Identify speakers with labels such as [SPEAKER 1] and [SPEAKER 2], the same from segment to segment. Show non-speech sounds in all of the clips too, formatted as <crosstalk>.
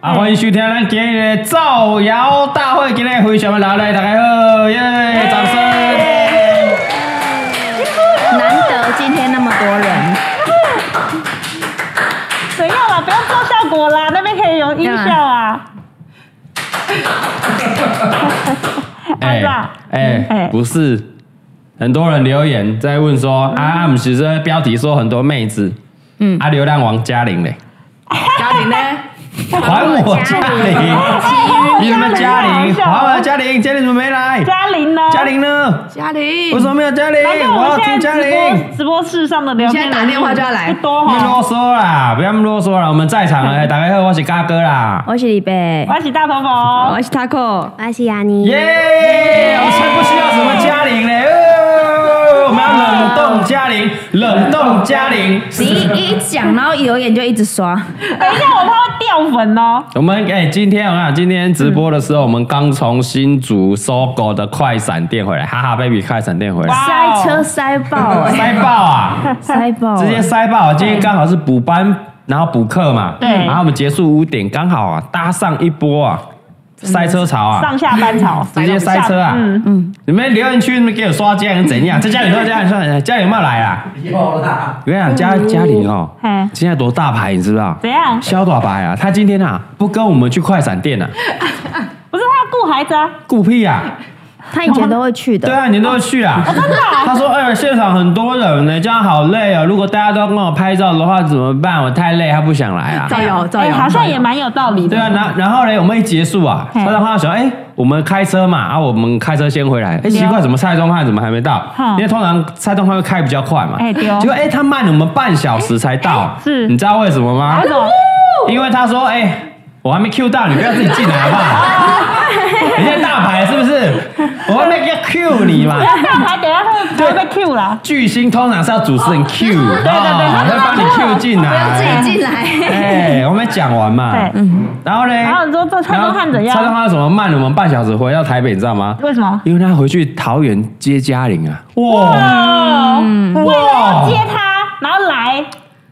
[SPEAKER 1] 啊，欢迎收听咱今日的造谣大会，今日非常的热烈，大家好，耶、掌声！
[SPEAKER 2] 难得今天那么多人，
[SPEAKER 3] 怎样啦？不要做效果啦，那边可以有音效啊。安啦，
[SPEAKER 1] 哎、
[SPEAKER 3] 哎
[SPEAKER 1] 不是，很多人留言在问说，啊，我们其实标题说很多妹子，嗯，啊，流浪王嘉玲嘞，
[SPEAKER 4] 嘉玲呢？
[SPEAKER 1] 还我嘉玲，
[SPEAKER 3] <laughs>
[SPEAKER 1] 你怎
[SPEAKER 3] 哎
[SPEAKER 1] 么嘉玲？还我嘉玲，嘉玲怎么没来？
[SPEAKER 3] 嘉玲呢？
[SPEAKER 1] 嘉，玲呢？
[SPEAKER 4] 嘉玲，
[SPEAKER 1] 为什么没有嘉玲？
[SPEAKER 3] 反正
[SPEAKER 1] 我
[SPEAKER 3] 我
[SPEAKER 1] 要
[SPEAKER 3] 们
[SPEAKER 1] 听
[SPEAKER 3] 现
[SPEAKER 1] 嘉
[SPEAKER 3] 在直
[SPEAKER 1] 玲。
[SPEAKER 3] 播直播室上的聊
[SPEAKER 4] 你现
[SPEAKER 3] 天啊
[SPEAKER 4] 在打电话就要来
[SPEAKER 3] 不多哦
[SPEAKER 1] 别
[SPEAKER 3] 哈
[SPEAKER 1] 啰。嗦啦，不要那么啰嗦啦，我们在场哎，大家好，我是嘎哥啦，
[SPEAKER 2] 我是李贝，
[SPEAKER 3] 我是大头哦佛，
[SPEAKER 4] 是 Taco，
[SPEAKER 2] 我是雅尼，
[SPEAKER 1] 耶！我才不需要什么嘉玲嘞，呃我们要冷冻嘉玲，冷冻嘉玲。
[SPEAKER 2] 你一一讲，然后留言就一直刷，
[SPEAKER 3] 等一下我怕会掉粉哦。
[SPEAKER 1] 我们哎、今天我看今天直播的时候，我们刚从新竹搜狗的快闪店回来，哈哈 baby 快闪店回来，
[SPEAKER 3] 哇哦
[SPEAKER 2] 塞车塞爆哎，
[SPEAKER 1] 塞爆啊！
[SPEAKER 2] <laughs> 塞爆，欸
[SPEAKER 1] 直接塞爆！啊今天刚好是补班，然后补课嘛，
[SPEAKER 3] 对
[SPEAKER 1] 然后我们结束五点，刚好啊搭上一波啊塞车潮啊，
[SPEAKER 3] 上下班潮，
[SPEAKER 1] <laughs> 直接塞车啊！嗯嗯，你们留言区你们给我刷家 <laughs> 人怎样？在家里说家人说家里有没有来啊？有啦。我跟你讲，家家里哦
[SPEAKER 3] 嗯，
[SPEAKER 1] 现在多大牌你知不知道？
[SPEAKER 3] 怎样
[SPEAKER 1] 肖大牌啊，他今天啊不跟我们去快闪店 <laughs> 啊，
[SPEAKER 3] 不是他顾孩子啊，
[SPEAKER 1] 顾屁啊！
[SPEAKER 2] 他以前都会去
[SPEAKER 1] 对
[SPEAKER 2] 的，
[SPEAKER 1] 啊，你都会去啊？他说：“哎、现场很多人呢，这样好累哦。如果大家都要跟我拍照的话怎么办？我太累，他不想来啊。”
[SPEAKER 4] 造谣造
[SPEAKER 3] 哎，
[SPEAKER 4] 谣，
[SPEAKER 3] 好像也蛮有道理的。
[SPEAKER 1] 对啊，然然后呢，我们一结束啊，
[SPEAKER 3] 嘿
[SPEAKER 1] 蔡宗汉想，哎、我们开车嘛，啊，我们开车先回来，哎、奇怪，怎么蔡宗汉怎么还没到？
[SPEAKER 3] 哼
[SPEAKER 1] 因为通常蔡宗汉会开比较快嘛，
[SPEAKER 3] 哎对哦
[SPEAKER 1] 结果哎、他慢了我们半小时才到，
[SPEAKER 3] 是
[SPEAKER 1] 你知道为什么吗
[SPEAKER 3] <laughs> 为什？哎
[SPEAKER 1] <laughs>
[SPEAKER 3] 么
[SPEAKER 1] 因为他说，哎、我还没 Q 到你，不要自己进来好不好？你现在大牌是不是？我还没 Q 你嘛
[SPEAKER 3] <laughs> 不。要上台，等一下他会他会被 Q 啦。
[SPEAKER 1] 巨星通常是要主持人 Q，对对对，会帮你 Q 进来，
[SPEAKER 2] 不要自己进来，
[SPEAKER 1] 哎，我们讲完嘛
[SPEAKER 3] 对，
[SPEAKER 1] 然后呢？
[SPEAKER 3] 然后你说这蔡宗翰怎样
[SPEAKER 1] 蔡宗汉怎么慢了我们半小时回到台北，你知道吗？
[SPEAKER 3] 为什么？
[SPEAKER 1] 因为他回去桃园接嘉玲啊。哇，
[SPEAKER 3] 哦，
[SPEAKER 1] 嗯
[SPEAKER 3] 为了
[SPEAKER 1] 哇
[SPEAKER 3] 要接他，然后来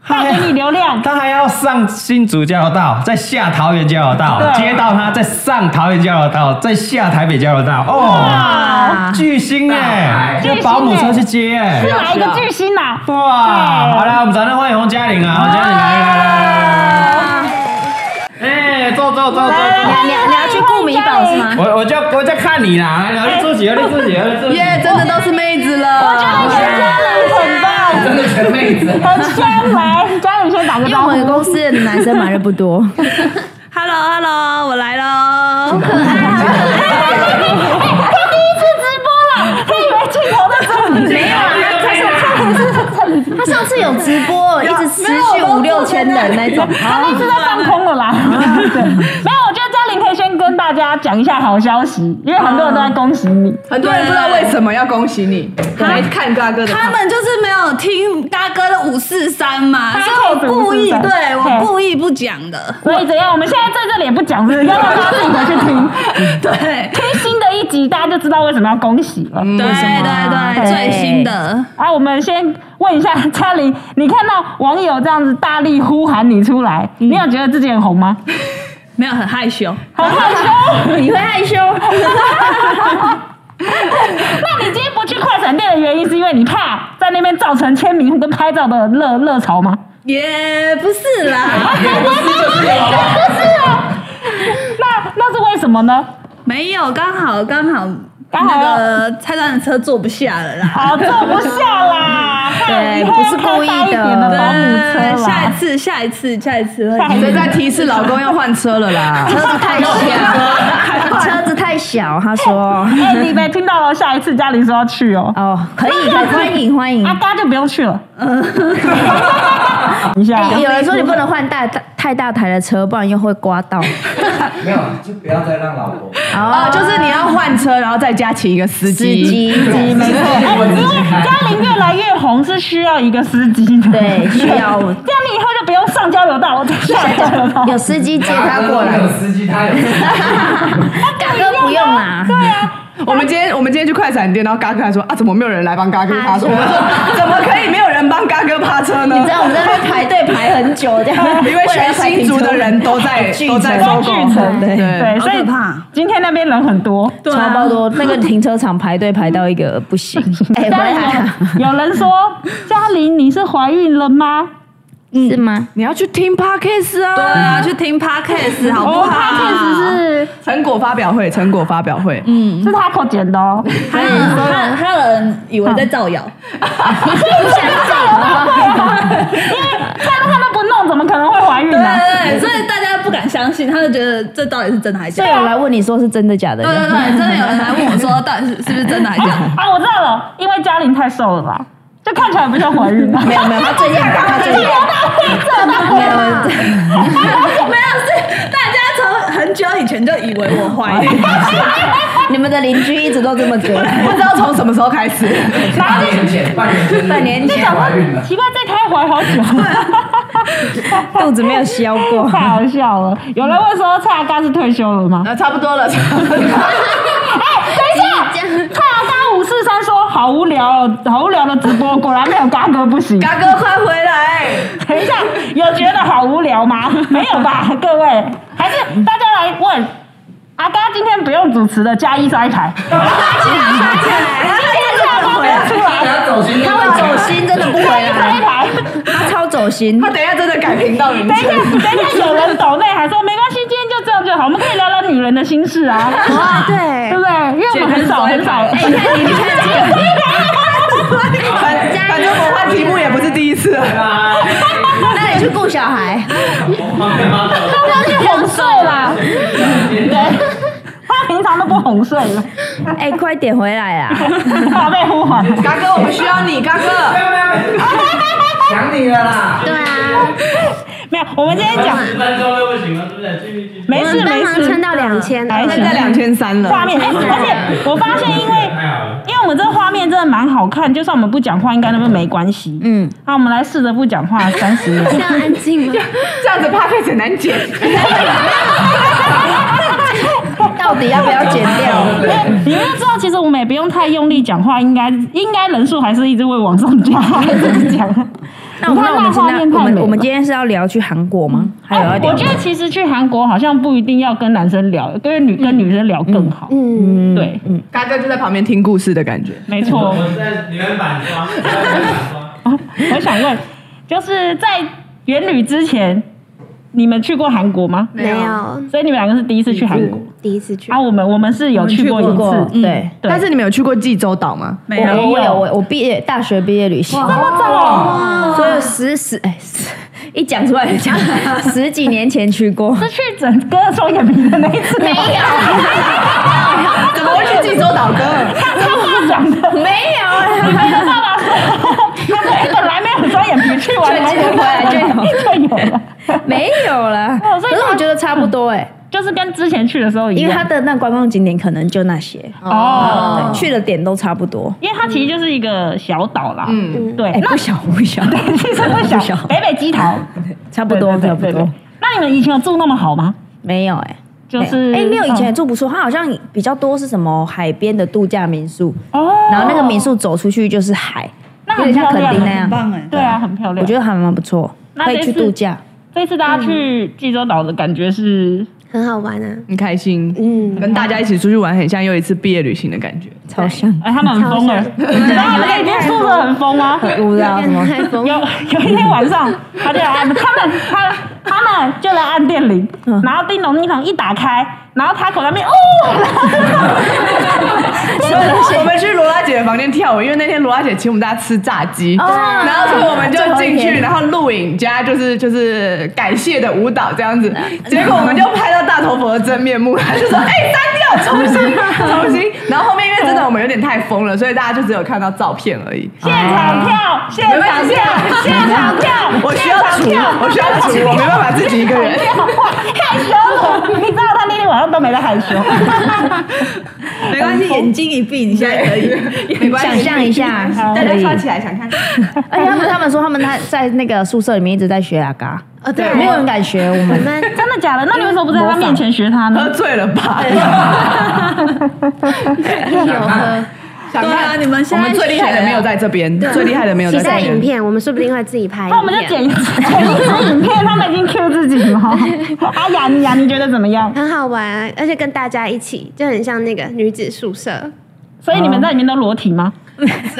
[SPEAKER 3] 带给你流量，
[SPEAKER 1] 他还要上新竹交流道，再下桃园交流道，
[SPEAKER 3] 对
[SPEAKER 1] 接到他，再上桃园交流道，再下台北交流道。哦，
[SPEAKER 3] 哇，
[SPEAKER 1] 巨星哎，
[SPEAKER 3] 巨星
[SPEAKER 1] 要
[SPEAKER 3] 欸
[SPEAKER 1] 保姆车去接哎
[SPEAKER 3] 是。哪一个巨星呐？
[SPEAKER 1] 哇，
[SPEAKER 3] 对
[SPEAKER 1] 好啦，我们掌声欢迎洪嘉玲啊，洪嘉玲来来来来，哎，坐坐坐坐
[SPEAKER 3] 来
[SPEAKER 1] 坐
[SPEAKER 3] 来。
[SPEAKER 2] 你你你要去顾米宝是吗？
[SPEAKER 1] 我我就我在看你啦，然后你自己，你自己，你自己。
[SPEAKER 4] 耶，真的都是妹子了，
[SPEAKER 3] 我觉得嘉玲很棒，真的全妹子，很香来，嘉玲先打个
[SPEAKER 2] 因为
[SPEAKER 3] 招
[SPEAKER 2] 我们
[SPEAKER 3] 呼。
[SPEAKER 2] 公司的男生买的不多，
[SPEAKER 4] Hello Hello，我来喽，
[SPEAKER 3] 他以为镜头在这里，
[SPEAKER 2] 没有啊， <laughs> 他上次有直播，一直持续五六千人那 <laughs> 种，
[SPEAKER 3] 他那次都放空了啦。对，没有，我觉得嘉玲可以先跟大家讲一下好消息，因为很多人都在恭喜你。
[SPEAKER 4] 很多人不知道为什么要恭喜你，来看
[SPEAKER 2] <laughs>
[SPEAKER 4] 大哥的，
[SPEAKER 5] 他们就是没有听大哥的五四三嘛，
[SPEAKER 3] 大
[SPEAKER 5] 所
[SPEAKER 3] 哥
[SPEAKER 5] 以我故意
[SPEAKER 3] 543
[SPEAKER 5] 对
[SPEAKER 3] 嘿
[SPEAKER 5] 我故意不讲的，
[SPEAKER 3] 所以怎样？我们现在在这里也不讲，是不是要让大家自己回去听。
[SPEAKER 5] 对
[SPEAKER 3] 听新的一集，大家就知道为什么要恭喜了。
[SPEAKER 5] 对对对，
[SPEAKER 2] 对
[SPEAKER 5] 最新的
[SPEAKER 3] 啊，我们先问一下嘉玲，你看到网友这样子大力呼喊你出来，
[SPEAKER 2] 嗯
[SPEAKER 3] 你有觉得自己很红吗？
[SPEAKER 2] <laughs>
[SPEAKER 5] 没有很害羞，
[SPEAKER 3] 很害羞。
[SPEAKER 2] 你会害羞？
[SPEAKER 3] <laughs> 那你今天不去快闪店的原因，是因为你怕在那边造成签名跟拍照的热热潮吗？
[SPEAKER 5] 也不是啦，
[SPEAKER 3] 那那是为什么呢？
[SPEAKER 5] <laughs> 没有，刚好刚好
[SPEAKER 3] 刚好
[SPEAKER 5] 那个蔡段的车坐不下了啦，
[SPEAKER 3] 好，坐不下啦。
[SPEAKER 2] <laughs> 对
[SPEAKER 3] 以后要
[SPEAKER 2] 不是故意的
[SPEAKER 3] 开大一点的保姆
[SPEAKER 5] 对，
[SPEAKER 3] 车
[SPEAKER 5] 下一
[SPEAKER 3] 啦。
[SPEAKER 5] 次下一次下一次
[SPEAKER 3] 下一
[SPEAKER 5] 会
[SPEAKER 3] 次
[SPEAKER 4] 谁在提示老公要换车了啦？
[SPEAKER 2] 车子太小，车子太小，他说。
[SPEAKER 3] <laughs> 哎，你没听到了？下一次嘉玲说要去哦。
[SPEAKER 2] 哦，可以，可以欢迎欢迎。
[SPEAKER 3] 阿嘎就不用去
[SPEAKER 2] <laughs>
[SPEAKER 3] 了。 <laughs> 一下啊
[SPEAKER 2] 哎，有人说你不能换大大太大台的车，不然又会刮到。
[SPEAKER 6] 没有，就不要再让老婆。
[SPEAKER 5] 啊
[SPEAKER 4] 哦，就是你要换车，然后再加起一个司
[SPEAKER 2] 司
[SPEAKER 4] 机，
[SPEAKER 2] 机，
[SPEAKER 6] 没
[SPEAKER 3] 哎，因为
[SPEAKER 6] 错。
[SPEAKER 3] 嘉玲越来越红是需要一个司机的，
[SPEAKER 2] 对需
[SPEAKER 3] <laughs> 这样
[SPEAKER 2] 要
[SPEAKER 3] 你以后就不用上交流道，我再下交流道。
[SPEAKER 2] <laughs> 有司机接他过来
[SPEAKER 6] 有，司机，他有司机。
[SPEAKER 2] 大哥不用啦。
[SPEAKER 4] <laughs> 我们今天我们今天去快闪店，然后嘎哥还说啊，怎么没有人来帮嘎哥
[SPEAKER 2] 趴
[SPEAKER 4] 趴
[SPEAKER 2] 车
[SPEAKER 4] 车？我们说怎么可以没有人帮嘎哥趴车呢
[SPEAKER 2] 你知？道我们在那边排队排很久，这样
[SPEAKER 4] 因为学习新竹的人都在都在
[SPEAKER 3] 在
[SPEAKER 4] 搜
[SPEAKER 3] 巨
[SPEAKER 4] 狗，
[SPEAKER 3] 城，
[SPEAKER 4] 对
[SPEAKER 3] 对，
[SPEAKER 7] 好
[SPEAKER 3] 所
[SPEAKER 7] 可
[SPEAKER 3] 以
[SPEAKER 7] 怕
[SPEAKER 3] 今天那边人很多。
[SPEAKER 7] 对
[SPEAKER 2] 超
[SPEAKER 7] 啊
[SPEAKER 2] 爆多，那个停车场排队排到一个
[SPEAKER 3] <laughs>
[SPEAKER 2] 不行。
[SPEAKER 8] 哎，回
[SPEAKER 3] 但
[SPEAKER 8] 来了
[SPEAKER 3] 是有有人说，嘉玲你是怀孕了吗？
[SPEAKER 8] <laughs> 是吗？
[SPEAKER 4] 你要去听 podcast
[SPEAKER 7] 对
[SPEAKER 4] 啊，
[SPEAKER 5] 嗯
[SPEAKER 7] 啊，去听 podcast 好不好？
[SPEAKER 3] 哦，他确实
[SPEAKER 4] 成果发表会，成果发表会，
[SPEAKER 3] 是是他口剪的哦。
[SPEAKER 7] 还
[SPEAKER 5] 嗯
[SPEAKER 7] 有人说，还还有人以为在造谣，
[SPEAKER 3] 蔡康永都不弄，怎么可能会怀孕
[SPEAKER 7] 对
[SPEAKER 3] 呢？
[SPEAKER 7] 对对，所以大家不敢相信，他们觉得这到底是真的还是
[SPEAKER 2] 所
[SPEAKER 7] 假
[SPEAKER 2] 以有
[SPEAKER 7] 的？
[SPEAKER 2] 人啊来问你说是真的假的？
[SPEAKER 7] 对
[SPEAKER 3] 啊
[SPEAKER 7] 对对，真的有人来问我说，到底是是不是真的还是假的？
[SPEAKER 3] <laughs> 啊，我知道了，因为嘉玲太瘦了吧，就看起来不像怀孕了。
[SPEAKER 2] 没有没有，他最近他最近
[SPEAKER 7] 没有，是大家从很久以前就以为我怀孕，
[SPEAKER 2] 你们的邻居一直都这么觉得。
[SPEAKER 4] 不知道从什么时候开始，
[SPEAKER 9] 半年前，半年前，
[SPEAKER 2] 半年
[SPEAKER 3] 就
[SPEAKER 2] 前
[SPEAKER 3] 想
[SPEAKER 9] 怀孕
[SPEAKER 3] 说
[SPEAKER 9] 了
[SPEAKER 3] 奇怪，这胎怀好久，
[SPEAKER 2] 肚子没有消过，
[SPEAKER 3] <laughs> 太好笑了。有人问说蔡阿嘎是退休了吗？
[SPEAKER 4] <laughs>
[SPEAKER 3] 哎
[SPEAKER 4] 那差不多了，差不多了
[SPEAKER 3] 蔡阿嘎五四三说好无聊哦，好无聊的直播，果然没有嘎哥不
[SPEAKER 4] <laughs>
[SPEAKER 3] 行。
[SPEAKER 4] 嘎哥快回来，
[SPEAKER 3] 等一下，有觉得好无聊吗？没有吧，各位，还是大家来问。阿嘎今天不用主持的，加一塞台。
[SPEAKER 9] 他要走心，
[SPEAKER 2] 他会走心，真的不回
[SPEAKER 3] 塞
[SPEAKER 2] 来，
[SPEAKER 3] 台，
[SPEAKER 2] 他超走心
[SPEAKER 4] 他。等一下真的改频道人
[SPEAKER 3] 等一下，
[SPEAKER 4] 生，
[SPEAKER 3] 等一下，有人抖内还说没关系，今天就这样就好，我们可以聊聊女人的心事啊，
[SPEAKER 2] 哇，
[SPEAKER 3] 对
[SPEAKER 2] 对，
[SPEAKER 3] 不对？因为我们很少很少。
[SPEAKER 8] 你
[SPEAKER 3] 哎
[SPEAKER 8] 看，你看，
[SPEAKER 4] 反反正我换题目也不是第一次了，
[SPEAKER 2] 那你去顾小孩，
[SPEAKER 3] 不要去哄睡啦。对，他平常都不哄睡了，
[SPEAKER 2] <laughs> 哎，快点回来啊！
[SPEAKER 3] 怕被呼唤。
[SPEAKER 4] <laughs> 嘎哥我们需要你，嘎哥，
[SPEAKER 9] 想你了啦，
[SPEAKER 8] 对啊，
[SPEAKER 3] 没有，我们今天讲
[SPEAKER 1] 十分钟都不行了，对不对？继续继续。
[SPEAKER 3] 没
[SPEAKER 8] 嗯我
[SPEAKER 3] 事
[SPEAKER 8] 们帮
[SPEAKER 3] 没
[SPEAKER 8] 忙
[SPEAKER 3] 事啊哎
[SPEAKER 8] 撑，到两千，
[SPEAKER 3] 还
[SPEAKER 4] 现在
[SPEAKER 3] 行
[SPEAKER 4] 两千三了，
[SPEAKER 3] 画面，哎而且我发现，因为
[SPEAKER 1] 太好了。
[SPEAKER 3] 因为我们这个画面真的蛮好看，就算我们不讲话，应该那边没关系。嗯，好，我们来试着不讲话三十秒。
[SPEAKER 8] 这样安
[SPEAKER 3] <laughs>
[SPEAKER 8] 静吗？
[SPEAKER 4] 这样子 podcast 很难剪，
[SPEAKER 2] 到底要不要剪掉？
[SPEAKER 3] 因为你们就知道，其实我们也不用太用力讲话，应该应该人数还是一直会往上加。讲，
[SPEAKER 2] 那
[SPEAKER 3] <laughs> 你
[SPEAKER 2] 我们
[SPEAKER 3] 看
[SPEAKER 2] 那我们
[SPEAKER 3] 画面
[SPEAKER 2] 现在我
[SPEAKER 3] 太美
[SPEAKER 2] 们
[SPEAKER 3] 了哎
[SPEAKER 2] 我们今天是要聊去韩国吗？还有要
[SPEAKER 3] 我
[SPEAKER 2] 聊
[SPEAKER 3] 觉得其实去韩国好像不一定要跟男生聊，跟女跟女生聊更好。
[SPEAKER 8] 嗯，
[SPEAKER 3] 对，
[SPEAKER 4] 嘎哥就在旁边听故事的感觉，
[SPEAKER 3] 没
[SPEAKER 1] 我
[SPEAKER 3] 错。 <laughs>
[SPEAKER 1] 在你们板刷，你们板刷。
[SPEAKER 3] 我想问，就是在元旅之前，你们去过韩国吗？
[SPEAKER 8] 没有，
[SPEAKER 3] 所以你们两个是第一次去韩国
[SPEAKER 8] 嗯第一次去
[SPEAKER 3] 啊？。我们我们是有去过一次，嗯
[SPEAKER 2] 对，
[SPEAKER 3] 对
[SPEAKER 4] 但是你们有去过济州岛吗？
[SPEAKER 2] 我哦我我有我我毕业大学毕业旅行，
[SPEAKER 3] 啊
[SPEAKER 2] 所以十十哎十 <laughs> 一讲出来就
[SPEAKER 3] <laughs>
[SPEAKER 2] 讲十几年前去过，
[SPEAKER 3] 是去整个双眼皮的那一次，没有，
[SPEAKER 2] <laughs>
[SPEAKER 4] 怎么会去济州岛哥？
[SPEAKER 3] 他爸讲的，
[SPEAKER 2] 没有，
[SPEAKER 3] 他爸爸说，他说哎本来没有双眼皮，去完韩国
[SPEAKER 2] 回来就
[SPEAKER 3] 有，就有了，
[SPEAKER 2] 没有啦。
[SPEAKER 3] 哦所以
[SPEAKER 2] 可是
[SPEAKER 3] 他
[SPEAKER 2] 我觉得差不多哎，
[SPEAKER 3] <laughs> 就是跟之前去的时候一
[SPEAKER 2] 因为它
[SPEAKER 3] 样。
[SPEAKER 2] 的那观光景点可能就那些，
[SPEAKER 3] 哦
[SPEAKER 2] 对，去的点都差不多。
[SPEAKER 3] 因为它其实就是一个小岛啦，嗯，对，
[SPEAKER 2] 哎，
[SPEAKER 3] 那
[SPEAKER 2] 不小不
[SPEAKER 3] <laughs>
[SPEAKER 2] 小，
[SPEAKER 3] 其实不
[SPEAKER 2] 不
[SPEAKER 3] 小，
[SPEAKER 2] 小
[SPEAKER 3] 北北基桃，
[SPEAKER 2] 差 <laughs> 不多
[SPEAKER 3] 对对对
[SPEAKER 2] 差不
[SPEAKER 3] 对
[SPEAKER 2] 多
[SPEAKER 3] 对，那你们以前有住那么好吗？
[SPEAKER 2] 没有哎。
[SPEAKER 3] 就是
[SPEAKER 2] 哎，没有，以前也
[SPEAKER 3] 嗯
[SPEAKER 2] 住不错，它好像比较多是什么海边的度假民宿，
[SPEAKER 3] 哦，
[SPEAKER 2] 然后那个民宿走出去就是海，
[SPEAKER 3] 那
[SPEAKER 2] 有
[SPEAKER 3] 很
[SPEAKER 2] 点像
[SPEAKER 3] 漂
[SPEAKER 2] 垦
[SPEAKER 3] 亮，
[SPEAKER 2] 丁那样。
[SPEAKER 7] 哎
[SPEAKER 3] 对啊，很漂亮。
[SPEAKER 2] 我觉得还蛮不错，
[SPEAKER 3] 那
[SPEAKER 2] 可以
[SPEAKER 3] 这
[SPEAKER 2] 去
[SPEAKER 3] 次
[SPEAKER 2] 度假。
[SPEAKER 3] 这次大家去济州岛的感觉是，
[SPEAKER 8] 很好玩啊，
[SPEAKER 4] 很开心，
[SPEAKER 8] 嗯，
[SPEAKER 4] 跟大家一起出去玩，很像又一次毕业旅行的感觉。
[SPEAKER 2] 超像，
[SPEAKER 3] 哎，他们很疯
[SPEAKER 2] <laughs>
[SPEAKER 3] 哎，然后你们已经宿舍很疯吗？
[SPEAKER 2] 我不知道什么。
[SPEAKER 8] 太疯
[SPEAKER 3] 有有一天晚 <laughs> 上，他就来按，他们他他们就来按电铃，然后叮咚叮咚一打开，然后他口袋 <laughs> 面哦，
[SPEAKER 4] 我们去罗拉姐的房间跳舞，因为那天罗拉姐请我们大家吃炸鸡，然后所以我们就进去，然后录影加就是就是感谢的舞蹈这样 <laughs> 子，结果我们就拍到大头佛的真面目，他就说：“哎、删掉，重新，重新。” <laughs> 然后后面因为真的我们有点太疯了，所以大家就只有看到照片而已。
[SPEAKER 3] 现场跳， <laughs> 现
[SPEAKER 4] 没关
[SPEAKER 3] 场
[SPEAKER 4] 系
[SPEAKER 3] 跳，现场 <laughs> 跳，
[SPEAKER 4] 我需要 <laughs> 煮，我需要煮，我没办法自己一个人。
[SPEAKER 3] 害羞了，你知道他那天晚上都没在害羞，
[SPEAKER 4] <laughs>
[SPEAKER 3] <laughs>
[SPEAKER 4] 没 <laughs> 关系，眼睛一闭，你现在可 <laughs> 以，没关系，
[SPEAKER 2] 想象一
[SPEAKER 10] <laughs>
[SPEAKER 2] 下，
[SPEAKER 4] 大
[SPEAKER 2] 可
[SPEAKER 4] 家
[SPEAKER 2] 以
[SPEAKER 4] 刷起来，想看。
[SPEAKER 2] 而且他们他们说他们在在那个宿舍里面一直在学阿嘎，
[SPEAKER 8] 哦，对，
[SPEAKER 2] 没有人敢学我
[SPEAKER 8] 我
[SPEAKER 2] 们。
[SPEAKER 8] 们
[SPEAKER 3] 真的假的？那你为什么不在他面前学他
[SPEAKER 4] 喝
[SPEAKER 3] 呢？
[SPEAKER 4] 醉了吧？想
[SPEAKER 9] 想看，
[SPEAKER 7] 对啊
[SPEAKER 4] 看
[SPEAKER 7] 你们现
[SPEAKER 4] 我
[SPEAKER 7] 在
[SPEAKER 4] 们最厉害的没有在这边，最厉害的没有
[SPEAKER 10] 期
[SPEAKER 4] 在
[SPEAKER 10] 待
[SPEAKER 4] 这
[SPEAKER 10] 影
[SPEAKER 4] 边。
[SPEAKER 10] 片，我们说不定会自己拍
[SPEAKER 3] 那我们就
[SPEAKER 10] 影
[SPEAKER 3] 剪
[SPEAKER 10] 片。
[SPEAKER 3] 剪一支影片，他们已经 Q 自己 <laughs> 了。啊，雅尼雅尼觉得怎么样？
[SPEAKER 10] 很好玩，而且跟大家一起，就很像那个女子
[SPEAKER 3] <laughs>
[SPEAKER 10] 宿舍。
[SPEAKER 3] 所以你们在里面都裸体吗？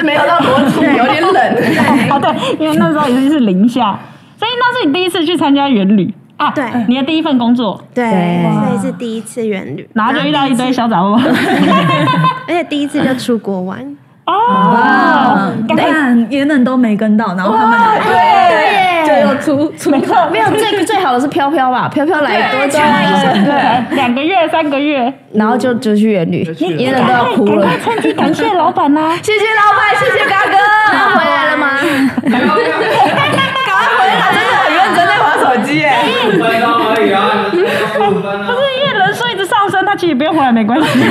[SPEAKER 4] 没有到裸体，有点冷。
[SPEAKER 3] <laughs> 哦，对，因为那时候已经是零下，所以那是你第一次去参加元旅啊，
[SPEAKER 10] 对
[SPEAKER 3] 你的第一份工作，
[SPEAKER 10] 对，
[SPEAKER 2] 对
[SPEAKER 10] 所以是第一次远旅，
[SPEAKER 3] 然后就遇到一堆小杂货。 <laughs>
[SPEAKER 10] 而且第一次就出国玩，
[SPEAKER 3] 哦，
[SPEAKER 7] 你看元冷都没跟到，然后他们
[SPEAKER 2] 对，就有
[SPEAKER 7] 出出
[SPEAKER 3] 没错，
[SPEAKER 2] 没有最最好的是飘飘吧，飘飘来多抓一下，
[SPEAKER 3] 对，两个月、三个月，
[SPEAKER 2] 然后就就去远旅，演冷都要哭
[SPEAKER 3] 赶
[SPEAKER 2] 了
[SPEAKER 3] 快。趁机感谢老板啊
[SPEAKER 2] <laughs>
[SPEAKER 3] 啦！
[SPEAKER 4] 谢谢老板，谢谢大哥，
[SPEAKER 2] 他回来了吗？
[SPEAKER 4] 很认真在玩手机哎。
[SPEAKER 1] 五分钟而已啊，你们才说五分啊
[SPEAKER 3] 不是因为人数一直上升，他其实不用回来没关
[SPEAKER 2] <laughs>
[SPEAKER 3] 系。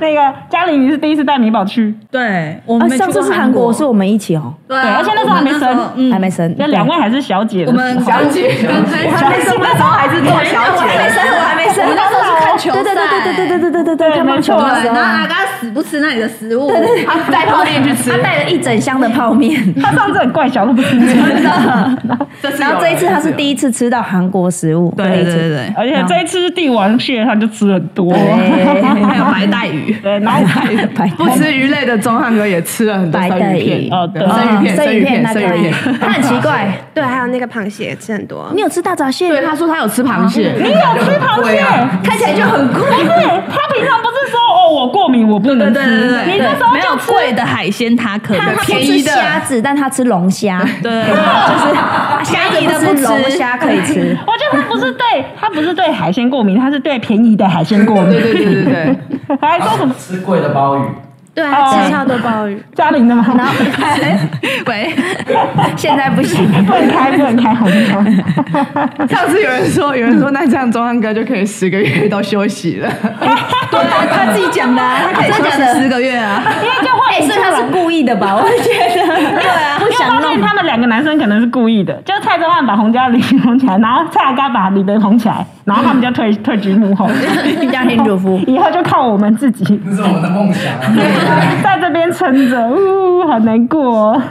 [SPEAKER 3] 那个嘉玲，你是第一次带米宝去，
[SPEAKER 7] 对，我
[SPEAKER 2] 啊
[SPEAKER 3] 哎
[SPEAKER 7] 们，没
[SPEAKER 2] 上
[SPEAKER 7] 去
[SPEAKER 2] 次
[SPEAKER 7] 过
[SPEAKER 2] 是韩国，是我们一起哦，
[SPEAKER 7] 对
[SPEAKER 3] 对
[SPEAKER 7] 啊，
[SPEAKER 3] 而且那时候还没生
[SPEAKER 7] 我们那时候
[SPEAKER 2] 还没生。
[SPEAKER 3] 就嗯两位还是小姐的
[SPEAKER 7] 我
[SPEAKER 3] 时候
[SPEAKER 7] 们小姐，
[SPEAKER 4] 还没生的时候还是做小姐，
[SPEAKER 7] 没生，我还没生，那时候是看球
[SPEAKER 2] 对对对对对对对对对对，
[SPEAKER 3] 对
[SPEAKER 2] 看棒球
[SPEAKER 3] 没
[SPEAKER 2] 的
[SPEAKER 7] 对，
[SPEAKER 2] 时
[SPEAKER 7] 然
[SPEAKER 2] 候
[SPEAKER 7] 后
[SPEAKER 2] 啊，
[SPEAKER 7] 阿嘎死不吃那里的食物，对对，
[SPEAKER 4] 他带泡面去吃
[SPEAKER 2] 他，带了一整箱的泡面。
[SPEAKER 3] 他上次很怪小，都不是
[SPEAKER 2] <laughs>
[SPEAKER 3] 真的。
[SPEAKER 4] 然
[SPEAKER 2] 然后这一次他是第一次吃到韩国食物，
[SPEAKER 7] 对对对对
[SPEAKER 3] 而且这一次是帝王蟹，他就吃很多。
[SPEAKER 2] 对
[SPEAKER 4] 还有白带鱼。
[SPEAKER 3] 对，然后
[SPEAKER 2] 白
[SPEAKER 4] 不吃鱼类的钟汉哥也吃了很多
[SPEAKER 2] 白
[SPEAKER 4] 生
[SPEAKER 2] 带
[SPEAKER 4] 鱼
[SPEAKER 2] 鱼
[SPEAKER 4] 片，
[SPEAKER 3] 哦对
[SPEAKER 4] 生鱼片，生鱼片，
[SPEAKER 2] 那
[SPEAKER 4] 生鱼
[SPEAKER 2] 个
[SPEAKER 4] 片。，
[SPEAKER 2] 他很奇怪。
[SPEAKER 10] 对，还有那个螃蟹吃很多
[SPEAKER 2] 你，有吃大闸蟹吗？
[SPEAKER 4] 对，他说他有吃螃蟹，
[SPEAKER 3] 你有吃螃蟹？
[SPEAKER 2] 看起来就很贵。
[SPEAKER 3] 不是，他平常不是说哦，我过敏，我不能吃。你那时候
[SPEAKER 7] 没有
[SPEAKER 3] 就吃
[SPEAKER 7] 贵的海鲜，他可以
[SPEAKER 2] 他他不
[SPEAKER 4] 便
[SPEAKER 2] 吃
[SPEAKER 4] 宜的
[SPEAKER 2] 虾子，但他吃龙虾。
[SPEAKER 7] 对，
[SPEAKER 2] 虾子不吃，龙虾可以吃。
[SPEAKER 3] 我觉得他不是对，他不是对海鲜过敏，他是对便宜的海鲜过敏
[SPEAKER 4] 对。对对对对，
[SPEAKER 3] 还说 <laughs> 什么
[SPEAKER 9] 吃贵的鲍鱼，
[SPEAKER 10] 对，他吃超多鲍鱼，
[SPEAKER 3] 嘉玲的吗？
[SPEAKER 7] 喂，
[SPEAKER 2] 现在不行，
[SPEAKER 3] 不能开，不能开红灯。
[SPEAKER 4] 上次有人说，有人说那这样钟汉哥就可以十个月都休息了，
[SPEAKER 7] 对啊，他自己讲的啊，他可以休息十个月啊，
[SPEAKER 3] 因为就换一
[SPEAKER 2] 所以他是故意的吧？哎 <laughs> 我觉得，对啊，不
[SPEAKER 3] 因为
[SPEAKER 2] 想
[SPEAKER 3] 发现
[SPEAKER 2] 弄。
[SPEAKER 3] 他们两个男生可能是故意的，就是蔡宗翰把洪嘉玲捧起来，然后蔡阿嘎把李北捧起来，然后他们就退退居幕后，
[SPEAKER 2] 家庭主妇
[SPEAKER 3] <laughs> 以后就靠我们自己
[SPEAKER 9] 这是我们的梦想啊！
[SPEAKER 3] <laughs> 在这边撑着，呜，好难过、哦。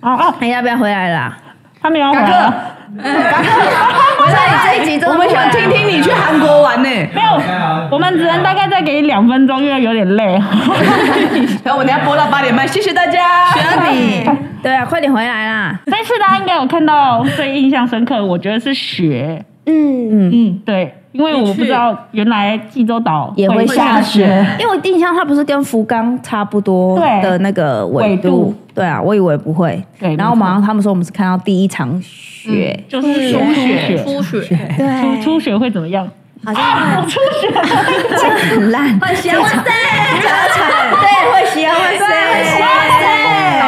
[SPEAKER 3] 啊啊！
[SPEAKER 2] 你要不要回来啦？
[SPEAKER 3] 他们要回来了， <laughs>
[SPEAKER 2] 我在这一集真的
[SPEAKER 4] 我们想听听你去韩国玩呢，
[SPEAKER 3] 没有，我们只能大概再给你两分钟，因为有点累。 <laughs>
[SPEAKER 4] 然后我等一下播到八点半，谢谢大家，
[SPEAKER 2] 你。对啊，快点回来啦！
[SPEAKER 3] 这次大家应该有看到最印象深刻，我觉得是雪，
[SPEAKER 10] 嗯，
[SPEAKER 3] 对，因为我不知道原来济州岛
[SPEAKER 2] 也会下雪
[SPEAKER 3] 雪，，
[SPEAKER 2] 因为我印象它不是跟福冈差不多
[SPEAKER 3] 对
[SPEAKER 2] 的那个纬
[SPEAKER 3] 纬度
[SPEAKER 2] 度，对啊，我以为不会。
[SPEAKER 3] 对
[SPEAKER 2] 然后
[SPEAKER 3] 没错
[SPEAKER 2] 马上他们说我们是看到第一场雪，
[SPEAKER 3] 就是初雪，
[SPEAKER 7] 出血，
[SPEAKER 3] 初
[SPEAKER 10] 对，
[SPEAKER 3] 初雪会怎么样？
[SPEAKER 10] 好像
[SPEAKER 3] <laughs> 我初雪
[SPEAKER 2] <laughs> 很烂，
[SPEAKER 7] 换鞋，哇塞，
[SPEAKER 2] 对，会喜欢会
[SPEAKER 4] 导
[SPEAKER 2] 塞。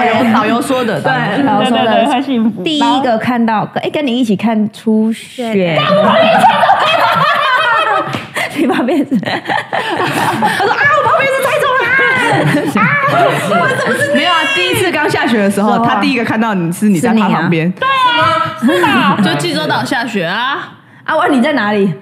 [SPEAKER 4] 游导游说的，对，
[SPEAKER 2] 然后
[SPEAKER 3] 对
[SPEAKER 2] 说
[SPEAKER 3] 对对，
[SPEAKER 2] 的
[SPEAKER 3] 会幸福。
[SPEAKER 2] 第
[SPEAKER 3] 然后
[SPEAKER 2] 一，个看到，哎，跟你一起看初雪，你旁边是，
[SPEAKER 4] 没有啊，第一次刚下雪的时候，他第一个看到你是你在他旁边，
[SPEAKER 7] 就济州岛下雪啊，
[SPEAKER 2] 阿万你在哪里？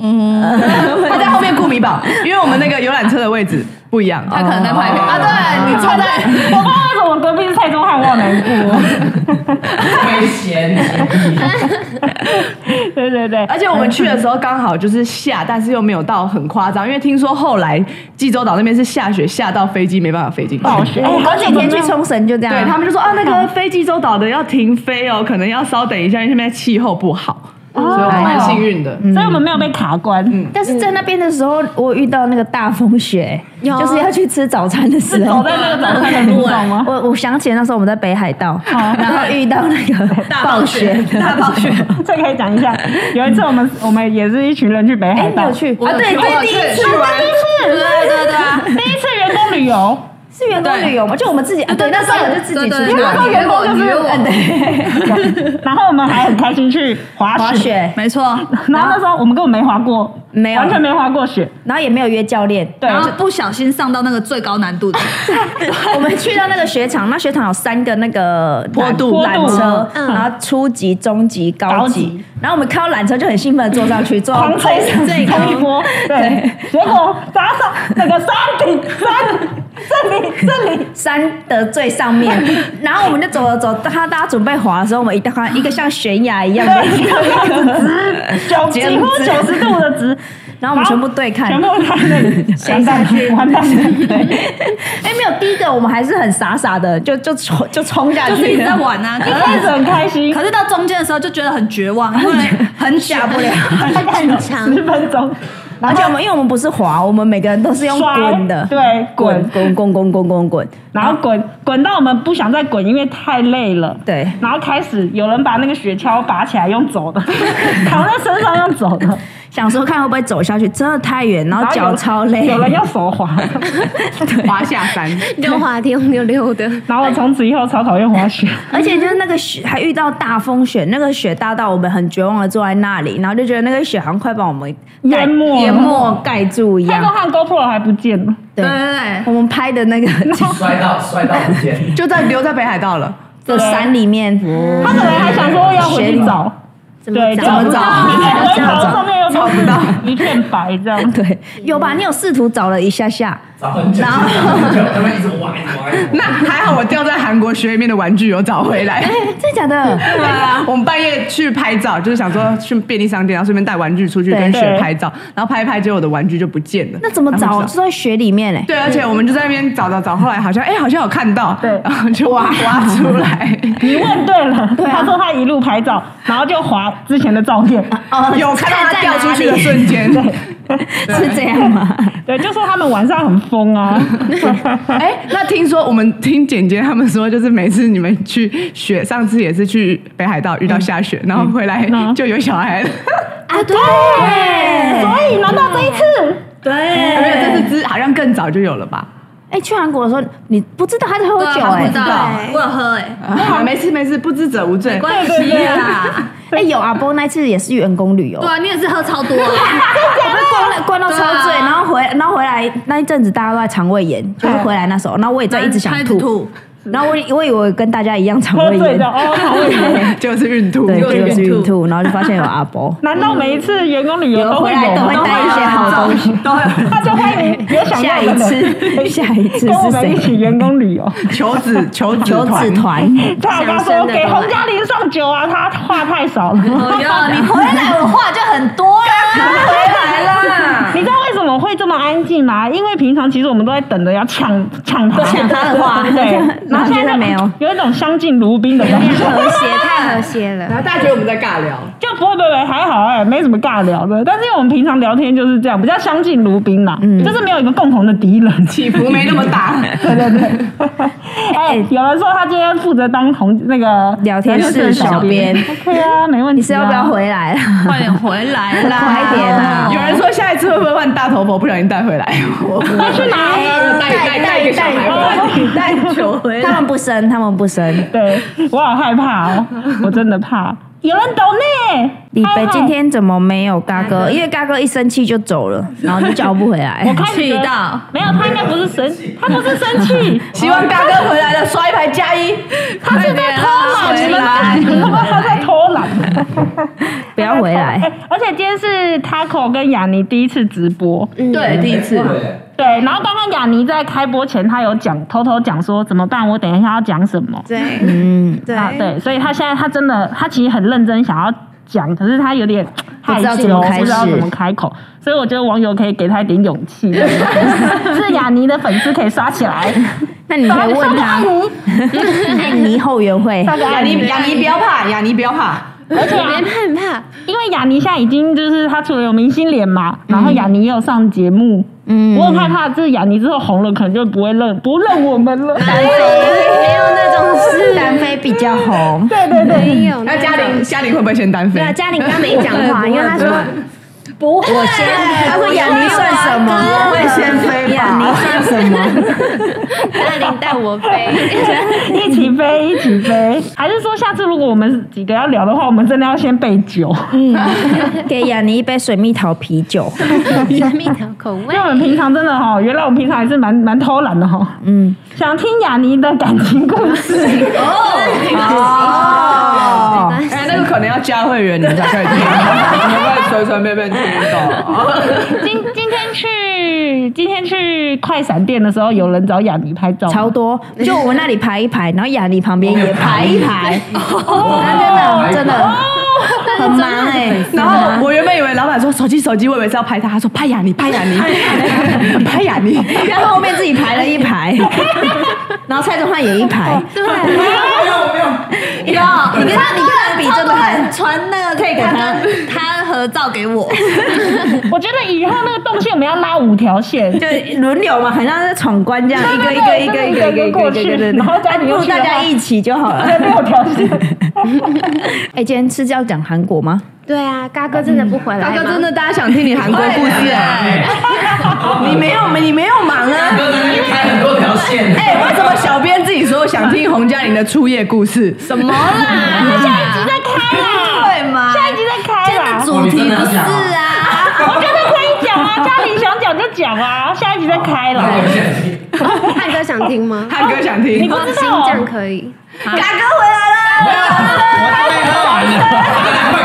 [SPEAKER 4] 他在后面顾米宝，因为我们那个游览车的位置不一样，哦
[SPEAKER 7] 他可能在拍片啊，对你坐在
[SPEAKER 3] 我不知道为什么隔壁是蔡宗翰，我好难过。
[SPEAKER 9] 危险，
[SPEAKER 3] <laughs> 对对对，
[SPEAKER 4] 而且我们去的时候刚好就是下，但是又没有到很夸张，因为听说后来济州岛那边是下雪，下到飞机没办法飞进去。
[SPEAKER 3] 暴雪，
[SPEAKER 2] 我哎好几天去冲绳就这样，
[SPEAKER 4] 对他们就说啊，那个飞济州岛的要停飞哦，可能要稍等一下，因为那边气候不好，所以我蛮幸运的。
[SPEAKER 3] 所以我们没有被卡关。
[SPEAKER 2] 但是在那边的时候，我遇到那个大风雪，
[SPEAKER 10] 有
[SPEAKER 2] 就是要去吃啊早餐的时候
[SPEAKER 3] 走。在那个早餐的路上吗？
[SPEAKER 2] 我我想起来那时候我们在北海道，然后遇到那个暴雪的，大暴雪。
[SPEAKER 3] 这可以讲一下。有一次我们我们也是一群人去北海
[SPEAKER 2] 哎，你
[SPEAKER 3] 道
[SPEAKER 2] 有，去？
[SPEAKER 7] 啊，对，
[SPEAKER 4] 我
[SPEAKER 7] 对，
[SPEAKER 4] 去
[SPEAKER 7] 第一次
[SPEAKER 4] 去玩
[SPEAKER 7] 对对对啊，
[SPEAKER 3] 第一次员工旅游， <laughs>
[SPEAKER 2] 是 <laughs> 是员工旅游吗？就我们自己啊，对，那时候我就自己出去
[SPEAKER 3] 对
[SPEAKER 2] 玩
[SPEAKER 3] 对员工就是
[SPEAKER 2] 嗯对，
[SPEAKER 3] 然后我们还很开心去滑
[SPEAKER 2] 滑
[SPEAKER 3] 雪，
[SPEAKER 2] 雪，
[SPEAKER 4] 没错，
[SPEAKER 3] 然后那时候我们根本没滑过，
[SPEAKER 2] 没有
[SPEAKER 3] 完全没滑过雪，
[SPEAKER 2] 然后也没有约教练。
[SPEAKER 3] 对，
[SPEAKER 5] 然后
[SPEAKER 3] 就
[SPEAKER 5] 不小心上到那个最高难
[SPEAKER 2] <laughs>
[SPEAKER 5] 度的，
[SPEAKER 2] 我们去到那个雪场，那雪场有三个那个
[SPEAKER 3] 坡
[SPEAKER 2] 缆
[SPEAKER 3] 度坡
[SPEAKER 2] 缆
[SPEAKER 3] 度
[SPEAKER 2] 车，
[SPEAKER 10] 嗯
[SPEAKER 2] 然后初级、中级、高
[SPEAKER 3] 高
[SPEAKER 2] 级
[SPEAKER 3] 级。
[SPEAKER 2] 然后我们看到缆车就很兴奋地坐上去，坐
[SPEAKER 3] 嗯
[SPEAKER 2] 到
[SPEAKER 3] 狂
[SPEAKER 2] 最上
[SPEAKER 3] 冲
[SPEAKER 2] 最高
[SPEAKER 3] 冲一波，对，结果砸上那个山顶山。这里这里，
[SPEAKER 2] 山的最上面，
[SPEAKER 3] <laughs>
[SPEAKER 2] 然后我们就走了走，当他大家准备滑的时候，我们一到看到一个像悬崖一样的，
[SPEAKER 3] 对，一个样子直，九几乎九十度的
[SPEAKER 2] <laughs>
[SPEAKER 3] 直，
[SPEAKER 2] 然后我们全部对看，
[SPEAKER 3] 全部在那里，完蛋了，完蛋了，对。
[SPEAKER 2] 哎，没有第一个我们还是很傻傻的，就就冲就冲下去
[SPEAKER 5] 就
[SPEAKER 2] 了，
[SPEAKER 5] 是一直
[SPEAKER 2] <laughs>
[SPEAKER 5] 在玩啊。
[SPEAKER 3] 一开始很开心，
[SPEAKER 5] 可是到中间的时候就觉得很绝望，因为很下不了。
[SPEAKER 2] <laughs>
[SPEAKER 3] 大概有
[SPEAKER 10] 长
[SPEAKER 3] 十分钟，
[SPEAKER 2] 而且我们因为我们不是滑，我们每个人都是用
[SPEAKER 3] 摔
[SPEAKER 2] 滚的，
[SPEAKER 3] 对
[SPEAKER 2] 滚
[SPEAKER 3] 滚
[SPEAKER 2] 滚滚滚滚滚滚，
[SPEAKER 3] 然后滚滚到我们不想再滚，因为太累了。
[SPEAKER 2] 对
[SPEAKER 3] 然后开始有人把那个雪橇拔起来用走
[SPEAKER 2] <laughs>
[SPEAKER 3] 的，扛在身上用走的，
[SPEAKER 2] 想说看会不会走下去，真的太远，然后
[SPEAKER 3] 有
[SPEAKER 2] 脚超累，
[SPEAKER 3] 有人要手滑。
[SPEAKER 4] 滑下山，
[SPEAKER 10] 溜滑梯用溜溜的，
[SPEAKER 3] 然后我从此以后超讨厌滑雪，
[SPEAKER 2] 而且就是那个雪还遇到大风雪，那个雪大到我们很绝望的坐在那里，然后就觉得那个雪好像快把我们盖
[SPEAKER 3] 淹没了
[SPEAKER 2] 淹没盖住 <laughs> 一
[SPEAKER 3] 太
[SPEAKER 2] 样
[SPEAKER 3] 空。汉 GoPro 还不见了，
[SPEAKER 2] 对，
[SPEAKER 5] 对
[SPEAKER 2] 我们拍的那个
[SPEAKER 9] 摔到摔到不见，
[SPEAKER 4] 就在留在北海道了。
[SPEAKER 2] 的山里面，
[SPEAKER 3] 哦他可能还想说要回去找，
[SPEAKER 10] 怎么
[SPEAKER 3] 对，
[SPEAKER 10] 找
[SPEAKER 3] 结果
[SPEAKER 2] 怎么找
[SPEAKER 3] 回头上面又找不到，一片白这
[SPEAKER 2] <laughs>
[SPEAKER 3] 样。
[SPEAKER 2] 对，有吧？你有试图找了一下下，
[SPEAKER 9] 找很久，找很久，他们一直玩一直玩一直
[SPEAKER 4] 那还好，我掉在韩国雪里面的玩具有找回
[SPEAKER 2] <laughs>
[SPEAKER 4] 来。
[SPEAKER 2] 哎真的假的？
[SPEAKER 4] 对啊， <laughs> 我们半夜去拍照，就是想说去便利商店，然后顺便带玩具出去
[SPEAKER 2] 对
[SPEAKER 4] 跟雪
[SPEAKER 3] 对
[SPEAKER 4] 拍照，然后拍一拍，结果我的玩具就不见了。
[SPEAKER 2] 那怎么
[SPEAKER 4] 然
[SPEAKER 2] 找？
[SPEAKER 4] 后不
[SPEAKER 2] 就
[SPEAKER 4] 知道
[SPEAKER 2] 在雪里面嘞。
[SPEAKER 4] 对，而且我们就在那边找找找，后来好像哎、好像有看到，
[SPEAKER 3] 对
[SPEAKER 4] 然后 <laughs> 就挖挖出
[SPEAKER 2] <laughs>
[SPEAKER 4] 来，
[SPEAKER 3] 你问对了，
[SPEAKER 2] 对啊
[SPEAKER 3] 他说他一路拍照，然后就滑之前的照片，
[SPEAKER 2] 哦
[SPEAKER 4] 有看到
[SPEAKER 2] 在
[SPEAKER 4] 它掉出去的
[SPEAKER 2] 在
[SPEAKER 4] 瞬间。
[SPEAKER 2] 哪里是这样吗？
[SPEAKER 3] 对，就说他们晚上很疯
[SPEAKER 2] <laughs>
[SPEAKER 3] 啊，
[SPEAKER 4] <laughs> 哎、那听说我们听简姐他们说，就是每次你们去雪，上次也是去北海道遇到下雪，然后回来
[SPEAKER 3] 嗯
[SPEAKER 4] 就有小孩了。
[SPEAKER 2] 啊，对，
[SPEAKER 3] 所以难道这一次
[SPEAKER 2] 对，
[SPEAKER 4] 没 <laughs> 有，这是之好像更早就有了吧？
[SPEAKER 2] 哎，去韩国的时候，你不知道他在喝
[SPEAKER 5] 对啊
[SPEAKER 2] 酒
[SPEAKER 5] 他不
[SPEAKER 2] 哎
[SPEAKER 5] 知，道，我有喝哎，
[SPEAKER 4] 啊，没事没事，不知者无罪。
[SPEAKER 5] 关系啊，
[SPEAKER 2] 哎，有阿波那次也是员工旅游
[SPEAKER 5] 对，啊，你也是喝超多
[SPEAKER 2] <laughs> 我
[SPEAKER 5] 啊，
[SPEAKER 2] 被灌了灌到超醉，
[SPEAKER 5] 对啊
[SPEAKER 2] 然后回然后回来那一阵子大家都在肠胃炎，就是回来那时候，然后我也在一直想
[SPEAKER 5] 开始
[SPEAKER 2] 吐，
[SPEAKER 5] 吐，
[SPEAKER 2] 然后我以我以为跟大家一样肠
[SPEAKER 3] 喝
[SPEAKER 2] 胃
[SPEAKER 3] 醉
[SPEAKER 2] 炎
[SPEAKER 3] 的，哦，好危险。
[SPEAKER 4] 就是孕吐，
[SPEAKER 2] 对，结果是孕吐，然后就发现有阿波
[SPEAKER 3] 难道每一次员工旅游
[SPEAKER 2] 有
[SPEAKER 3] 都
[SPEAKER 2] 回
[SPEAKER 3] 会
[SPEAKER 2] 来
[SPEAKER 3] 有
[SPEAKER 2] 都会
[SPEAKER 3] 吗？
[SPEAKER 2] 带一些好东西，
[SPEAKER 3] 大家欢迎
[SPEAKER 2] <laughs>
[SPEAKER 3] 有想
[SPEAKER 2] 下
[SPEAKER 3] 要
[SPEAKER 2] 一
[SPEAKER 3] 的
[SPEAKER 2] 次， <laughs> 下一次
[SPEAKER 3] 跟我
[SPEAKER 2] 是
[SPEAKER 3] 们一起
[SPEAKER 2] 谁？
[SPEAKER 3] 员工旅游。
[SPEAKER 4] <laughs> 求子求子
[SPEAKER 2] 求子
[SPEAKER 4] 团，
[SPEAKER 2] 团，
[SPEAKER 3] 他爸说给洪嘉玲上酒啊，他话太少了。
[SPEAKER 5] 哦哟，
[SPEAKER 2] <laughs>
[SPEAKER 5] 你回来我话就很多
[SPEAKER 2] 啊
[SPEAKER 5] 啦，
[SPEAKER 3] 你知道为什么会这么安静吗？因为平常其实我们都在等着要抢抢他
[SPEAKER 2] 抢他的话
[SPEAKER 3] 对，
[SPEAKER 2] 然
[SPEAKER 3] 然
[SPEAKER 2] 后
[SPEAKER 3] 后
[SPEAKER 2] 现
[SPEAKER 3] 现
[SPEAKER 2] 在
[SPEAKER 3] 在
[SPEAKER 2] 没有，
[SPEAKER 3] 有一种相敬如宾的感觉，
[SPEAKER 10] 和谐太和谐了。
[SPEAKER 4] 然后大家觉得我们在尬聊，
[SPEAKER 3] 就不会不会不会还好哎、没什么尬聊的。但是因为我们平常聊天就是这样，比较相敬如宾啦，
[SPEAKER 2] 嗯
[SPEAKER 3] 就是没有一个共同的敌人。
[SPEAKER 4] 起伏没那么大。
[SPEAKER 3] 哎、有人说他今天负责当红那个
[SPEAKER 2] 聊天室小编，
[SPEAKER 3] ，OK 啊，没问题、啊。
[SPEAKER 2] 你是要不要？回来了？
[SPEAKER 5] 快点回来啦，
[SPEAKER 2] 快点啊
[SPEAKER 4] 有人说下一次会不会换大头佛，不小心带回来？
[SPEAKER 3] 要去哪里？
[SPEAKER 4] 带带带一个小孩回来，带球回
[SPEAKER 2] 他们不生，他们不生。
[SPEAKER 3] 对我好害怕哦，我真的怕。有人懂呢，
[SPEAKER 2] 李
[SPEAKER 3] 嗨
[SPEAKER 2] 北
[SPEAKER 3] 嗨
[SPEAKER 2] 今天怎么没有嘎哥？因为嘎哥一生气就走了，然后就叫不回来。
[SPEAKER 3] 我看
[SPEAKER 5] 气到
[SPEAKER 3] 没有，他应该不是生，他不是生气，
[SPEAKER 2] <laughs>
[SPEAKER 4] 希望大哥回来了，刷一排加一。
[SPEAKER 3] 他是在偷懒，
[SPEAKER 5] 哦快
[SPEAKER 3] 你
[SPEAKER 5] 点
[SPEAKER 3] 们
[SPEAKER 5] 啊啦
[SPEAKER 3] 干什么？他在偷懒，
[SPEAKER 2] <laughs> 不要回来。
[SPEAKER 3] 哎而且今天是 Taco 跟雅尼第一次直播，
[SPEAKER 5] 对，第一次
[SPEAKER 9] 对，
[SPEAKER 3] 对，然后刚刚雅尼在开播前，他有讲偷偷讲说怎么办，我等一下要讲什么。
[SPEAKER 10] 对
[SPEAKER 2] 嗯，
[SPEAKER 10] 对
[SPEAKER 3] 啊，对，所以他现在他真的，他其实很认真想要讲，可是他有点害
[SPEAKER 2] 知道
[SPEAKER 3] 羞，
[SPEAKER 2] 怎么
[SPEAKER 3] 不
[SPEAKER 2] 开
[SPEAKER 3] 知道
[SPEAKER 2] 始
[SPEAKER 3] 怎么开口，所以我觉得网友可以给他一点勇
[SPEAKER 2] <laughs>
[SPEAKER 3] 气，是雅尼的粉丝可以刷起来，
[SPEAKER 2] 那你可以问他， <laughs> 印尼后援会
[SPEAKER 3] 刷个
[SPEAKER 4] 雅
[SPEAKER 3] 爱
[SPEAKER 4] 尼
[SPEAKER 3] 你。
[SPEAKER 4] 雅尼不要怕，雅尼不要怕，
[SPEAKER 3] 而且、啊
[SPEAKER 10] 别，害怕，
[SPEAKER 3] 因为雅尼现在已经就是他除了有明星脸嘛，然后雅尼也有上节目，
[SPEAKER 2] 嗯
[SPEAKER 3] 我很害怕就是雅尼之后红了，可能就不会认不认我们 <laughs> 了。
[SPEAKER 10] 没有那种事，
[SPEAKER 2] 单飞比较红。
[SPEAKER 3] 对对对，
[SPEAKER 10] 没有
[SPEAKER 4] 那
[SPEAKER 10] 那
[SPEAKER 4] 嘉
[SPEAKER 10] 种。
[SPEAKER 4] 玲嘉玲会不会先单飞
[SPEAKER 10] 对啊，？嘉玲刚没讲话，因为她说
[SPEAKER 5] 不会，我
[SPEAKER 2] 先他说雅尼算什么？
[SPEAKER 4] 我会啊先飞
[SPEAKER 2] 雅尼
[SPEAKER 4] 吧。
[SPEAKER 2] 算什么？
[SPEAKER 10] 带领带我飞，
[SPEAKER 3] 一起飞，一起飞。还是说下次如果我们几个要聊的话，我们真的要先备酒，
[SPEAKER 2] 给雅尼一杯水蜜桃啤酒。
[SPEAKER 10] 生命的口味
[SPEAKER 3] 因为我们平常真的哈、原来我们平常还是蛮蛮偷懒的哈、
[SPEAKER 2] 嗯，
[SPEAKER 3] 想听雅尼的感情故事，
[SPEAKER 4] 哦，哎，那个可能要加会员你们才可以听，你们会随随便便听到。
[SPEAKER 3] <laughs> 今今天去今天去快闪店的时候，有人找雅尼拍照吗，
[SPEAKER 2] 超多，就我们那里排一排，然后雅尼旁边也排一排，哦，真的真的很忙哎，
[SPEAKER 4] 然后我原本以为老板说手机手机，我以为是要拍他，他说拍雅尼，拍雅尼，拍雅尼。
[SPEAKER 2] 然后后面自己排了一排，然后蔡宗汉也一排，
[SPEAKER 5] 你知道， <laughs> 你跟他，你跟他
[SPEAKER 2] 比真的还
[SPEAKER 5] 传那个可以给他他合照给我，
[SPEAKER 3] 我觉得以后那个动线我们要拉五条线，
[SPEAKER 2] 就轮流嘛，很像在闯关这样，一个一个一个一个一个一个一个一个，不如大家一起就好
[SPEAKER 3] <laughs>
[SPEAKER 2] 了。
[SPEAKER 3] 六条线。
[SPEAKER 2] 哎，今天是要讲韩国吗？
[SPEAKER 10] 对啊，嘎哥真的不回来
[SPEAKER 4] 大
[SPEAKER 10] 吗，
[SPEAKER 4] 哥，真的
[SPEAKER 10] <laughs>
[SPEAKER 4] 大家想听你韩国故事哎？你没有，你没有忙啊？
[SPEAKER 9] 哥在那边开很多条线，
[SPEAKER 4] 哎，为什么小编自己说想听洪嘉玲的初夜故事？什么啦？
[SPEAKER 5] 对吗？
[SPEAKER 3] 下一集再开啦，
[SPEAKER 5] 主题不是啊，
[SPEAKER 3] 我觉得可以讲啊，嘉玲想讲就讲啊，下一集再开啦。
[SPEAKER 1] 哦
[SPEAKER 10] 汉哥想听吗？
[SPEAKER 4] 汉哥想听，
[SPEAKER 10] 哦新疆可以，
[SPEAKER 5] 嘎哥回来了。
[SPEAKER 1] 我太喝完了，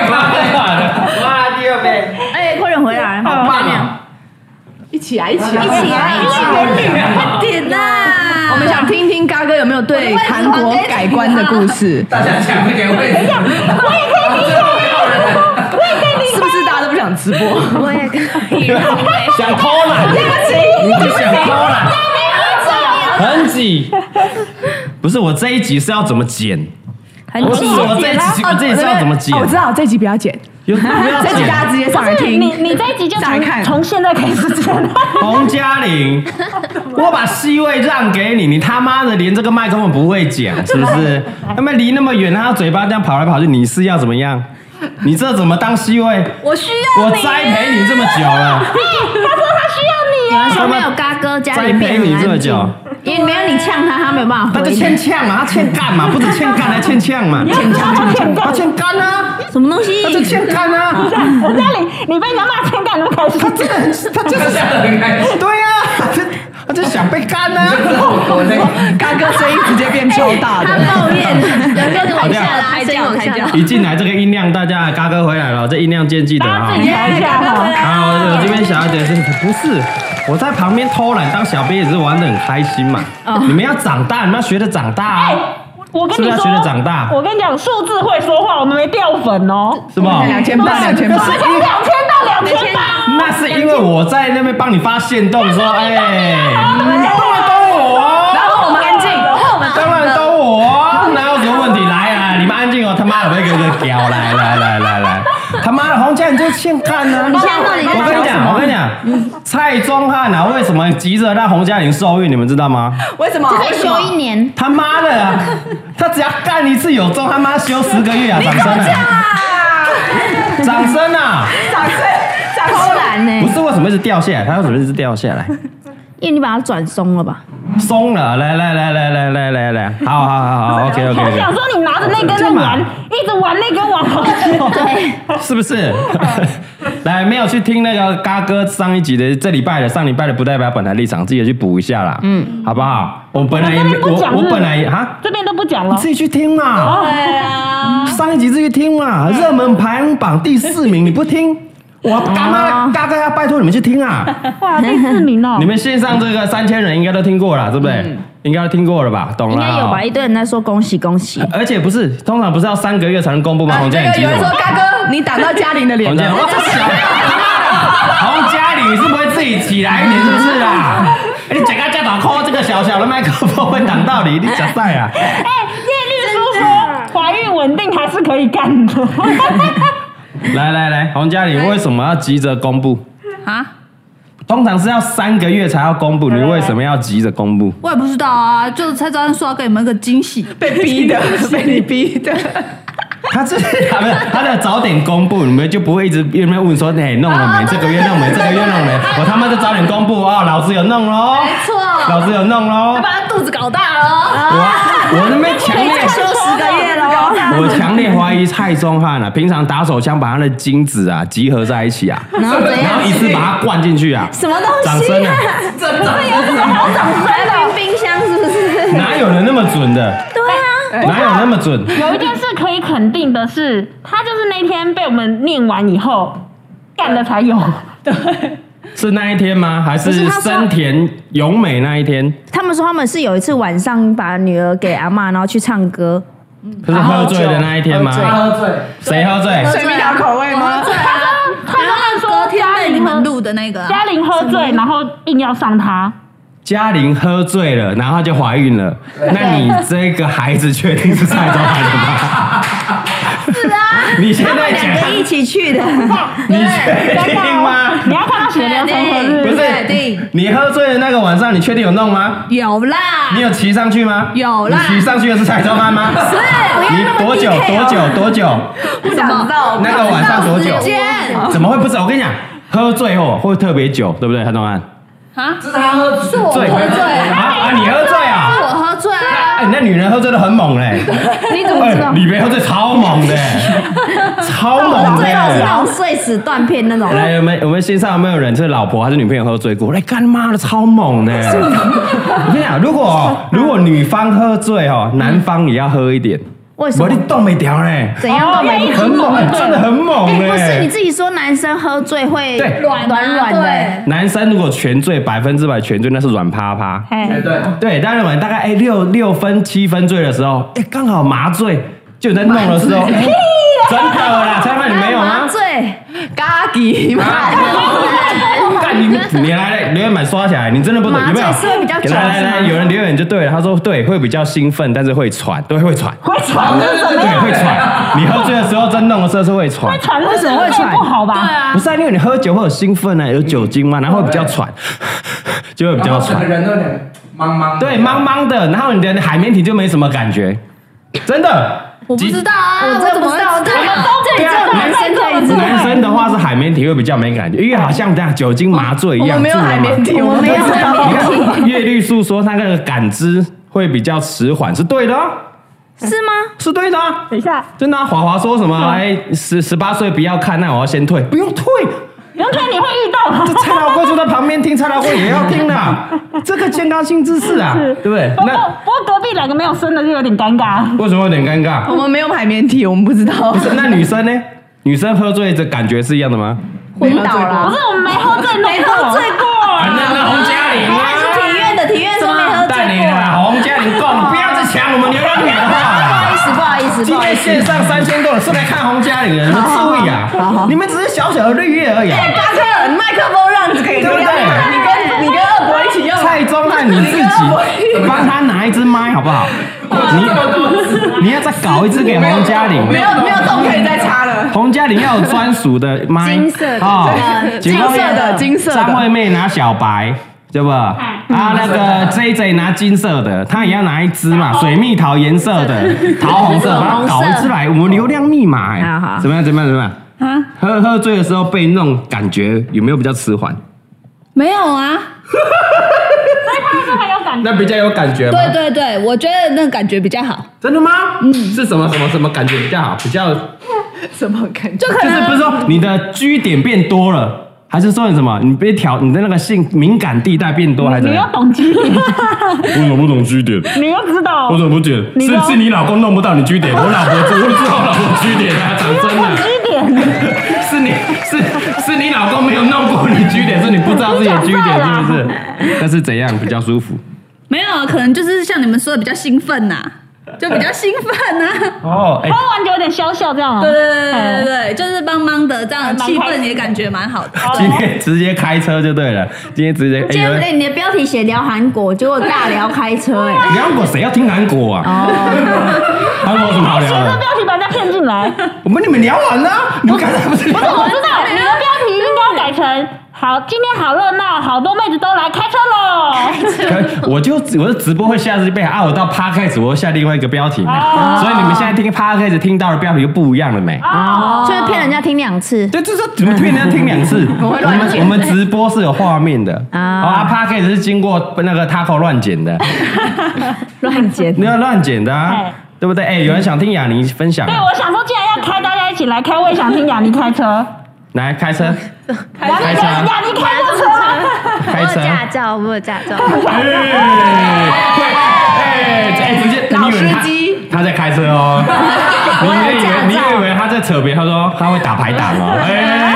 [SPEAKER 1] 快喝完了，哇，第二杯，
[SPEAKER 2] 哎，快点回来，好
[SPEAKER 1] 棒啊！
[SPEAKER 4] 一起啊，一起啊，
[SPEAKER 5] 一起啊，一起快点呐！
[SPEAKER 4] 我们想听听嘎哥有没有对韩国改观的故事，
[SPEAKER 9] 大家抢那个位置，
[SPEAKER 4] 是不是大家都不想直播？
[SPEAKER 10] 我也可以。
[SPEAKER 1] 想偷懒，你就想偷懒，很挤。不是我这一集是要怎么剪？
[SPEAKER 2] 很
[SPEAKER 1] 我是
[SPEAKER 2] 紧
[SPEAKER 1] 说我这一集我这一集要怎么剪
[SPEAKER 4] 哦？我知道这集不要剪，
[SPEAKER 1] 有不要
[SPEAKER 4] 这集大家
[SPEAKER 1] 剪。
[SPEAKER 4] 直接上来
[SPEAKER 3] 你
[SPEAKER 4] 听。
[SPEAKER 3] 你这一集就
[SPEAKER 4] 再
[SPEAKER 3] 从
[SPEAKER 4] 来看
[SPEAKER 3] 从现在开始讲，
[SPEAKER 1] 洪嘉玲，我把 C 位让给你，你他妈的连这个麦克风不会讲，是不是？他们离那么远，然后嘴巴这样跑来跑去，你是要怎么样？你这怎么当 C 位？
[SPEAKER 5] 我需要
[SPEAKER 1] 我
[SPEAKER 5] 你，
[SPEAKER 1] 栽培你这么久了，
[SPEAKER 2] 他说没有嘎哥，家
[SPEAKER 1] 栽
[SPEAKER 2] 里
[SPEAKER 1] 培
[SPEAKER 2] 变
[SPEAKER 1] 你
[SPEAKER 2] 很
[SPEAKER 1] 这么
[SPEAKER 2] 安静
[SPEAKER 1] 久，，
[SPEAKER 2] 因为没有你呛他，他没有办法
[SPEAKER 1] 他就
[SPEAKER 2] 回
[SPEAKER 1] 欠呛啊嘛，他欠干嘛？不止欠干，还欠呛嘛，他欠干啊，
[SPEAKER 2] 什么东西
[SPEAKER 1] 他。就欠干啊，
[SPEAKER 3] 我嘉玲，你被人家骂成感都开始。
[SPEAKER 1] 他这个很，他就
[SPEAKER 9] 他
[SPEAKER 1] 是
[SPEAKER 9] 笑得很开心。
[SPEAKER 1] 对啊，他就他就想被干啊。
[SPEAKER 9] 我在
[SPEAKER 4] 嘎哥声音直接变超大的，
[SPEAKER 5] 抱怨，两个
[SPEAKER 1] 好
[SPEAKER 5] 台
[SPEAKER 1] 掉
[SPEAKER 5] 下抬脚抬脚，
[SPEAKER 1] 一进来这个音量，大家嘎哥回来了，这音量键记得啊。
[SPEAKER 3] 一下哈，
[SPEAKER 1] 啊，我我这边想要解释，不是我在旁边偷懒当小编也是玩的很开心嘛。你们要长大，你们要学着长大啊，
[SPEAKER 3] 哎我跟
[SPEAKER 1] 是不
[SPEAKER 3] 你
[SPEAKER 1] 是要
[SPEAKER 3] 说，
[SPEAKER 1] 学着长大？
[SPEAKER 3] 我跟你讲，数字会说话，我们没掉粉哦，
[SPEAKER 1] 是不？
[SPEAKER 4] 两千八，两千八，
[SPEAKER 3] 从两千到两千八，
[SPEAKER 1] 那是因为我在那边帮你发现动，说哎，你们当然都我啊，
[SPEAKER 4] 然后我们安静，
[SPEAKER 5] 哦
[SPEAKER 1] 当然都我啊，哪有什么问题？来啊，你们安静哦，他妈的，我被哥哥屌，来来来来来，他妈的，洪家你就欠干啊！
[SPEAKER 5] 现在到底在
[SPEAKER 1] 我跟
[SPEAKER 5] 聊
[SPEAKER 1] 你
[SPEAKER 5] 什
[SPEAKER 1] 讲，我
[SPEAKER 5] 么？
[SPEAKER 1] 跟你讲，蔡宗翰啊，为什么急着让洪嘉玲受孕？你们知道吗？
[SPEAKER 4] 为什么？
[SPEAKER 5] 可以休一年，
[SPEAKER 1] 他妈的、
[SPEAKER 3] <laughs>
[SPEAKER 1] 啊，他只要干一次有中，他妈休十个月啊！掌声啊！掌声啊！
[SPEAKER 4] 掌声，掌
[SPEAKER 2] 偷
[SPEAKER 4] 声，
[SPEAKER 2] 懒
[SPEAKER 3] 哎
[SPEAKER 1] 不
[SPEAKER 2] 呢，
[SPEAKER 1] 是为什么一直掉下来，他为什么一直掉下来？
[SPEAKER 2] 因为你把它转松了吧？
[SPEAKER 1] 松了，来来来来来来来来，好好好好，OK OK
[SPEAKER 3] 我想
[SPEAKER 1] OK，
[SPEAKER 3] 说你拿着那根在玩，一直玩那根玩好久。
[SPEAKER 1] 是不是？来，没有去听那个嘎哥上一集的，这礼拜的、上礼拜的，不代表本台立场，自己去补一下啦，嗯，好不好？我本来也没
[SPEAKER 3] 我
[SPEAKER 1] 我
[SPEAKER 3] 们 <laughs> 这边
[SPEAKER 1] 哎我
[SPEAKER 3] 不讲是不是
[SPEAKER 1] 本来也哈，
[SPEAKER 3] 这边都不讲了
[SPEAKER 1] 自。己去听嘛。
[SPEAKER 3] 哦，
[SPEAKER 1] 上一集自己听嘛，热门排行榜第四名，你不听，我干妈大概要拜托你们去听啊！
[SPEAKER 3] 哇，第四名哦
[SPEAKER 1] 你，们线上这个三千人应该都听过了，对不对？应该都听过了吧？懂了
[SPEAKER 2] 应
[SPEAKER 1] 哈。
[SPEAKER 2] 该有吧？一堆人在说恭喜恭喜，
[SPEAKER 1] 而且不是，通常不是要三个月才能公布
[SPEAKER 5] 啊
[SPEAKER 1] 吗？洪
[SPEAKER 4] 这
[SPEAKER 1] 嘉玲
[SPEAKER 4] 个
[SPEAKER 1] 激
[SPEAKER 4] 有
[SPEAKER 1] 动
[SPEAKER 4] 人说嘎哥，你挡到嘉玲的脸
[SPEAKER 1] 洪嘉玲，
[SPEAKER 4] 了
[SPEAKER 1] 我。这小洪嘉玲是不会自己起来一点是不是啊？哎你整个这档扣这个小小的麦克风会挡到你，你假赛啊！
[SPEAKER 3] 哎，叶律师说怀孕稳定还是可以干的。
[SPEAKER 1] 来来来，洪嘉玲为什么要急着公布
[SPEAKER 5] 啊？
[SPEAKER 1] 通常是要三个月才要公布，你为什么要急着公布？
[SPEAKER 5] 我也不知道啊，就是蔡昭恩说要给你们一个惊喜，
[SPEAKER 4] 被逼的，被你逼的。
[SPEAKER 1] 他这他的他的早点公布，你们就不会一直有没有问说，哎、弄了没？这个月弄没？这个月弄没？我他妈就早点公布哦，老子有弄喽，没错，老子有弄喽，
[SPEAKER 5] 把他肚子搞大了哦。
[SPEAKER 1] 我我那边强烈
[SPEAKER 7] 休十个月喽。
[SPEAKER 1] 我强烈怀疑蔡宗翰啊，平常打手枪把他的精子啊集合在一起啊，然后一次把它灌进去啊，
[SPEAKER 7] 什么东
[SPEAKER 1] 掌
[SPEAKER 7] 西
[SPEAKER 1] 声啊
[SPEAKER 7] 啊？！
[SPEAKER 9] 这这
[SPEAKER 5] 啊 <laughs>
[SPEAKER 10] 来冰冰箱是不是？
[SPEAKER 1] 哪有人那么准的？
[SPEAKER 5] 哎
[SPEAKER 1] 对啊，哪有那么准？
[SPEAKER 3] <laughs> 有一件事可以肯定的是，他就是那天被我们念完以后干的才有。
[SPEAKER 1] 是那一天吗？还
[SPEAKER 2] 不是
[SPEAKER 1] 是
[SPEAKER 2] 他说
[SPEAKER 1] 生田咏美那一天？
[SPEAKER 2] 他们说他们是有一次晚上把女儿给阿嬷，然后去唱歌，
[SPEAKER 1] 可是喝醉的那一天吗？
[SPEAKER 2] 喝
[SPEAKER 9] 喝醉，
[SPEAKER 1] 谁喝醉？
[SPEAKER 4] 水蜜桃口味吗？
[SPEAKER 3] 他们说
[SPEAKER 5] 隔天
[SPEAKER 3] 嘉
[SPEAKER 5] 被你
[SPEAKER 3] 玲
[SPEAKER 5] 们
[SPEAKER 3] 喝
[SPEAKER 5] 录的那个啊，
[SPEAKER 3] 嘉玲喝醉，然后硬要上他，
[SPEAKER 1] 嘉玲喝醉了，然后她就怀孕了。那你这个孩子确定是蔡宗翰的吗？是啊，你现在讲，
[SPEAKER 2] 一起去的。
[SPEAKER 1] 你确定吗？
[SPEAKER 3] 你要看他血流成河是
[SPEAKER 1] 不
[SPEAKER 3] 不是？
[SPEAKER 1] 是，你喝醉的那个晚上，你确定有弄吗？
[SPEAKER 5] 有啦
[SPEAKER 1] 你有骑上去吗？
[SPEAKER 5] 啊有啦
[SPEAKER 1] 你骑上去的是蔡宗翰吗？是。你多久？多久？多久？
[SPEAKER 4] 不想知道，
[SPEAKER 1] 那个晚上多久？
[SPEAKER 5] 见
[SPEAKER 2] 哦
[SPEAKER 1] 怎么会不知道？我跟你讲，喝醉后会特别久，对不对？蔡宗翰，
[SPEAKER 5] 啊，
[SPEAKER 9] 是他喝醉，
[SPEAKER 5] 我喝醉
[SPEAKER 1] 啊啊！你喝醉啊？
[SPEAKER 2] <laughs>
[SPEAKER 5] 我喝醉啊，
[SPEAKER 1] 哎，那女人喝醉的很猛嘞、你怎么知道？里面喝醉超猛
[SPEAKER 2] <laughs>
[SPEAKER 1] 的、超猛的、
[SPEAKER 2] 最后是那种碎死断片那种，
[SPEAKER 1] 来，有没有我们线上有没有人是老婆还是女朋友喝醉过？来，干妈的超猛的、我跟你讲，如果哦如果女方喝醉哦，男方也要喝一点，
[SPEAKER 2] 嗯为什
[SPEAKER 1] 我
[SPEAKER 2] 么
[SPEAKER 1] 你？动没掉嘞，
[SPEAKER 2] 怎样都没。
[SPEAKER 1] 很猛、哎真的很猛嘞、
[SPEAKER 2] 哎，不是你自己说男生喝醉会
[SPEAKER 1] 对
[SPEAKER 2] 软啊软软的，
[SPEAKER 1] 男生如果全醉，百分之百全醉，那是软趴趴。
[SPEAKER 9] 哎
[SPEAKER 3] 哎，
[SPEAKER 9] 对，
[SPEAKER 1] 对，当然我们大概哎六六分七分醉的时候，哎刚好麻醉，就在弄的时候，哎真的啦，蔡范你没有啊
[SPEAKER 2] 麻
[SPEAKER 1] 吗？
[SPEAKER 2] 醉
[SPEAKER 4] 咖喱嘛，
[SPEAKER 2] <laughs>
[SPEAKER 1] 干你你来来留言板刷起来，你真的不懂有没有
[SPEAKER 2] 麻？醉是会比较久
[SPEAKER 1] 来来来，
[SPEAKER 2] 是吗
[SPEAKER 1] 有人留言就对了，他说对，会比较兴奋，但是会喘，对，会喘，
[SPEAKER 3] 会喘是什么
[SPEAKER 1] 对，
[SPEAKER 3] 样？
[SPEAKER 1] 会喘。你喝醉的时候在弄的时候是会喘
[SPEAKER 3] 会。喘是什么
[SPEAKER 2] 为什么会喘
[SPEAKER 3] 不好吧？对啊，
[SPEAKER 1] 不是、啊，因为你喝酒会有兴奋呢、啊有酒精嘛，然后会比较喘， <laughs> 就会比较
[SPEAKER 9] 然后整
[SPEAKER 1] 喘
[SPEAKER 9] 个。人都有点茫茫，
[SPEAKER 1] 对，茫，茫的，然后你的海绵体就没什么感觉，真的。我不知道
[SPEAKER 5] 啊，我怎么会知道？
[SPEAKER 1] 对啊，男生男生的话是海绵体会比较没感觉，因为好像这样酒精麻醉一
[SPEAKER 4] 我
[SPEAKER 1] 样。
[SPEAKER 4] 们没有
[SPEAKER 1] 助人
[SPEAKER 4] 海绵
[SPEAKER 1] 嘛
[SPEAKER 4] 体，我们没有海绵
[SPEAKER 1] 你看叶绿素说那个感知会比较迟缓，是对的啊、
[SPEAKER 2] 是吗？
[SPEAKER 1] 是对的啊、
[SPEAKER 3] 等一下，
[SPEAKER 1] 真的啊、华华说什么？哎，十十八岁不要看，那我要先退，不用退。
[SPEAKER 3] 永泉你会遇到他
[SPEAKER 1] 这。蔡老贵坐在旁边听，蔡老贵也要听的啊，这个健康新知识啊，对不对？
[SPEAKER 3] 不过
[SPEAKER 1] 那
[SPEAKER 3] 不过隔壁两个没有生的就有点尴尬。
[SPEAKER 1] 为什么有点尴尬？
[SPEAKER 4] 我们没有海绵体，我们不知道
[SPEAKER 1] 不。是， <laughs> 那女生呢？女生喝醉的感觉是一样的吗？
[SPEAKER 2] 昏
[SPEAKER 3] 不
[SPEAKER 2] 倒了，
[SPEAKER 3] 是我们没喝醉，啊没喝醉过。
[SPEAKER 1] 啊，那那洪嘉玲啊，
[SPEAKER 2] 体院的体院说没喝
[SPEAKER 1] 带你啦，洪嘉玲够，你不要再抢我们牛肉面了
[SPEAKER 2] 不好意
[SPEAKER 1] 吧。
[SPEAKER 2] 思，不好意思，
[SPEAKER 1] 啊 <laughs> 今
[SPEAKER 2] 不好意
[SPEAKER 1] 天
[SPEAKER 2] 思。
[SPEAKER 1] 线上三千多人是来看洪嘉玲的，你们注意啊！你们只是小小的绿叶而已啊，
[SPEAKER 4] 巴克尔，麦克风让可以
[SPEAKER 1] 对不对？
[SPEAKER 4] 跟你跟二伯一起用
[SPEAKER 1] 蔡宗翰你自己帮他拿一支麦好不好？你你要再搞一支给洪嘉玲，
[SPEAKER 4] 没有没有洞可以再插了。
[SPEAKER 1] 洪嘉玲要有专属的麦，
[SPEAKER 10] 金色的
[SPEAKER 1] 哦
[SPEAKER 10] 对
[SPEAKER 1] 请
[SPEAKER 4] 金
[SPEAKER 1] 问
[SPEAKER 4] 色的，金色
[SPEAKER 1] 张
[SPEAKER 4] 的，
[SPEAKER 1] 惠妹拿小白，对不？啊，那个 J J 拿金色的，他也要拿一支嘛，水蜜桃颜色的，桃红色，把它搞一支来，我们流量密码哎
[SPEAKER 2] 好好，
[SPEAKER 1] 怎么样？怎么样？怎么样？喝喝醉的时候被弄，感觉有没有比较迟缓？
[SPEAKER 5] 没有啊，
[SPEAKER 3] 这还有感觉。
[SPEAKER 1] 那比较有感觉吗？
[SPEAKER 5] 对对对，我觉得那个感觉比较好，
[SPEAKER 1] 真的吗？嗯，是什么什么什么感觉比较好？比较
[SPEAKER 4] 什么感觉？
[SPEAKER 5] 就可
[SPEAKER 1] 就是
[SPEAKER 5] 能
[SPEAKER 1] 不是说你的居点变多了，还是说你什么？你被调你的那个性敏感地带变多，还是怎
[SPEAKER 3] 你
[SPEAKER 1] 么
[SPEAKER 3] 又
[SPEAKER 1] 样？
[SPEAKER 3] 懂基点，
[SPEAKER 1] 我怎么不懂居点？
[SPEAKER 3] 你又知道。
[SPEAKER 1] 我怎么不点？
[SPEAKER 3] 哦你
[SPEAKER 1] 是
[SPEAKER 3] 说
[SPEAKER 1] 是你老公弄不到你居点，我老婆我知道我老婆居点啊，讲 <laughs> 真
[SPEAKER 3] 懂
[SPEAKER 1] 的，
[SPEAKER 3] 基
[SPEAKER 1] <laughs>
[SPEAKER 3] 点，
[SPEAKER 1] 是你是是你老公没有弄过你居点，是你不知道自己的居点是不是？但是怎样比较舒服？
[SPEAKER 5] 没有，可能就是像你们说的比较兴奋呐，就比较兴奋呐。
[SPEAKER 1] 哦，哎、
[SPEAKER 3] 喝完就有点消笑这样啊。
[SPEAKER 5] 对对对对对，就是帮忙的这样，气氛也感觉蛮好的。
[SPEAKER 1] 今天直接开车就对了，今天直接哎
[SPEAKER 2] 今
[SPEAKER 1] 有人
[SPEAKER 2] 天你的标题写聊韩国，结果大聊开车，哎，
[SPEAKER 1] 韩国谁要听韩国啊？ <laughs> 韩国有什么好聊
[SPEAKER 3] 写这
[SPEAKER 1] 的？
[SPEAKER 3] 标题把人家骗 <laughs> 进来。哦
[SPEAKER 1] 我们你们聊完了、你们刚才不是聊
[SPEAKER 3] 不是，我知道你的标题应该改成好，今天好热闹，好多妹子都来开车喽。
[SPEAKER 1] 可 <laughs> 我就我的直播会下次就被啊，我到 podcast 我会下另外一个标题嘛，
[SPEAKER 3] 哦
[SPEAKER 1] 所以你们现在听 podcast 听到的标题就不一样了没？
[SPEAKER 3] 哦，
[SPEAKER 2] 就是骗人家听两次。
[SPEAKER 1] 对，这是怎么骗人家听两次？我
[SPEAKER 2] 会乱
[SPEAKER 1] 们我
[SPEAKER 2] 剪
[SPEAKER 1] 们直播是有画面的
[SPEAKER 2] 啊
[SPEAKER 1] 啊 p a c k a g e 是经过那个 Taco 乱剪的，
[SPEAKER 2] 乱剪。
[SPEAKER 1] 你要乱剪的啊
[SPEAKER 3] 哎，
[SPEAKER 1] 对不对？哎，有人想听雅尼分享
[SPEAKER 3] 对，
[SPEAKER 1] 啊，
[SPEAKER 3] 我想说，既然要开，大家一起来开，我也想听雅尼开车。
[SPEAKER 1] 来开车，
[SPEAKER 3] 雅
[SPEAKER 1] 开
[SPEAKER 3] 尼，
[SPEAKER 1] 车啊，
[SPEAKER 3] 雅尼开过车吗？
[SPEAKER 1] 开
[SPEAKER 10] 我
[SPEAKER 1] 车
[SPEAKER 10] 有，驾照，我有驾照。
[SPEAKER 1] 哎，会哎哎，直接
[SPEAKER 4] 老
[SPEAKER 1] 你以为
[SPEAKER 4] 司
[SPEAKER 1] 他
[SPEAKER 4] 机
[SPEAKER 1] 他在开车哦，你以为你以为他在扯别，他说他会打排档哦，哎，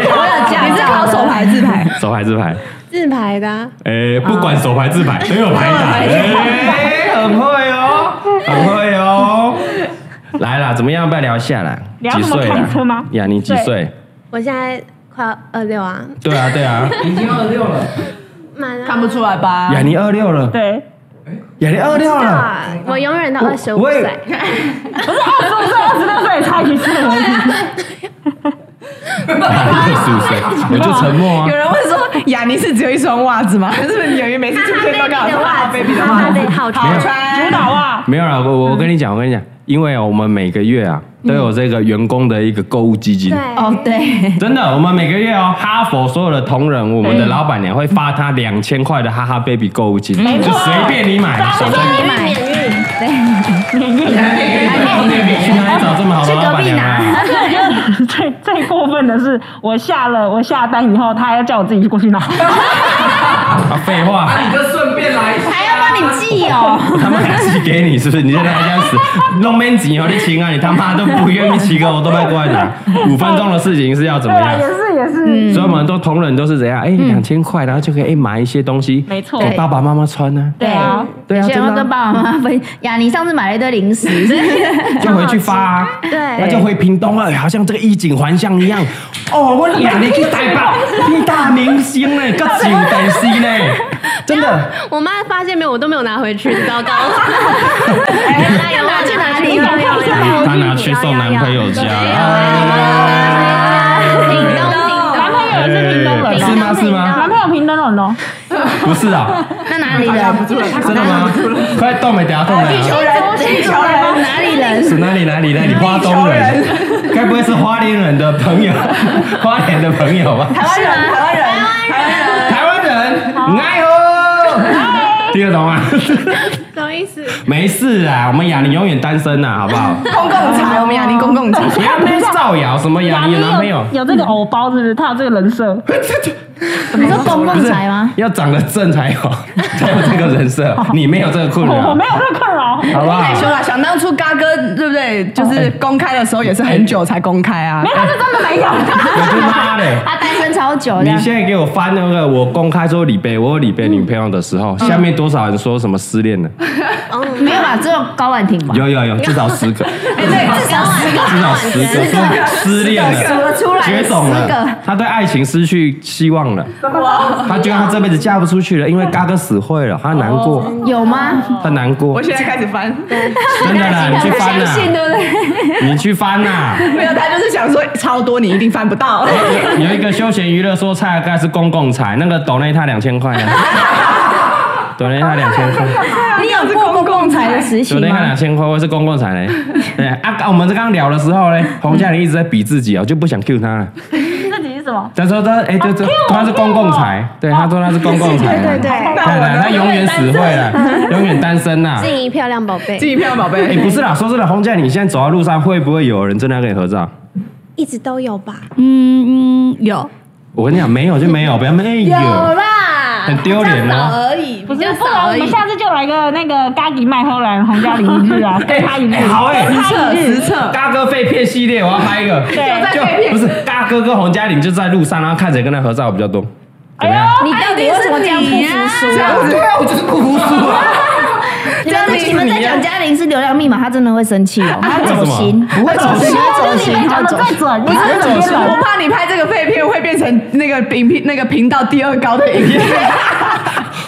[SPEAKER 2] 我有驾
[SPEAKER 4] 你是考手牌字牌？
[SPEAKER 1] 手牌自牌。
[SPEAKER 10] 自排的啊，
[SPEAKER 1] 哎，不管手牌自牌都有牌打，哎，很会哦，很会哦。来啦，怎么样？不要聊一下啦？
[SPEAKER 3] 聊
[SPEAKER 1] 几
[SPEAKER 3] 什么
[SPEAKER 1] 岁
[SPEAKER 3] 开车
[SPEAKER 1] 啦
[SPEAKER 3] 吗？
[SPEAKER 1] 呀，你几岁？
[SPEAKER 10] 我现在快要二六啊，
[SPEAKER 1] 对啊，对啊。
[SPEAKER 9] 已经二六了，
[SPEAKER 10] 满了
[SPEAKER 4] 看不出来吧？
[SPEAKER 1] 雅尼二六了，
[SPEAKER 3] 对，
[SPEAKER 1] 雅尼二六了。
[SPEAKER 10] 啊，我永远到二十五
[SPEAKER 1] 我也
[SPEAKER 10] 岁。
[SPEAKER 3] 不是二十五岁、二十六岁也差一岁而已。
[SPEAKER 1] 二十五岁，我就沉默啊
[SPEAKER 4] 有。人问说，雅尼是只有一双袜子吗？ <laughs> 可是你每次出现都告诉我
[SPEAKER 10] 哈哈
[SPEAKER 4] 哈 baby
[SPEAKER 10] baby 的
[SPEAKER 4] 的
[SPEAKER 10] 袜
[SPEAKER 4] 袜子，
[SPEAKER 10] 子哈哈 baby 好穿
[SPEAKER 4] 好穿
[SPEAKER 3] 主导啊，
[SPEAKER 1] 没有啦，我我跟你讲，我跟你讲，因为哦我们每个月啊
[SPEAKER 3] 嗯
[SPEAKER 1] 都有这个员工的一个购物基金，
[SPEAKER 10] 对，
[SPEAKER 5] 哦，对，
[SPEAKER 1] 真的，我们每个月哦，哈佛所有的同仁，我们的
[SPEAKER 3] 嗯
[SPEAKER 1] 老板娘会发他两千块的哈哈 baby 购物金，
[SPEAKER 3] 没
[SPEAKER 1] 就
[SPEAKER 3] 错
[SPEAKER 1] 随便你买，手上
[SPEAKER 3] 你买， <laughs> 免运，
[SPEAKER 1] 去哪里找这么好的老板娘啊？
[SPEAKER 3] 而且我觉得最最过分的是，我下了我下单以后，他还要叫我自己过去拿。
[SPEAKER 1] 啊，废话，
[SPEAKER 3] <laughs>
[SPEAKER 9] 啊，你就顺便来一下，还要帮你记，
[SPEAKER 1] 他妈还寄给你是不是？你现在还这样子，弄面子以后你请啊，你他妈都不愿意骑个，我都卖过来
[SPEAKER 3] <laughs>
[SPEAKER 1] 拿。五分钟的事情是要怎
[SPEAKER 3] 对
[SPEAKER 1] 么
[SPEAKER 3] 啊，
[SPEAKER 1] 样
[SPEAKER 3] 也？是也是，
[SPEAKER 1] 所以我们都同仁都是怎样？哎，两千块，然后就可以哎买一些东西，
[SPEAKER 3] 没错
[SPEAKER 1] 给爸爸妈妈穿呢。
[SPEAKER 3] 对啊，
[SPEAKER 1] 对啊，
[SPEAKER 2] 有些
[SPEAKER 1] 真
[SPEAKER 2] 人会
[SPEAKER 1] 的
[SPEAKER 2] 跟
[SPEAKER 1] 啊
[SPEAKER 2] 爸爸妈妈分。雅尼上次买了一堆零 <laughs> 食，
[SPEAKER 1] 就回去发啊。那
[SPEAKER 10] 对，
[SPEAKER 1] 就回屏东了，好像这个衣锦还乡一样。哦，我俩你去台北，你大明星呢，个景等西呢，真的。
[SPEAKER 10] <laughs> 我妈发现没有，我都没有拿回去， <laughs> 糟糕。
[SPEAKER 2] 要拿去哪里
[SPEAKER 10] 哎有有有有
[SPEAKER 1] 她拿去送男朋友家了。
[SPEAKER 10] 屏东，屏
[SPEAKER 3] 男朋友也是屏东
[SPEAKER 1] 哎
[SPEAKER 3] 人
[SPEAKER 1] 是
[SPEAKER 3] 哦，
[SPEAKER 1] 吗？是吗？
[SPEAKER 3] 男朋友屏东人哦，
[SPEAKER 1] 不是啊，
[SPEAKER 2] 那哪里人？
[SPEAKER 1] 真的吗？快动没？等下动没？
[SPEAKER 4] 地球人，地球人，
[SPEAKER 2] 哪里人？
[SPEAKER 1] 是哪里哪里哪里？花东人，该不会是花莲人的朋友，花莲的朋友吧？
[SPEAKER 4] 台湾人，台湾人，台湾人。
[SPEAKER 1] 台湾人，爱哦，听得懂吗？
[SPEAKER 10] 什么意思？
[SPEAKER 1] 没事啊，我们雅玲永远单身呐，好不好？
[SPEAKER 4] 公共场，我们雅尼公共场。
[SPEAKER 1] 不要那边造谣什么雅
[SPEAKER 3] 雅
[SPEAKER 1] 玲有
[SPEAKER 3] 尼
[SPEAKER 1] 男朋友
[SPEAKER 3] 有，有这个偶包是不是？他有这个人设，
[SPEAKER 2] 你说公共财吗？
[SPEAKER 1] 要长得正才有，才有这个人设。你没有这个困
[SPEAKER 3] 我我
[SPEAKER 1] 扰
[SPEAKER 3] 没，有这个困扰。
[SPEAKER 1] 好不好？
[SPEAKER 4] 害羞了，想当初嘎哥对不对？就是公开的时候也是很久才公开啊
[SPEAKER 3] 没。有，他是真的没有。
[SPEAKER 1] 我他妈的！
[SPEAKER 2] 他单身超久这
[SPEAKER 1] 你
[SPEAKER 2] 样。
[SPEAKER 1] 现在给我翻那个我公开说李贝，我有李贝女朋友的时候，下面多少人说什么失恋了？
[SPEAKER 2] 没有吧？只有高婉婷吧？
[SPEAKER 1] 有有有，至少十个，
[SPEAKER 2] 对，至少十个
[SPEAKER 1] 至少十个
[SPEAKER 2] 十个
[SPEAKER 1] 失恋
[SPEAKER 2] 数
[SPEAKER 1] 了，
[SPEAKER 2] 得出来
[SPEAKER 1] 绝
[SPEAKER 2] 的十
[SPEAKER 1] 种
[SPEAKER 2] 个。
[SPEAKER 1] 了，他对爱情失去希望了， <laughs> 他觉得他这辈子嫁不出去了，因为嘎哥死会了，他难过，
[SPEAKER 2] 有吗？
[SPEAKER 1] 他难过
[SPEAKER 4] 我，现在开始翻，
[SPEAKER 1] 真的啦，你去翻
[SPEAKER 2] 相信
[SPEAKER 1] 呐，
[SPEAKER 2] 对不对？
[SPEAKER 1] 你去翻呐。
[SPEAKER 4] 没有，他就是想说超多你一定翻不 <laughs> 到。
[SPEAKER 1] <laughs> 有一个休闲娱乐说蔡阿盖是公共财，那个抖内他两千块呢， <laughs> 抖内他两千块，
[SPEAKER 2] 你有过公共财的实习
[SPEAKER 1] 抖内他
[SPEAKER 2] 吗
[SPEAKER 1] 两？千块，我是公共财嘞。对啊，我们刚刚聊的时候呢，洪嘉玲一直在比自己哦，就不想 Q 他了。
[SPEAKER 3] 自己是什么？
[SPEAKER 1] 他说他哎，这这他是公共财，对，他说他是公共财，哦对对对，看来他永远死会了，永远单身呐。
[SPEAKER 10] 静怡漂亮宝贝，
[SPEAKER 4] 记一票宝
[SPEAKER 1] 哎，
[SPEAKER 4] 贝，
[SPEAKER 1] 不是啦，说真的，洪嘉玲你现在走在路上，会不会有人真的要跟你合照？
[SPEAKER 10] 一直都有吧？
[SPEAKER 5] 嗯嗯，有，
[SPEAKER 1] 我跟你讲，没有就没有，不要哎没有，
[SPEAKER 5] 啦
[SPEAKER 1] 很丢脸哦。
[SPEAKER 5] 而已，
[SPEAKER 3] 不
[SPEAKER 5] 不
[SPEAKER 3] 是，不然我们下次就来个那个咖喱麦后来洪嘉玲一日啊，对他一日
[SPEAKER 1] 哎，好哎
[SPEAKER 3] 对他一日
[SPEAKER 4] 实测。
[SPEAKER 1] 嘎哥废片系列，我要拍一个。
[SPEAKER 3] 对，
[SPEAKER 1] 就不是嘎哥跟洪嘉玲就在路上，然后看谁跟他合照比较多。怎么样？
[SPEAKER 2] 你到底为什么这样不服输啊？
[SPEAKER 1] 对啊，我就是不服输啊！
[SPEAKER 2] 你们在你们在讲嘉玲是流量密码，她真的会生气哦，她走心，
[SPEAKER 1] 不会哎走
[SPEAKER 2] 走心
[SPEAKER 1] 心，
[SPEAKER 2] 她走
[SPEAKER 3] 就是你
[SPEAKER 2] 心，
[SPEAKER 3] 们
[SPEAKER 2] 她
[SPEAKER 3] 讲的
[SPEAKER 2] 走
[SPEAKER 3] 最
[SPEAKER 2] 心。
[SPEAKER 3] 准，
[SPEAKER 4] 不
[SPEAKER 3] 你
[SPEAKER 4] 是
[SPEAKER 3] 们
[SPEAKER 4] 我
[SPEAKER 3] 走
[SPEAKER 4] 说，
[SPEAKER 3] 心
[SPEAKER 4] 我怕你拍这个废片会变成那个影片那个频道第二高的影片。
[SPEAKER 1] <laughs>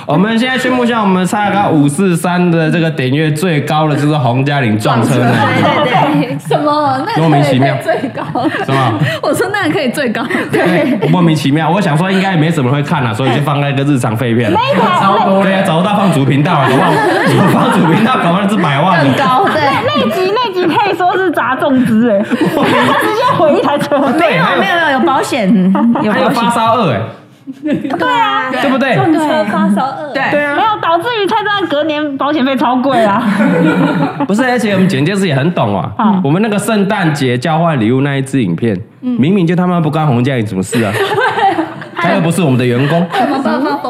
[SPEAKER 1] 我们现在宣布一下，我们蔡阿刚五四三的这个点阅最高的就是洪嘉玲撞车那一集
[SPEAKER 2] 对对对，
[SPEAKER 5] 对，什么？那
[SPEAKER 1] 莫名其妙
[SPEAKER 5] 可以最高。
[SPEAKER 1] 是吗？
[SPEAKER 5] 我说那可以最高，
[SPEAKER 1] 对，哎莫名其妙。我想说应该没什么人会看了、所以就放在一个日常废片。
[SPEAKER 3] 那一台
[SPEAKER 9] 超多
[SPEAKER 1] 对啊，
[SPEAKER 9] 嘞，
[SPEAKER 1] 找不到放主频道了，搞不好 <laughs> 放主频道搞不好是百万的。
[SPEAKER 2] 高对。
[SPEAKER 3] 那那集那集可以说是砸重资
[SPEAKER 1] <laughs>
[SPEAKER 3] 哎，他直接毁一台车。
[SPEAKER 1] 对，啊还有
[SPEAKER 2] 没有没有有保险，有
[SPEAKER 1] 还有发烧二，哎，
[SPEAKER 10] 对啊，
[SPEAKER 1] 对不对？
[SPEAKER 7] 车发烧二，对，
[SPEAKER 1] 对啊
[SPEAKER 3] 没，有导致于蔡正隔年保险费超贵啊！
[SPEAKER 1] 不是，而且我们剪接师也很懂啊。
[SPEAKER 3] 嗯
[SPEAKER 1] 我们那个圣诞节交换礼物那一支影片，
[SPEAKER 2] 嗯
[SPEAKER 1] 明明就他妈不干洪家有什么
[SPEAKER 2] <laughs>
[SPEAKER 1] 事啊？他又不是我们的员工，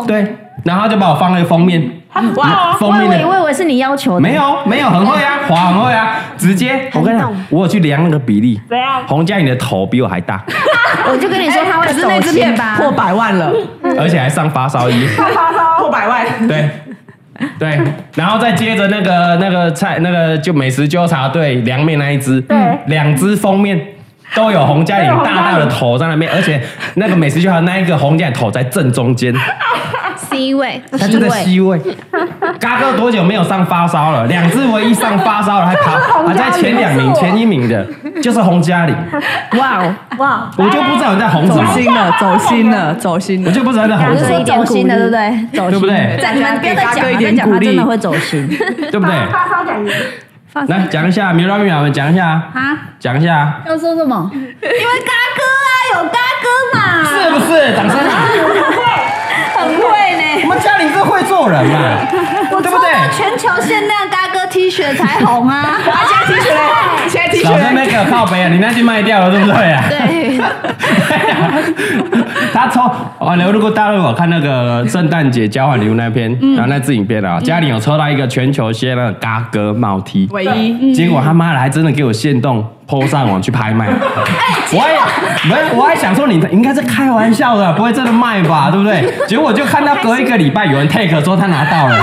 [SPEAKER 1] 对，然后他就把我放在封面，
[SPEAKER 3] 哇，
[SPEAKER 1] 封面
[SPEAKER 2] 我
[SPEAKER 1] 的
[SPEAKER 2] 以为我以为是你要求的，
[SPEAKER 1] 没有没有很会
[SPEAKER 2] <laughs>
[SPEAKER 1] 啊，滑很会啊，直接我跟你讲，我有去量那个比例，
[SPEAKER 3] 怎
[SPEAKER 2] 啊
[SPEAKER 3] 样？
[SPEAKER 1] 洪嘉颖的头比我还大，
[SPEAKER 2] 我就跟你说
[SPEAKER 10] 哎
[SPEAKER 2] 他会
[SPEAKER 4] 可是那
[SPEAKER 2] 手
[SPEAKER 4] 支
[SPEAKER 2] 心
[SPEAKER 4] 片
[SPEAKER 2] 吧，
[SPEAKER 4] <laughs>
[SPEAKER 10] 啊
[SPEAKER 4] 破百万了，
[SPEAKER 2] 嗯
[SPEAKER 1] 而且还上发烧衣，
[SPEAKER 4] 发烧 <laughs> 破百万，
[SPEAKER 1] <laughs> 对。对，然后再接着那个那个菜那个就美食纠察队凉面那一只，
[SPEAKER 3] 对
[SPEAKER 1] 两只封面都有洪嘉颖
[SPEAKER 3] 都有洪嘉颖
[SPEAKER 1] 大大的头在那边，而且那个美食纠察那一个洪嘉颖头在正中
[SPEAKER 3] <laughs>
[SPEAKER 1] 间，
[SPEAKER 10] C 位，
[SPEAKER 1] 他就在
[SPEAKER 2] C
[SPEAKER 1] C 位。嘎哥多久没有上发烧了？两只唯一上发烧了，还
[SPEAKER 3] <laughs>
[SPEAKER 1] 爬还在前两名前一名的，就是洪
[SPEAKER 3] <laughs>
[SPEAKER 1] 嘉玲。
[SPEAKER 4] 哇哦，
[SPEAKER 7] 哇，
[SPEAKER 1] 我就不知道你在红什
[SPEAKER 4] 走
[SPEAKER 1] 么，
[SPEAKER 3] 哎
[SPEAKER 4] 心了，走心了，走心
[SPEAKER 1] 我
[SPEAKER 4] 了。
[SPEAKER 1] 就不知道你在红
[SPEAKER 2] 我
[SPEAKER 1] 什
[SPEAKER 2] 就
[SPEAKER 1] 么，
[SPEAKER 2] 说走心的，对不对？走
[SPEAKER 1] 对
[SPEAKER 2] 心
[SPEAKER 1] 不对？
[SPEAKER 2] 在你们不要再
[SPEAKER 4] 给
[SPEAKER 2] 讲
[SPEAKER 4] 大哥
[SPEAKER 2] 了，
[SPEAKER 4] 一
[SPEAKER 2] 再
[SPEAKER 4] 点
[SPEAKER 2] 讲
[SPEAKER 4] 鼓
[SPEAKER 2] 他真
[SPEAKER 4] 励
[SPEAKER 2] 的会走心。
[SPEAKER 1] 对不对？
[SPEAKER 3] 发烧奖金，
[SPEAKER 1] 来讲一下米拉米亚们讲一下
[SPEAKER 5] 啊，
[SPEAKER 1] 讲一下，
[SPEAKER 5] 要说什么？因为嘎哥啊，有嘎哥嘛。
[SPEAKER 1] 是不是？掌声！
[SPEAKER 5] 很会呢。
[SPEAKER 1] 我们嘉玲哥会做人嘛，
[SPEAKER 5] 我
[SPEAKER 1] 对
[SPEAKER 5] 做
[SPEAKER 1] 不对？
[SPEAKER 5] 到全球限量嘎哥 T 恤才红啊！
[SPEAKER 4] 啊，现在 T 恤嘞，现在 T
[SPEAKER 1] 老
[SPEAKER 4] 恤
[SPEAKER 1] 师
[SPEAKER 4] 嘞
[SPEAKER 1] 那个靠背啊，你那句卖掉了，对不对啊？
[SPEAKER 2] 对，
[SPEAKER 1] <laughs> 他抽哦，如果大家有看那个圣诞节交换礼物那篇，然后那支影片啊，嘉玲有抽到一个全球限量的嘎哥帽 T，
[SPEAKER 4] 唯一，
[SPEAKER 1] 结果他妈的还真的给我限动 PO 上网去拍卖。我还没有，我还想说你应该是开玩笑的，不会真的卖吧，对不对？结果就看到隔一个礼拜有人 take 说他拿到了，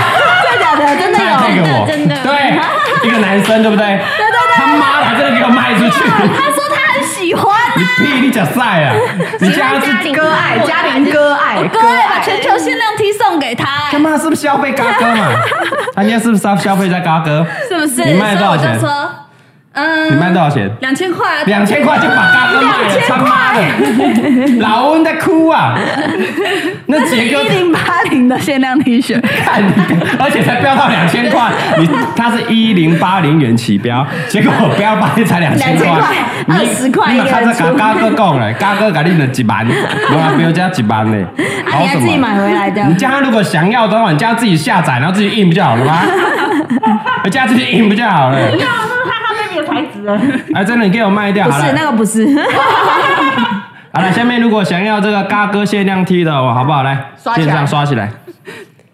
[SPEAKER 1] 真的假的？真的有 take 我，真的对，一个男生对不对？对对对，他妈的还真的给我卖出去，
[SPEAKER 5] 他说他很喜欢啊，
[SPEAKER 1] 你屁你假赛啊！你家是
[SPEAKER 4] 哥爱嘉玲哥爱
[SPEAKER 5] 哥也把全球限量 T 送给他，
[SPEAKER 1] 他妈是不是消费嘎哥嘛？他应该是不是消消费在嘎哥？
[SPEAKER 5] 是不是？
[SPEAKER 1] 你卖多少钱
[SPEAKER 5] 所以我就说，
[SPEAKER 1] 你卖
[SPEAKER 5] 嗯，
[SPEAKER 1] 多少钱？
[SPEAKER 5] 两千块啊。
[SPEAKER 1] 两千块就把大哥卖了，他妈的，老翁在哭啊！那杰哥
[SPEAKER 5] 一零八零的限量 T 恤，
[SPEAKER 1] 看，而且才飙到两千块，你他是一零八零元起标，结果我标八才两千块，二十块你看这嘎嘎哥讲嘞，嘎哥给你了一万，我标价一万嘞，
[SPEAKER 2] 啊
[SPEAKER 1] 搞
[SPEAKER 2] <laughs> 你还
[SPEAKER 1] 什
[SPEAKER 2] 自己
[SPEAKER 1] 么？
[SPEAKER 2] 买回来的，
[SPEAKER 1] 你家如果想要的话，你家自己下载，然后自己印不就好了
[SPEAKER 2] <laughs>
[SPEAKER 1] 吗？我家自己印不就好了？
[SPEAKER 3] 这是哈哈 baby 啊的材质哎，
[SPEAKER 1] 哎，真的，你给我卖掉
[SPEAKER 2] 不
[SPEAKER 1] 好了
[SPEAKER 2] 是。那个不是，
[SPEAKER 1] 啊好了，下面如果想要这个嘎哥限量 T 的，好不好？来，
[SPEAKER 4] 刷起
[SPEAKER 1] 线
[SPEAKER 4] 来
[SPEAKER 1] 上刷起来，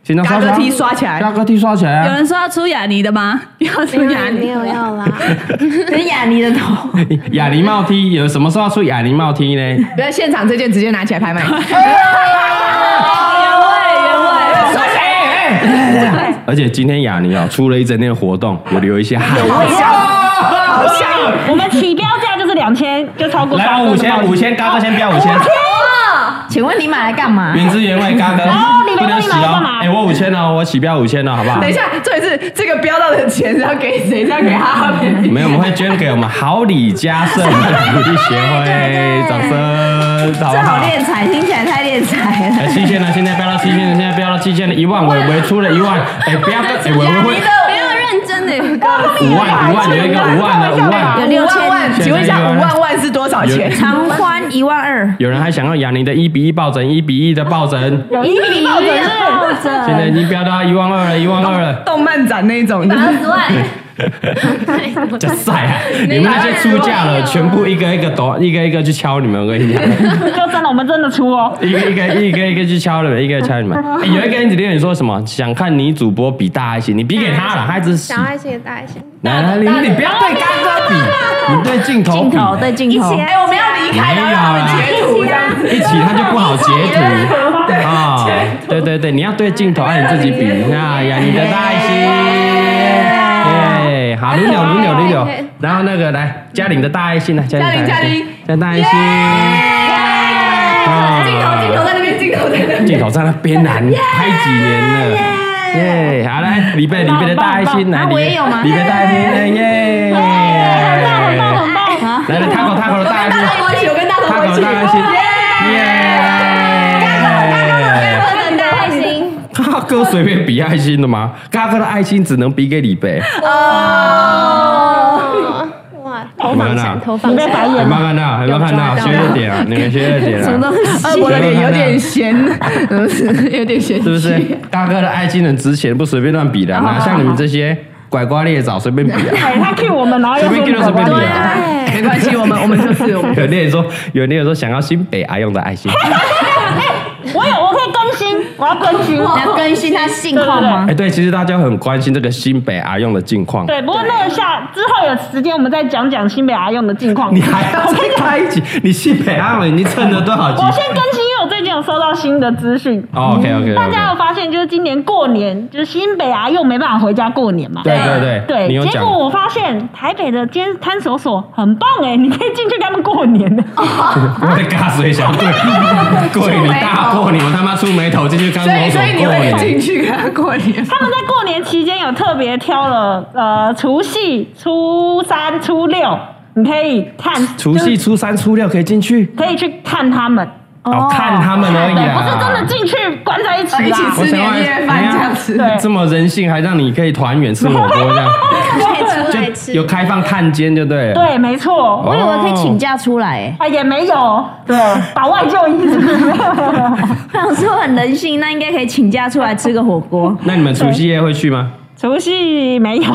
[SPEAKER 1] 线上刷
[SPEAKER 4] 嘎
[SPEAKER 1] 起
[SPEAKER 4] 哥
[SPEAKER 1] 来，啊
[SPEAKER 4] T 刷起来
[SPEAKER 1] 嘎哥 T 刷起来
[SPEAKER 5] 有
[SPEAKER 1] 啊！
[SPEAKER 5] 人说要出雅尼的吗？要出
[SPEAKER 10] 没
[SPEAKER 5] 雅
[SPEAKER 10] 有没
[SPEAKER 5] 尼，
[SPEAKER 10] 有要啦，
[SPEAKER 2] 是雅尼的头，
[SPEAKER 1] 哑铃帽 T 有什么时候要出哑铃帽 T 呢？
[SPEAKER 4] <laughs> 不要现场这件直接拿起来拍卖，
[SPEAKER 1] 而且今天雅尼哦出了一整天的活动，我流一些汗。
[SPEAKER 4] 好笑，
[SPEAKER 1] 好香！
[SPEAKER 3] 我们起标价就是两千，就超过
[SPEAKER 1] 来吧，
[SPEAKER 3] 八
[SPEAKER 1] 五千，五。千，嘎哥先标五千，
[SPEAKER 2] <laughs> 请问你买来干嘛？
[SPEAKER 1] 原汁原味，嘎哥
[SPEAKER 3] 哦你们
[SPEAKER 1] 不能洗
[SPEAKER 3] 你们干
[SPEAKER 1] 哦
[SPEAKER 3] 嘛。
[SPEAKER 1] 哎，我五千哦，我起标五千哦，好不好
[SPEAKER 4] 等一？下，这一次这个标到的钱是要给谁？是要给哈哈妹 <laughs> 妹
[SPEAKER 1] 没有，我们会捐给我们好礼家社的鼓励协会，掌声，好不
[SPEAKER 2] 这
[SPEAKER 1] 好
[SPEAKER 2] 好？敛财，听起来太敛财了。
[SPEAKER 1] 哎，七千了，现在飙到七千了，现在飙到七千了，一万，伟伟出了一万，哎，不要跟，哎，伟伟会
[SPEAKER 5] 不要认真的，
[SPEAKER 1] 五万，五万有一个五万的，五
[SPEAKER 2] 有
[SPEAKER 1] 万，
[SPEAKER 2] 六
[SPEAKER 4] 五万
[SPEAKER 2] 千，
[SPEAKER 4] 万，请问一下五万万是多少钱？
[SPEAKER 2] 长宽一万二，
[SPEAKER 1] 有人还想要雅尼的一比一抱枕，一比一的抱枕，
[SPEAKER 3] 一比一抱枕，
[SPEAKER 1] 现在已经飙到一万二了，一万二了，
[SPEAKER 4] 动漫展那一种，
[SPEAKER 5] 二十万，
[SPEAKER 1] 这晒啊！你们那些出价了，全部一个一个抖，一个一个去敲你们，我跟你讲，
[SPEAKER 3] 就真的我们真的出哦。
[SPEAKER 1] 一个一个一个一个去敲你们，一个一个敲你 <laughs> 们。哎有一个人只留言说什么，想看女主播比大爱心，你比给他了，他一直洗
[SPEAKER 10] 小。爱心也大爱心，
[SPEAKER 1] 来来，你你不要对嘎哥比，你对镜头
[SPEAKER 2] 镜
[SPEAKER 1] 比。
[SPEAKER 2] 头对镜
[SPEAKER 10] 一
[SPEAKER 2] 头
[SPEAKER 10] 起，来，我们要离
[SPEAKER 1] 没有啦，一起他就不好截 <laughs> 图啊。对对对，你要对镜头，按你自 <laughs> 己比那呀，你的大爱心。耶，好，轮流轮流轮流，然后那个来嘉玲的大爱心呢？嘉玲大爱心，嘉玲大爱啊
[SPEAKER 5] 아,
[SPEAKER 1] 心。镜头镜头在那边，镜头在那边，镜头在那边啊！你拍几年了？耶，好来，李贝李贝的大爱心来，李贝大爱心耶。哎 네.哥随便比爱心的吗？嘎哥的爱心只能比给李贝，
[SPEAKER 10] 哇，
[SPEAKER 1] 有没有看到？
[SPEAKER 2] 头放下
[SPEAKER 3] 被白
[SPEAKER 1] 有
[SPEAKER 3] 眼
[SPEAKER 1] 没有看到？有没有看到？学热点啊，你们学热点啊，
[SPEAKER 4] 呃，我的脸有点咸， <laughs> 呃有点咸，
[SPEAKER 1] 是不 <laughs> 是？嘎哥的爱心很值钱，不随便乱比的啊，哪像你们这些拐瓜裂枣随便比 <laughs> 啊？
[SPEAKER 3] 哎，他 Q 我们，然后又
[SPEAKER 1] 随便跟着
[SPEAKER 3] 说你
[SPEAKER 1] 随便比
[SPEAKER 3] 们
[SPEAKER 1] 啊？
[SPEAKER 4] 没关系，我们我们
[SPEAKER 1] <laughs>
[SPEAKER 4] 就是我们。
[SPEAKER 1] 有猎人说，有猎人说想要新北阿用的爱 <laughs> 心。啊
[SPEAKER 3] 我有，我可以更新，我要更新。
[SPEAKER 2] 你要更新他信号吗
[SPEAKER 1] 哎、？对，其实大家很关心这个新北阿用的近况。
[SPEAKER 3] 对，不过那个下之后有时间，我们再讲讲新北阿用的近况。
[SPEAKER 1] <laughs> 你还要再开一集？你新北阿用已经蹭了多少集
[SPEAKER 3] 我先更新，因为我最近有收到新的资讯。
[SPEAKER 1] ？OK OK
[SPEAKER 3] 嗯大家有
[SPEAKER 1] OK。
[SPEAKER 3] 发现，就是今年过年，就是新北啊，又没办法回家过年嘛。
[SPEAKER 1] 对对对，
[SPEAKER 3] 对
[SPEAKER 1] 你有
[SPEAKER 3] 结
[SPEAKER 1] 讲
[SPEAKER 3] 果我发现台北的监看守所很棒哎，你可以进去跟他们过年的。
[SPEAKER 4] 哦
[SPEAKER 1] 我的嘎水小
[SPEAKER 3] <laughs>
[SPEAKER 1] 队，跪你大过你，我他妈出眉头进去刚
[SPEAKER 4] 所以
[SPEAKER 1] 摸索
[SPEAKER 4] 所以你
[SPEAKER 1] 过
[SPEAKER 4] 会
[SPEAKER 1] 年。
[SPEAKER 4] 进去跟他过年？
[SPEAKER 3] 他们在过年期间有特别挑了呃除夕、初三、初六，你可以看
[SPEAKER 1] 除夕、初三、初六可以进去，
[SPEAKER 3] 可以去看他们，
[SPEAKER 1] 哦，看他们而已
[SPEAKER 3] 对，不是真
[SPEAKER 1] 啊
[SPEAKER 3] 的。进去关在一起啦。
[SPEAKER 4] 哦一起
[SPEAKER 1] 我
[SPEAKER 4] 吃
[SPEAKER 1] 想要
[SPEAKER 4] 年夜饭这样子
[SPEAKER 1] 你看
[SPEAKER 3] 对
[SPEAKER 1] <laughs> 这么人性，还让你可以团圆吃火锅这样，
[SPEAKER 10] 可以出来
[SPEAKER 1] 就
[SPEAKER 10] 吃，
[SPEAKER 1] 有开放探监就对了。
[SPEAKER 3] 对，没错。
[SPEAKER 1] 哦，
[SPEAKER 2] 我以为可以请假出来，
[SPEAKER 3] 啊，也没有，对，把外就医是不 <laughs> 是没有没有没有
[SPEAKER 2] 我想说很人性，那应该可以请假出来吃个火锅。
[SPEAKER 1] 那你们除夕夜会去吗？
[SPEAKER 3] 除夕没有， <laughs>
[SPEAKER 1] 你不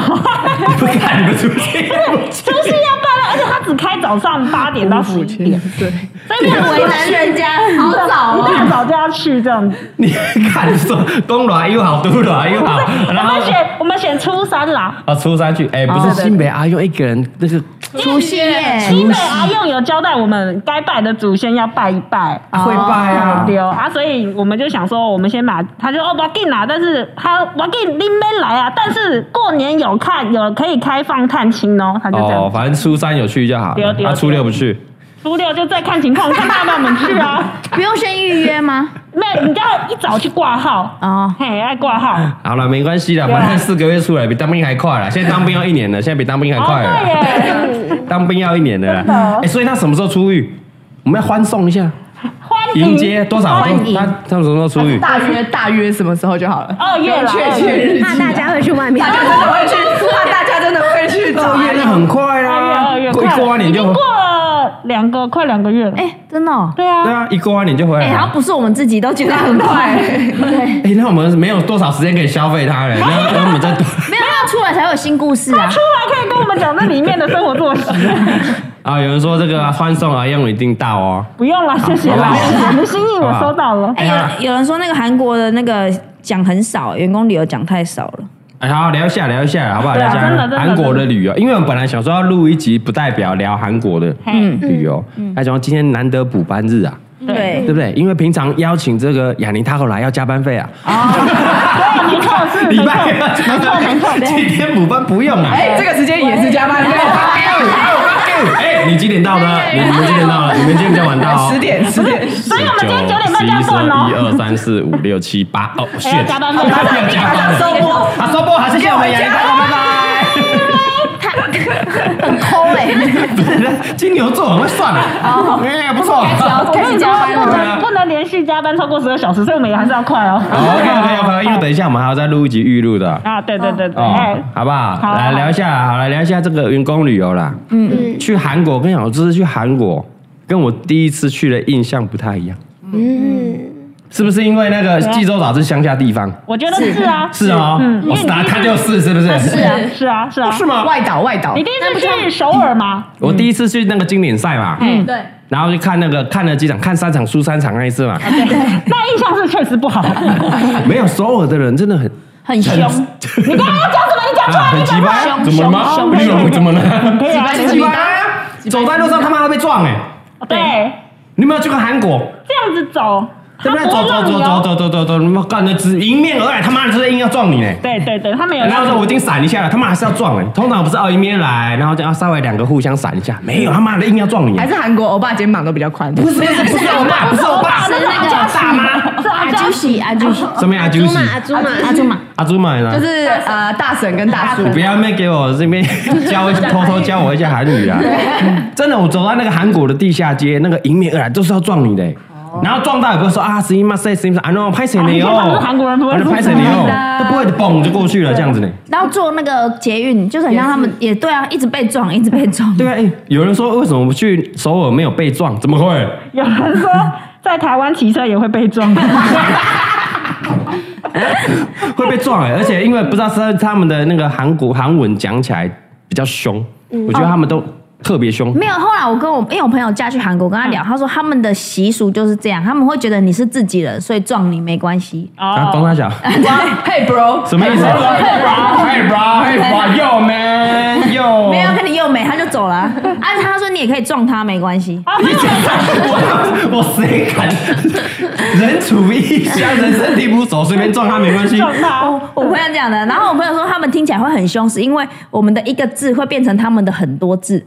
[SPEAKER 1] 看你们除夕夜不去
[SPEAKER 3] 除夕要办了，而且他只开早上八点到十一
[SPEAKER 1] <laughs>
[SPEAKER 3] 点，对，所以
[SPEAKER 5] 뭐,
[SPEAKER 3] 很为难人家，好早、
[SPEAKER 5] 어,
[SPEAKER 3] 一大早就要去这样子。
[SPEAKER 1] 你看说公卵又好，独卵又 <laughs>
[SPEAKER 3] <laughs>
[SPEAKER 1] 好，
[SPEAKER 3] 我
[SPEAKER 1] 然后
[SPEAKER 3] 们选我们选初三啦，
[SPEAKER 1] 啊初三去，哎，不是新北阿用一个人那个，
[SPEAKER 2] 除夕夜，
[SPEAKER 3] 因为阿用啊有交代我们该拜的祖先要拜一拜。
[SPEAKER 1] 会拜啊，
[SPEAKER 3] 对哦啊，所以我们就想说，我们先把他就哦，不要进啦，但是他不要进拎边来啊，但是过年有看有可以开放探亲哦，他就这样。
[SPEAKER 1] 哦，反正初三有去就好
[SPEAKER 3] 对
[SPEAKER 1] 了，
[SPEAKER 3] 对
[SPEAKER 1] 啊初六不去，
[SPEAKER 3] 初六就再看情况，看爸爸们去啊。
[SPEAKER 1] <laughs>
[SPEAKER 2] 不用先预约吗？
[SPEAKER 3] 没有，你就要一早去挂号
[SPEAKER 2] 哦
[SPEAKER 3] 嘿，要
[SPEAKER 1] <laughs>
[SPEAKER 3] 挂号。
[SPEAKER 1] 好了没关系啦，
[SPEAKER 3] 对啊
[SPEAKER 1] 反正四个月出来比当兵还快了，现在当兵要一年了，现在比当兵还
[SPEAKER 3] 哦，
[SPEAKER 1] 快
[SPEAKER 3] 对
[SPEAKER 1] 了，
[SPEAKER 3] 耶，
[SPEAKER 1] 当兵要一年了啦，哎，所以他什么时候出狱？我们要欢送一下，
[SPEAKER 3] 欢迎
[SPEAKER 1] 迎接多少？
[SPEAKER 3] 欢迎
[SPEAKER 1] 他他们什么时候出狱？
[SPEAKER 4] <laughs> 大约大约什么时候就好了？
[SPEAKER 3] 二月啦，
[SPEAKER 4] 确
[SPEAKER 3] 二
[SPEAKER 4] 切
[SPEAKER 3] 月
[SPEAKER 4] 日期
[SPEAKER 10] 怕
[SPEAKER 4] 啊，
[SPEAKER 10] 大家会去外面
[SPEAKER 4] 大。家真的会去，怕大家真的会去找
[SPEAKER 1] 二月那很快
[SPEAKER 3] 二
[SPEAKER 1] 啦
[SPEAKER 3] 月，，
[SPEAKER 1] 过一
[SPEAKER 3] 快
[SPEAKER 1] 过完
[SPEAKER 3] 已
[SPEAKER 1] 年
[SPEAKER 3] 经
[SPEAKER 1] 就
[SPEAKER 3] 过了两个，快两个月了。
[SPEAKER 2] 哎，真的哦，
[SPEAKER 3] 对
[SPEAKER 1] 对
[SPEAKER 3] 啊，
[SPEAKER 1] 啊，一过完年就回来
[SPEAKER 2] 哎，好
[SPEAKER 1] 了
[SPEAKER 2] 像。不是我们自己都觉得很快，对，
[SPEAKER 1] 哎、那我们没有多少时间可以消费它嘞，
[SPEAKER 3] <laughs>
[SPEAKER 1] 那那我们再多
[SPEAKER 2] 没有要出来才会有新故事啊。
[SPEAKER 3] 出来可以跟我们讲这里面的生活作息。
[SPEAKER 1] 啊，有人说这个欢送啊，用一定到哦。
[SPEAKER 3] <laughs> 不用了，谢谢啦，你的心意我收到了。
[SPEAKER 2] 哎，
[SPEAKER 1] 啊
[SPEAKER 2] 有有人说那个韩国的那个奖很少，员工旅游奖太少了。
[SPEAKER 1] 哎，好，聊一下，聊一下，好不好？
[SPEAKER 3] 对
[SPEAKER 1] 聊
[SPEAKER 3] 啊
[SPEAKER 1] 一下
[SPEAKER 3] 真的真的
[SPEAKER 1] 韩国的旅游，因为我们本来想说要录一集，不代表聊韩国的
[SPEAKER 3] 嗯，嗯
[SPEAKER 1] 旅游，还想说今天难得补班日啊，
[SPEAKER 2] 对
[SPEAKER 1] 对，不对？因为平常邀请这个雅尼他口来要加班费啊，
[SPEAKER 3] 对，没错，是
[SPEAKER 1] 礼
[SPEAKER 3] 哎没错
[SPEAKER 1] 拜二加班费， <laughs> 今天补班不用啊。
[SPEAKER 4] 哎，这个时间也是加班费，
[SPEAKER 1] <laughs> 哎，你几点到呢？你你们几点到了？你们今天比较晚到哦。
[SPEAKER 4] 十点十点，
[SPEAKER 3] 所以我们今天九点半就要断
[SPEAKER 1] 一
[SPEAKER 3] 喽。
[SPEAKER 1] 二三四五六七八，哦，是
[SPEAKER 3] 还要哎加
[SPEAKER 1] <laughs>
[SPEAKER 3] 班费吗
[SPEAKER 1] 要加班费，
[SPEAKER 4] 收播。
[SPEAKER 1] 好，收播，好，谢谢我们雅尼大哥，拜拜。
[SPEAKER 2] 很抠哎，
[SPEAKER 10] <laughs>
[SPEAKER 1] 金牛座很会算啊，
[SPEAKER 3] 哦
[SPEAKER 1] 哎，不错。
[SPEAKER 2] 开始加班
[SPEAKER 3] 不
[SPEAKER 2] 了。
[SPEAKER 3] 能不能连续加班超过十二小时，所以我们也还是要快哦。
[SPEAKER 1] OK OK OK，因为等一下我们还要再录一集预录的
[SPEAKER 3] 啊，对对对对，
[SPEAKER 1] 哦
[SPEAKER 3] 哎，，
[SPEAKER 1] 好不好？
[SPEAKER 3] 好
[SPEAKER 1] 来
[SPEAKER 3] 好
[SPEAKER 1] 聊一下，好来聊一下这个员工旅游啦。嗯嗯，去韩国，我跟你讲，我这次去韩国，跟我第一次去的印象不太一样。
[SPEAKER 10] 嗯，
[SPEAKER 1] 是不是因为那个济州岛是乡下地方？
[SPEAKER 3] 我觉得是啊，
[SPEAKER 1] 是哦，
[SPEAKER 3] 嗯，
[SPEAKER 1] 我
[SPEAKER 3] 因为你
[SPEAKER 1] 打
[SPEAKER 3] 第一
[SPEAKER 1] 他就
[SPEAKER 3] 次
[SPEAKER 1] 是是不是？
[SPEAKER 3] 是啊，是啊，是啊，
[SPEAKER 1] 是吗？
[SPEAKER 4] 外岛外岛
[SPEAKER 3] 你，第一次去首尔吗？
[SPEAKER 1] 我第一次去那个经典赛嘛，
[SPEAKER 3] 嗯，
[SPEAKER 5] 对，
[SPEAKER 1] 然后去看那个看了几场，看三场输三场那一次
[SPEAKER 3] <laughs>
[SPEAKER 1] 嘛，
[SPEAKER 3] 那印象是确实不好。你
[SPEAKER 1] 没有首尔的人真的很
[SPEAKER 2] <laughs> 很凶，
[SPEAKER 3] 刚刚要讲什么？嗯你讲出
[SPEAKER 1] 啊，
[SPEAKER 3] 来，
[SPEAKER 1] 很
[SPEAKER 3] 你
[SPEAKER 1] 奇
[SPEAKER 3] 讲出来。
[SPEAKER 1] 葩，怎么了吗？没有，怎么了？
[SPEAKER 3] 可
[SPEAKER 1] <laughs>
[SPEAKER 3] 以啊，
[SPEAKER 1] 很奇葩啊！走在路上他妈会被撞哎、
[SPEAKER 3] 对，
[SPEAKER 1] 你有没有去过韩国？
[SPEAKER 3] 这样子走，
[SPEAKER 1] 对不
[SPEAKER 3] 他不
[SPEAKER 1] 对？
[SPEAKER 3] 会
[SPEAKER 1] 走走
[SPEAKER 3] 让
[SPEAKER 1] 走
[SPEAKER 3] 你
[SPEAKER 1] 走
[SPEAKER 3] 哦。
[SPEAKER 1] 走走走走，你们干的直迎面而来，他妈的就是硬要撞你嘞、
[SPEAKER 3] 对对对，他没有
[SPEAKER 1] 然
[SPEAKER 3] 让
[SPEAKER 1] 后
[SPEAKER 3] 你。
[SPEAKER 1] 哎说我已经闪一下了，他妈还是要撞哎、通常不是哦迎面来，然后就要稍微两个互相闪一下，没有他妈的硬要撞你、啊
[SPEAKER 4] 还是韩国欧巴肩膀都比较宽，
[SPEAKER 1] 不是不是不是我爸，不是我爸，是那个大妈，
[SPEAKER 3] 是啊，
[SPEAKER 2] 阿
[SPEAKER 3] 这样
[SPEAKER 2] 朱喜，阿朱喜，
[SPEAKER 1] 什么阿朱
[SPEAKER 10] 猪
[SPEAKER 1] 喜
[SPEAKER 10] 嘛，阿猪嘛，
[SPEAKER 2] 阿朱嘛，
[SPEAKER 1] 阿朱买呢？
[SPEAKER 4] 就是呃大婶跟大叔
[SPEAKER 1] 不要妹给我这边教偷偷教我一下韩语啊！真的，我走到那个韩国的地下街，那个迎面而来都是要撞你的欸、然后撞到也不会说啊，十一嘛，谁谁谁，啊 no，拍谁你
[SPEAKER 3] 啊你
[SPEAKER 1] 哦
[SPEAKER 3] 看他们，韩国人不会
[SPEAKER 1] 啊
[SPEAKER 3] 说
[SPEAKER 1] 拍谁你哦，都不会嘣就过去了这样子呢。
[SPEAKER 2] 然后坐那个捷运，就是很像他们也对啊，一直被撞，一直被撞。
[SPEAKER 1] 对啊，哎，有人说为什么去首尔没有被撞？怎么会？
[SPEAKER 3] <laughs>
[SPEAKER 1] <laughs>
[SPEAKER 3] 有人说在台湾骑车也会被撞，
[SPEAKER 1] 会被撞哎、而且因为不知道是他们的那个韩国韩文讲起来比较凶，
[SPEAKER 2] 嗯
[SPEAKER 1] 我觉得他们都特别凶。
[SPEAKER 2] 没有，后来我跟我因为我朋友嫁去韩国，我跟他聊，他说他们的习俗就是这样，他们会觉得你是自己人，所以撞你没关系。
[SPEAKER 1] 啊，帮他
[SPEAKER 2] <laughs>
[SPEAKER 1] 讲
[SPEAKER 4] 嘿 bro，
[SPEAKER 1] 什么
[SPEAKER 2] 哎
[SPEAKER 1] 意思？嘿 bro，嘿 bro，yo man yo，
[SPEAKER 2] <laughs> 没有，看你又美，他就 <laughs> 走了啊。啊，他说你也可以撞他，没关系。
[SPEAKER 1] <laughs> 我我谁敢？人处异乡，人生地不熟，随便撞他没关系。哦
[SPEAKER 3] 撞他。
[SPEAKER 2] 我朋友讲的，然后我朋友说他们听起来会很凶，是因为我们的一个字会变成他们的很多字，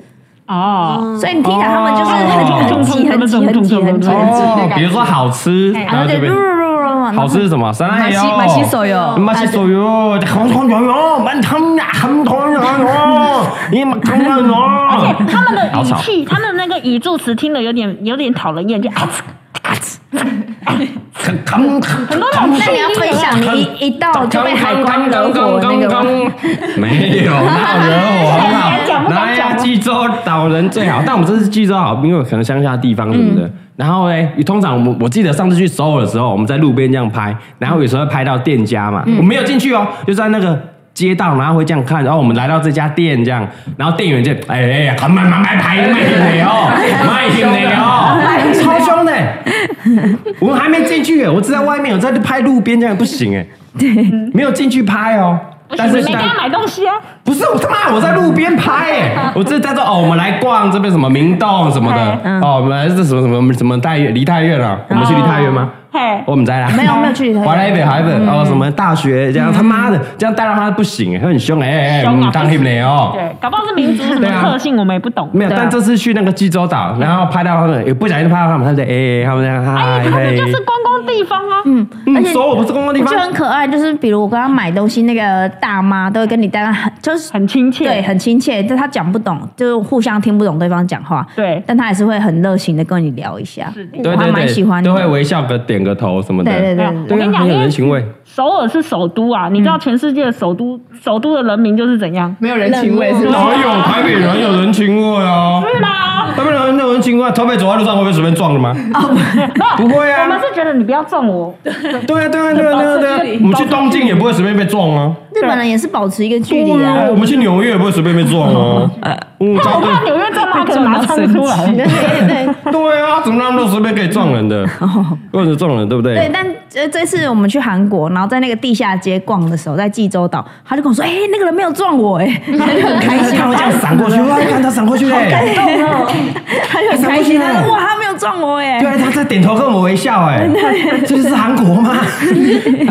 [SPEAKER 3] 哦，
[SPEAKER 2] 所以你听起来他们就是
[SPEAKER 1] 哦
[SPEAKER 2] 很很急、很急、很急、很急、很急，
[SPEAKER 1] 哦，比如说好吃，然
[SPEAKER 2] 哎然
[SPEAKER 1] 后
[SPEAKER 2] 后
[SPEAKER 1] 就
[SPEAKER 2] 就
[SPEAKER 1] 被
[SPEAKER 2] 噜噜噜噜，然后
[SPEAKER 1] 好吃是什么？三奶油，
[SPEAKER 5] 马西手游，
[SPEAKER 1] 马西手哟，红红油油，满汤呀，红红油油，你满汤呀
[SPEAKER 3] 而且
[SPEAKER 1] 油。
[SPEAKER 3] 他们的
[SPEAKER 1] 好
[SPEAKER 3] 语
[SPEAKER 1] 吵
[SPEAKER 3] 气，他们的那个语助词听了有点有点讨人厌，就啊，
[SPEAKER 1] 很多
[SPEAKER 2] 那你要分享你一一到哦就被海关惹火那个吗？
[SPEAKER 1] 没
[SPEAKER 2] <laughs>
[SPEAKER 1] 有，那惹啊我好不好？来呀，济州岛人最好，但我们这次济州好，因为可能乡下地方什么
[SPEAKER 2] 嗯
[SPEAKER 1] 的。然后呢，通常我们我记得上次去首尔的时候，我们在路边这样拍，然后有时候会拍到店家嘛，
[SPEAKER 2] 嗯
[SPEAKER 1] 我没有进去哦，就在那个。街道，然后会这样看，然后我们来到这家店这样，然后店员就哎哎，很慢慢卖拍卖给你
[SPEAKER 2] <laughs>
[SPEAKER 1] 哦，卖给你哦，超凶的，我还没进去耶，我只在外面，我在拍路边这样也不行哎，没有进去拍哦，但是
[SPEAKER 3] 你没跟他买东西啊，
[SPEAKER 1] 不是我他妈我在路边拍耶、我这叫做哦，我们来逛这边什么明洞什么的，哦，我们来这什么什么什么太院梨太院啊，我们去梨太院吗？哦
[SPEAKER 3] 嘿，
[SPEAKER 1] 我们在啦，
[SPEAKER 2] 没有没有去梨泰院
[SPEAKER 1] 华莱北华莱北哦，什么大学这样他妈的这样带到他不行耶，他很凶哎哎哎，
[SPEAKER 3] 凶啊
[SPEAKER 1] 嗯当 him 嘞哦。
[SPEAKER 3] 对，搞不好是民族什么
[SPEAKER 1] 对啊
[SPEAKER 3] 特性，我们也不懂。
[SPEAKER 1] 没有，但这次去那个济州岛，然后拍到他们，也不小心拍到他们，他们在哎，他们在
[SPEAKER 3] 哎，
[SPEAKER 1] 嗨
[SPEAKER 3] 他
[SPEAKER 1] 嗨
[SPEAKER 3] 们，就是观光地方啊，嗯，
[SPEAKER 1] 嗯，所以我不是公共地
[SPEAKER 2] 就
[SPEAKER 1] 方，
[SPEAKER 2] 很可爱，就是比如我跟他买东西，那个大妈都会跟你大家很就是
[SPEAKER 3] 很亲切，
[SPEAKER 2] 对，很亲切，但他讲不懂，就是互相听不懂对方讲话。
[SPEAKER 3] 对
[SPEAKER 2] 但他还是会很热情的跟你聊一下，
[SPEAKER 1] 对
[SPEAKER 2] 我还
[SPEAKER 1] 对
[SPEAKER 2] 蛮
[SPEAKER 1] 对，
[SPEAKER 2] 喜欢你
[SPEAKER 1] 都会
[SPEAKER 2] 的。
[SPEAKER 1] 微笑个点个头什么的，
[SPEAKER 2] 对对
[SPEAKER 3] 没
[SPEAKER 2] 对
[SPEAKER 3] 有。
[SPEAKER 2] 对
[SPEAKER 3] 我跟你
[SPEAKER 1] 啊
[SPEAKER 3] 讲，
[SPEAKER 1] 很有
[SPEAKER 3] 因为
[SPEAKER 1] 人情味。
[SPEAKER 3] 首尔是首都啊，你知道全世界的首都，首都的人民就是怎样？
[SPEAKER 4] 没有人情味是不是？
[SPEAKER 1] 哪有台北人有人情味啊？<laughs>
[SPEAKER 3] 对啦，
[SPEAKER 1] 台北人有人情味，啊台北走在路上会被随便撞的吗？
[SPEAKER 2] 啊
[SPEAKER 1] 不会
[SPEAKER 3] 我们
[SPEAKER 1] 啊，
[SPEAKER 3] 是觉得你不要撞我，
[SPEAKER 1] 对啊，对啊，对啊，对啊，对啊，我们去东京也不会随便被撞啊，
[SPEAKER 2] 日本人也是保持一个距离
[SPEAKER 1] 对啊
[SPEAKER 2] 啊，哦
[SPEAKER 1] 我们去纽约也不会随便被撞啊，嗯，
[SPEAKER 3] 我
[SPEAKER 1] 照
[SPEAKER 3] 怕
[SPEAKER 1] 对，
[SPEAKER 3] 纽约撞马可能马上冲出 <laughs> 来。
[SPEAKER 1] 对啊，怎么那么多随便可以撞人的，或者撞人，对不
[SPEAKER 2] 对
[SPEAKER 1] 对，？
[SPEAKER 2] 但呃，这次我们去韩国，然后在那个地下街逛的时候，在济州岛，他就跟我说：“哎、那个人没有撞
[SPEAKER 1] <laughs>
[SPEAKER 2] 我、哎，他就很
[SPEAKER 1] 啊
[SPEAKER 2] 开心，
[SPEAKER 1] 看我这样闪
[SPEAKER 2] <laughs>
[SPEAKER 1] 过去，哇，看他闪过去哎嘞，
[SPEAKER 2] 他就很开心，他说：哇，他没有撞我、哎，
[SPEAKER 1] 对，啊他在点头跟我微笑，哎，这就是韩国
[SPEAKER 2] <laughs>
[SPEAKER 1] 吗？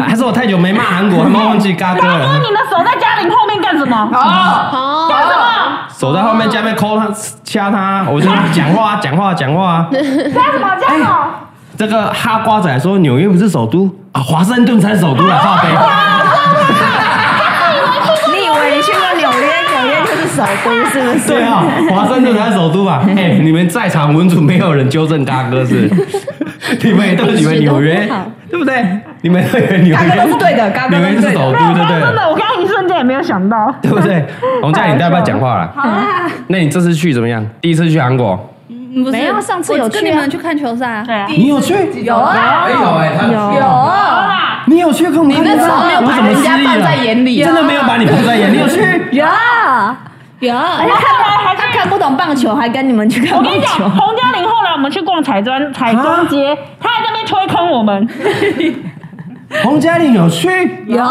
[SPEAKER 1] 还是我太久没骂韩国，他们忘记嘎哥
[SPEAKER 3] 大哥，
[SPEAKER 1] 了？
[SPEAKER 3] 你的手在嘉玲后面干什么？干什么？
[SPEAKER 1] 手在后面
[SPEAKER 4] 哦
[SPEAKER 1] 加面抠他掐他，我就讲话啊讲话啊讲话
[SPEAKER 4] <laughs>
[SPEAKER 1] 啊。
[SPEAKER 3] 干什么？干什么？
[SPEAKER 1] 这个哈瓜仔说纽约不是首都啊，华盛顿才是首都啊，靠
[SPEAKER 4] <laughs>
[SPEAKER 1] 北。
[SPEAKER 2] 你以为你去过纽约，纽约就是首都是不是？
[SPEAKER 1] 对啊，华盛顿才是首都
[SPEAKER 4] <laughs>
[SPEAKER 1] 吧？哎、你们在场文组没有人纠正嘎哥是，你们也都以为纽约，对不对？你们都以为纽
[SPEAKER 4] 嘎哥
[SPEAKER 1] 约
[SPEAKER 4] 都是对的，嘎哥
[SPEAKER 1] 纽
[SPEAKER 4] 都
[SPEAKER 1] 约
[SPEAKER 4] 是
[SPEAKER 1] 是
[SPEAKER 4] 对的。
[SPEAKER 1] 首都，
[SPEAKER 3] 没有，
[SPEAKER 1] 对不
[SPEAKER 3] 刚刚真
[SPEAKER 4] <laughs>
[SPEAKER 1] 对？
[SPEAKER 3] 的，我刚刚一瞬间也没有想到。
[SPEAKER 1] 对不对？洪嘉颖，你要不要讲话了？好
[SPEAKER 4] 啊
[SPEAKER 1] 那你这次去怎么样？第一次去韩国，
[SPEAKER 5] 不
[SPEAKER 8] 没有上次有
[SPEAKER 5] 我
[SPEAKER 8] 去啊
[SPEAKER 5] 跟你们去看球赛啊，
[SPEAKER 3] 对啊，
[SPEAKER 1] 你有去？
[SPEAKER 4] 有啊，
[SPEAKER 9] 没有哎，他有
[SPEAKER 1] 你有去？跟我你
[SPEAKER 4] 那时候没有把人家放在眼里，啊
[SPEAKER 1] 真的没有啊把你放在眼里。你有去？
[SPEAKER 5] 有有，而且
[SPEAKER 3] 还
[SPEAKER 2] 他看不懂棒球，还跟你们去看
[SPEAKER 3] 我
[SPEAKER 2] 棒
[SPEAKER 3] 跟你
[SPEAKER 2] 球
[SPEAKER 3] 讲，。洪嘉玲后来我们去逛彩妆彩妆街，她还在那边推坑我们，
[SPEAKER 1] 洪嘉玲有去？
[SPEAKER 5] 有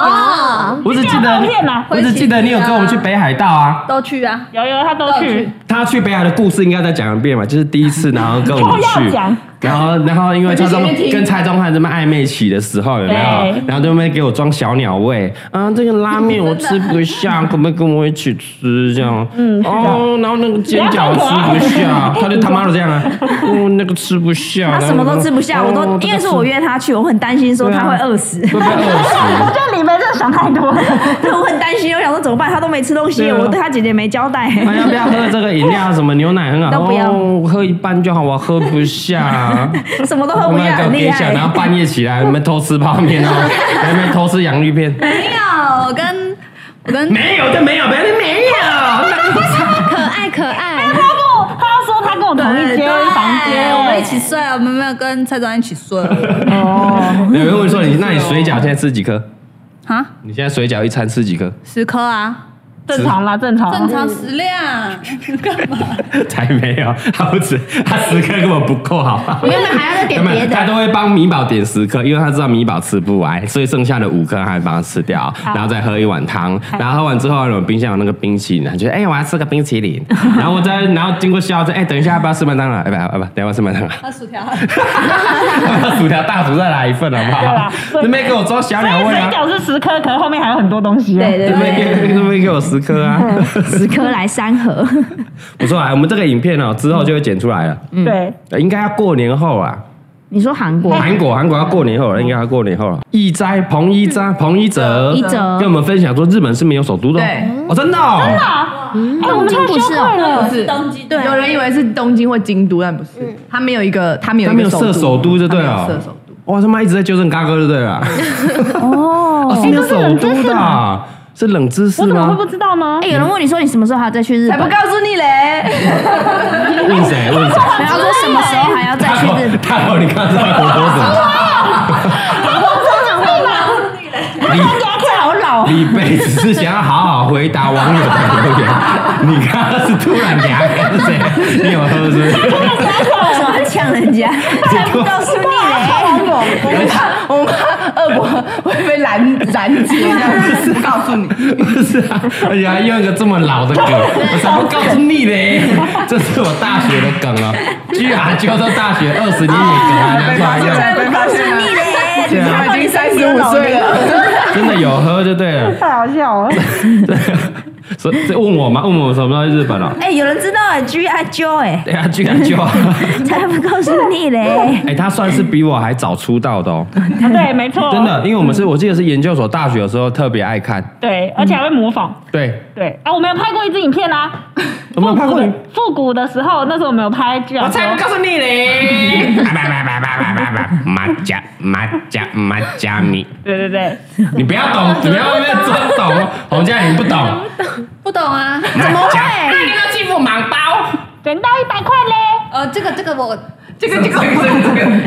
[SPEAKER 1] 我只记
[SPEAKER 3] 你这
[SPEAKER 1] 得
[SPEAKER 3] 样骗啊，
[SPEAKER 1] 我只记得你有跟我们去北海道啊。
[SPEAKER 5] 都去啊，
[SPEAKER 3] 有有她都去，
[SPEAKER 1] 他去北海的故事应该再讲一遍嘛，就是第一次，然后跟我们
[SPEAKER 3] 又要
[SPEAKER 1] 去
[SPEAKER 3] 讲，
[SPEAKER 1] 然后然后因为蔡宗跟蔡宗翰这么暧昧起的时候，有没有
[SPEAKER 3] 对？
[SPEAKER 1] 然后对面给我装小鸟胃，啊，这个拉面我吃不下，可不可以跟我一起吃这样？嗯，哦，然后那个煎饺吃不下，他就他妈的这样啊，哦，那个吃不下，
[SPEAKER 2] 他什
[SPEAKER 1] 哦
[SPEAKER 2] 么都吃不下，我都因为是我约他去，我很担心说他会饿死。
[SPEAKER 1] 会不会饿死？
[SPEAKER 3] 我觉得你们这想太多了。
[SPEAKER 2] 对我很担心，我想说怎么办？他都没吃东西，
[SPEAKER 1] 啊对啊
[SPEAKER 2] 我对他姐姐没交代。
[SPEAKER 1] 那哎要不要喝这个饮料？什么牛奶很好，
[SPEAKER 2] 都不要
[SPEAKER 1] 哦，我喝一半就好，我喝不下。
[SPEAKER 2] <laughs> 什么都喝不下，
[SPEAKER 1] <laughs> 我
[SPEAKER 2] 很
[SPEAKER 1] 们
[SPEAKER 2] 厉
[SPEAKER 1] 给小，
[SPEAKER 2] 害。
[SPEAKER 1] 然后半夜起 <laughs> 来，我们偷吃泡面哦，我们偷吃洋芋片，
[SPEAKER 5] 没有，我跟我跟
[SPEAKER 1] 没有就没有，没有就没有。
[SPEAKER 8] 可爱可爱，
[SPEAKER 3] 他跟我，他说他跟我同
[SPEAKER 5] 네,
[SPEAKER 3] 一间房间，
[SPEAKER 5] 我们一起睡，我们没有跟蔡庄一起睡
[SPEAKER 3] 哦
[SPEAKER 1] 有人问说你，那你水饺现在吃几颗？
[SPEAKER 5] 啊，
[SPEAKER 1] 你现在水饺一餐吃几颗？ <laughs>
[SPEAKER 5] 十颗啊，
[SPEAKER 3] 正常啦，正常。
[SPEAKER 5] 正常食量，干嘛？
[SPEAKER 1] 才没有，他不止，他十颗根本不够，好吧？
[SPEAKER 8] 原本还要再点
[SPEAKER 1] 没有
[SPEAKER 8] 别
[SPEAKER 1] 他
[SPEAKER 8] 的，
[SPEAKER 1] 都会帮米宝点十颗，因为他知道米宝吃不完，所以剩下的五颗他还帮他吃掉，然后再喝一碗汤，然后喝完之后，我冰箱有那个冰淇淋，他觉得哎、我要吃个冰淇 <laughs> 淋，然后我再然后经过校正，哎、等一下要不要吃麦当劳？哎、不要不要，等一下要不要吃麦当劳，
[SPEAKER 5] 他薯条，
[SPEAKER 1] 要不要薯条大薯再来一份好不
[SPEAKER 3] 对啦
[SPEAKER 1] 好？
[SPEAKER 3] 对
[SPEAKER 1] 那边给我装小
[SPEAKER 3] 所以
[SPEAKER 1] 两位
[SPEAKER 3] 水
[SPEAKER 1] 啊，
[SPEAKER 3] 饺是十颗，可是后面还有很多东西、啊。
[SPEAKER 2] 对对
[SPEAKER 1] 那边
[SPEAKER 2] 对，
[SPEAKER 1] 给那边给我十颗啊，
[SPEAKER 2] 十颗来三盒，
[SPEAKER 1] 不错啊，我们这个影片哦、之后就会剪出来了，
[SPEAKER 3] 对对，
[SPEAKER 1] 应该要过年后啊。
[SPEAKER 2] 你说韩国
[SPEAKER 1] 韩国，韩国要过年后了，啊应该要过年后了。易斋，彭一斋，彭一哲，
[SPEAKER 2] 一哲
[SPEAKER 1] 跟我们分享说，日本是没有首都的哦。
[SPEAKER 4] 对
[SPEAKER 1] 哦，真的哦，真的
[SPEAKER 3] 哎、我们太羞愧了。
[SPEAKER 4] 是
[SPEAKER 5] 东京
[SPEAKER 4] 有人以为是东京或京都，但不是，他没有一个，他没有
[SPEAKER 1] 他
[SPEAKER 4] 一
[SPEAKER 1] 没
[SPEAKER 4] 个
[SPEAKER 1] 有设首都就对
[SPEAKER 4] 它
[SPEAKER 1] 了
[SPEAKER 4] 没有设首都。。
[SPEAKER 1] 哇，他妈一直在纠正嘎哥就对了。哦，是没有首都的啊，是冷知识
[SPEAKER 3] 我怎么会
[SPEAKER 1] 吗
[SPEAKER 3] 不？知道呢？
[SPEAKER 2] 哎，有人问你说你什么时候还要再去日
[SPEAKER 4] 才
[SPEAKER 1] 哎
[SPEAKER 2] 本？
[SPEAKER 4] 不告诉你嘞！
[SPEAKER 1] <laughs> 问谁？问谁？
[SPEAKER 2] 然后说什么时候还要再
[SPEAKER 1] 大
[SPEAKER 2] 去
[SPEAKER 1] 头
[SPEAKER 2] 日本？，
[SPEAKER 1] 大头，你刚刚在活泼什么？
[SPEAKER 3] 大家哎好老，
[SPEAKER 1] 李贝只是想要好好回答网友的留言，你刚刚是突然俩是谁？你有喝是不是？
[SPEAKER 2] 为什么要呛人家？才不告诉你嘞！
[SPEAKER 4] 我们怕，我们怕恶魔会被拦拦截，这样子告诉你。
[SPEAKER 1] <laughs> 不是啊，而且还用一个这么老的梗，我怎么告诉你嘞？这是我大学的梗啊，居然就到大学二十年的梗还拿出来用，
[SPEAKER 4] 被发现了，
[SPEAKER 1] 对
[SPEAKER 4] 你
[SPEAKER 1] 啊，
[SPEAKER 4] 都已经三十五岁了，
[SPEAKER 1] 真的有喝就对了。
[SPEAKER 3] 太好笑哦了。
[SPEAKER 1] 所以这问我吗？问我什么时候去日本了、
[SPEAKER 2] 哎，有人知道哎，G I Joe 哎，
[SPEAKER 1] 对啊，居然就，
[SPEAKER 2] 才不告诉你嘞！
[SPEAKER 1] <laughs> 哎、他算是比我还早出道的 <laughs> 哦，
[SPEAKER 3] <laughs> 对，没错，
[SPEAKER 1] 真。的，因为我们是我记得是研究所大学的时候特别爱看，
[SPEAKER 3] 对，而且还会模仿。
[SPEAKER 1] 对，
[SPEAKER 3] 对啊，我们有拍过一支影片啦、啊。
[SPEAKER 1] 我们有拍过影
[SPEAKER 3] 复古的时候，那时候我们有拍，居然说
[SPEAKER 1] 告诉你嘞，叭叭叭叭叭叭叭， <laughs> 麻加麻加麻加米。
[SPEAKER 3] 对对对，
[SPEAKER 1] 你不要懂，你不要在那边装懂。哦洪嘉玲不懂，
[SPEAKER 5] 不懂
[SPEAKER 1] <laughs>
[SPEAKER 5] 啊。
[SPEAKER 1] 怎么会？那你要欺负盲包？
[SPEAKER 3] 捡到一百块嘞， <laughs>
[SPEAKER 5] 呃，这个这个我
[SPEAKER 4] 这个这个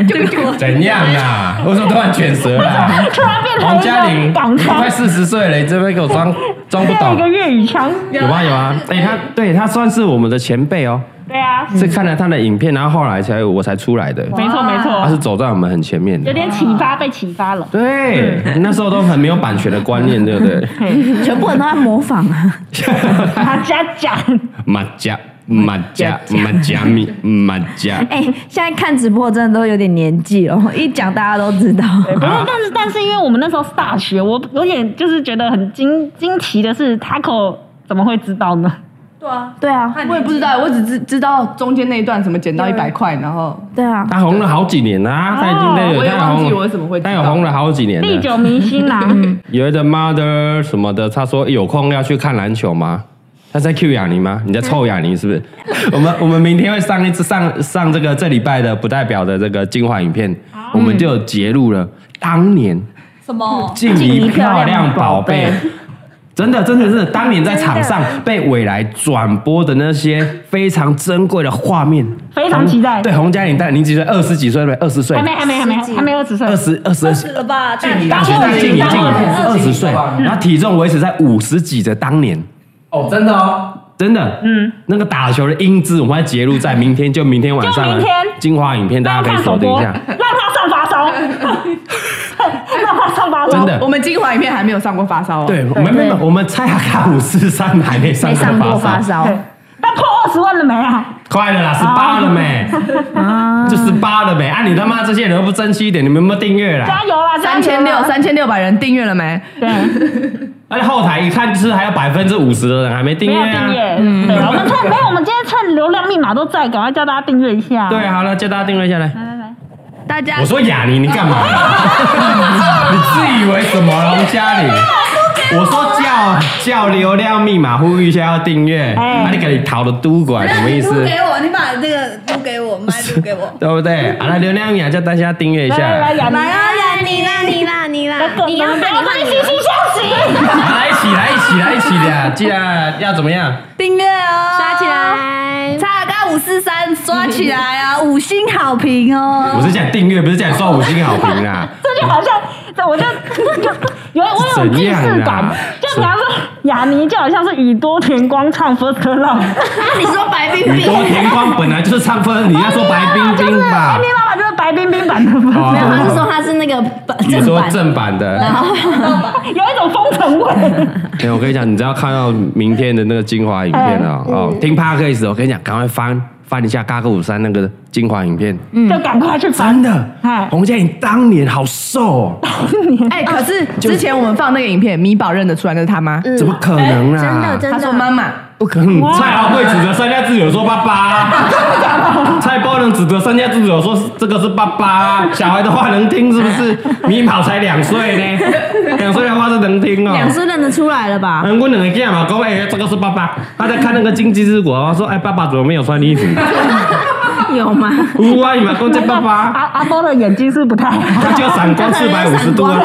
[SPEAKER 4] 这个这个，
[SPEAKER 1] 怎样啦？为什么突然卷舌 <laughs> 啦？
[SPEAKER 3] 突然变成
[SPEAKER 1] 洪嘉
[SPEAKER 3] 一
[SPEAKER 1] 玲，
[SPEAKER 3] 个港
[SPEAKER 1] 你
[SPEAKER 3] 腔
[SPEAKER 1] 快，四十岁了，你这边给我装装不
[SPEAKER 3] 变成一个
[SPEAKER 1] 懂？
[SPEAKER 3] 粤语腔。
[SPEAKER 1] <laughs> 有啊有啊，哎、他对他算是我们的前辈哦，
[SPEAKER 3] 对啊，
[SPEAKER 4] 嗯
[SPEAKER 1] 是看了他的影片，然后后来才我才出来的，
[SPEAKER 3] 没错没
[SPEAKER 1] 他
[SPEAKER 3] 错
[SPEAKER 1] 是，走在我们很前面
[SPEAKER 3] 有
[SPEAKER 1] 的。
[SPEAKER 3] 点启发，被启发 <laughs> 了。
[SPEAKER 1] 对，
[SPEAKER 4] 嗯
[SPEAKER 1] 那时候都很没有版权的观念，对不对？
[SPEAKER 2] <laughs>
[SPEAKER 1] <laughs>
[SPEAKER 2] 全部人都在模仿啊！
[SPEAKER 3] 他家讲，
[SPEAKER 1] 马甲马甲马甲米马甲，
[SPEAKER 2] 哎，现在看直播真的都有点年纪哦，一讲大家都知道。
[SPEAKER 3] 对，不是，但是但是，因为我们那时候是大学，我有点就是觉得很惊惊奇的是，Taco 怎么会知道呢？
[SPEAKER 2] 对啊，
[SPEAKER 4] 我也不知道，我只知知道中间那一段什么捡到一百块，然后
[SPEAKER 2] 对啊，
[SPEAKER 1] 他红了好几年啦，他已经在
[SPEAKER 4] 哦我也
[SPEAKER 1] 他
[SPEAKER 4] 忘记我
[SPEAKER 1] 红，
[SPEAKER 4] 怎么会知
[SPEAKER 1] 他有
[SPEAKER 4] 道
[SPEAKER 1] 红。了好几年了。
[SPEAKER 3] 历久弥新啦，
[SPEAKER 1] 有一个 mother 什么的，他说哎有空要去看篮球吗？他在 Q 雅尼吗？你在臭雅尼是
[SPEAKER 3] <laughs>
[SPEAKER 1] 不是？我们我们明天会上一次上上这个这礼拜的不代表的这个精华影片，我们就有截录了当年
[SPEAKER 5] 什么？
[SPEAKER 1] 静
[SPEAKER 2] 怡
[SPEAKER 1] 怡
[SPEAKER 2] 漂
[SPEAKER 1] 漂
[SPEAKER 2] 亮
[SPEAKER 1] 亮
[SPEAKER 2] 宝
[SPEAKER 1] 宝贝
[SPEAKER 2] 贝。
[SPEAKER 1] 真的，真的，真的，当年在场上被未来转播的那些非常珍贵的画面，
[SPEAKER 3] 非常期待
[SPEAKER 1] 对，洪嘉玲，但你几岁？二十几岁对不对？二十岁
[SPEAKER 3] 还，没还没还没还没二十岁
[SPEAKER 1] 二，十二十二十
[SPEAKER 7] 了吧？但
[SPEAKER 1] 啊大学在静怡，静怡二十岁，然后体重维持在五十几的当年，
[SPEAKER 9] 哦，真的哦，
[SPEAKER 1] 真的，嗯，那个打球的英姿，我们会截录在明天，就明天晚上
[SPEAKER 3] 就
[SPEAKER 1] 了
[SPEAKER 3] 明天
[SPEAKER 1] 精华影片，大
[SPEAKER 3] 让
[SPEAKER 1] 家可
[SPEAKER 3] 他
[SPEAKER 1] 以锁
[SPEAKER 3] 首
[SPEAKER 1] 定一
[SPEAKER 3] 播，
[SPEAKER 1] 下
[SPEAKER 3] 哦让。他上发烧，让他上发烧，
[SPEAKER 1] 真的
[SPEAKER 4] 我们精华影片还没有上过发烧哦。
[SPEAKER 1] 对，我们没有，我们蔡雅卡五四三还没上
[SPEAKER 2] 没上过
[SPEAKER 1] 过
[SPEAKER 2] 发
[SPEAKER 1] 发烧，
[SPEAKER 2] 烧
[SPEAKER 3] 对那破二十万了没啊？
[SPEAKER 1] 快了啦，十八了没？ <laughs> 就十八了没？啊，你他妈这些人都不珍惜一点，你们有没有订阅啦？
[SPEAKER 3] 加油啦，加
[SPEAKER 4] 三
[SPEAKER 3] 油
[SPEAKER 4] 千六，
[SPEAKER 3] 啦！
[SPEAKER 4] 三千六百人订阅了没？
[SPEAKER 3] 对，
[SPEAKER 1] 而且后台一看，就是还有百分之五十的人还没订
[SPEAKER 3] 没
[SPEAKER 1] 阅
[SPEAKER 3] 有订
[SPEAKER 1] 啊。
[SPEAKER 3] 阅，对，我们趁没有，我们今天趁流量密码都在，赶快叫大家订阅一下。
[SPEAKER 1] 对，好了，叫大家订阅下来。
[SPEAKER 5] 大家
[SPEAKER 1] 我说雅尼，你干嘛？你自以为什么？洪嘉玲，我说叫叫流量密码呼吁一下要订阅，
[SPEAKER 3] 哎
[SPEAKER 1] 啊，你给你讨的都管什么意思
[SPEAKER 5] 你？给我，你把这个都给我，麦都给我。
[SPEAKER 1] 对不对？啊，那流量密码叫大家订阅一
[SPEAKER 3] 来
[SPEAKER 1] 下，
[SPEAKER 3] 来来，雅
[SPEAKER 10] 来
[SPEAKER 3] 尼，
[SPEAKER 10] 啊，来你啦，你啦，你 <laughs> 啦，
[SPEAKER 3] 你要打开信息消息。
[SPEAKER 1] 啊来一起来一起来一起的，既然要怎么样？
[SPEAKER 5] 订阅哦，
[SPEAKER 10] 刷起！ <laughs> 来！
[SPEAKER 5] 蔡雅刚五四三刷起来啊，五星好评
[SPEAKER 1] 我
[SPEAKER 5] 哦。
[SPEAKER 1] 是讲订阅，不是讲刷五星好评啦。
[SPEAKER 3] 这就好像，这我就有我有
[SPEAKER 1] 怎
[SPEAKER 3] 既
[SPEAKER 1] 样啊
[SPEAKER 3] 视感
[SPEAKER 1] 啦，
[SPEAKER 3] 就比方说雅尼就好像是宇多田光唱《First Love》，
[SPEAKER 2] 你说白冰
[SPEAKER 1] 宇
[SPEAKER 2] 冰，
[SPEAKER 1] 多田光本来就是唱分，你要说白冰冰吧
[SPEAKER 3] 艾米？妈妈就是白冰冰版的 First
[SPEAKER 1] 哦
[SPEAKER 3] Love，
[SPEAKER 2] 没有，他是说他是那个本
[SPEAKER 1] 你
[SPEAKER 2] 正
[SPEAKER 1] 说
[SPEAKER 2] 版。
[SPEAKER 1] 正版的，哦
[SPEAKER 3] 有一种风尘味。
[SPEAKER 1] 哎、我跟你讲，你只要看到明天的那个精华影片
[SPEAKER 10] <laughs>
[SPEAKER 1] 啊、
[SPEAKER 10] 嗯
[SPEAKER 1] 哦，听 podcast，我跟你讲，赶快翻翻一下《嘎哥五三》那个精华影片，
[SPEAKER 10] 嗯
[SPEAKER 3] 就赶快去翻。
[SPEAKER 1] 真的
[SPEAKER 3] 哎，
[SPEAKER 1] 洪嘉颖当年好瘦、哦，
[SPEAKER 4] 哎，可
[SPEAKER 1] 啊
[SPEAKER 4] 是之前我们放那个影片，米宝认得出来那是他吗？
[SPEAKER 1] 怎么可能
[SPEAKER 10] 嗯哎真
[SPEAKER 1] 啊？
[SPEAKER 10] 的真
[SPEAKER 4] 他
[SPEAKER 10] 的，
[SPEAKER 4] 说妈妈，
[SPEAKER 1] 不可能！蔡老贵指着三家之友说爸
[SPEAKER 10] <laughs>
[SPEAKER 1] 爸，蔡包能指着三家之友说这个是爸爸，小孩的话能听是不
[SPEAKER 10] <laughs>
[SPEAKER 1] 是？米跑才两岁呢，两岁的话是能听哦。
[SPEAKER 2] 两岁认得出来了
[SPEAKER 4] 啊
[SPEAKER 2] 吧？
[SPEAKER 1] 嗯，我两个囝嘛，讲哎、欸，这个是爸爸。他在看那个经济之国，我说哎、爸爸怎么没有穿
[SPEAKER 4] <laughs>
[SPEAKER 1] 衣服？
[SPEAKER 2] 有吗？
[SPEAKER 1] 呜啊，你们公这爸
[SPEAKER 3] 阿
[SPEAKER 4] <laughs>
[SPEAKER 1] 爸，
[SPEAKER 3] 阿波的眼睛是不太好，
[SPEAKER 1] 他就闪光四百五十度啊！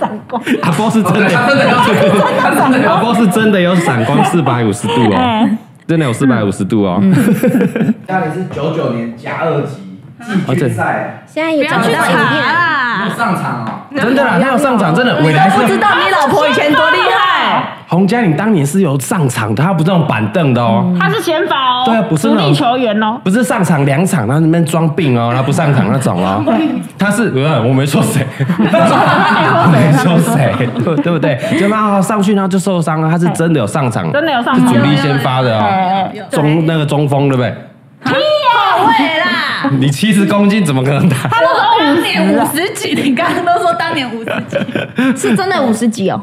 [SPEAKER 3] 闪光。
[SPEAKER 1] 阿波哦是真的，
[SPEAKER 9] 他真的有闪光他真的有
[SPEAKER 1] 阿波是真的有闪光四百五十度哦
[SPEAKER 3] <laughs>
[SPEAKER 4] <laughs>
[SPEAKER 3] 哎，
[SPEAKER 1] 真的有四百五十度哦。
[SPEAKER 4] 嗯
[SPEAKER 9] 家里是九九年甲二级季军赛，
[SPEAKER 10] 现在也找
[SPEAKER 5] 去
[SPEAKER 10] 得到
[SPEAKER 5] 查
[SPEAKER 10] 影片了。
[SPEAKER 5] 啦，
[SPEAKER 9] 有上场哦。
[SPEAKER 1] 真的啦，他有上场，真的。未来
[SPEAKER 4] 不知
[SPEAKER 1] 是
[SPEAKER 4] 道你老婆以前多厉害，
[SPEAKER 1] 洪嘉玲当年是有上场的，他不是那种板凳的
[SPEAKER 4] 嗯
[SPEAKER 1] 哦，
[SPEAKER 3] 他是先发哦，
[SPEAKER 1] 对啊不是
[SPEAKER 3] 主
[SPEAKER 1] 那种
[SPEAKER 3] 力球员哦。
[SPEAKER 1] 不是上场两场，然后那边装病哦，然后不上场那种 <laughs> 哦。他是，呃我没说谁，
[SPEAKER 3] <laughs>
[SPEAKER 1] 我没说谁，对对不对？就然后上去，然后就受伤了，他是真的有上场，
[SPEAKER 3] 哎真的有上
[SPEAKER 1] 是
[SPEAKER 3] 场
[SPEAKER 1] 主力先发的哦
[SPEAKER 3] 哎，
[SPEAKER 1] 中那个中锋对不对？
[SPEAKER 5] 对啦，
[SPEAKER 3] 啊
[SPEAKER 1] 你七十公斤怎么可能打？
[SPEAKER 5] 他都说当年五十几，你刚刚都说当年五十
[SPEAKER 7] <laughs>
[SPEAKER 5] 几，
[SPEAKER 2] 是真的五十几哦。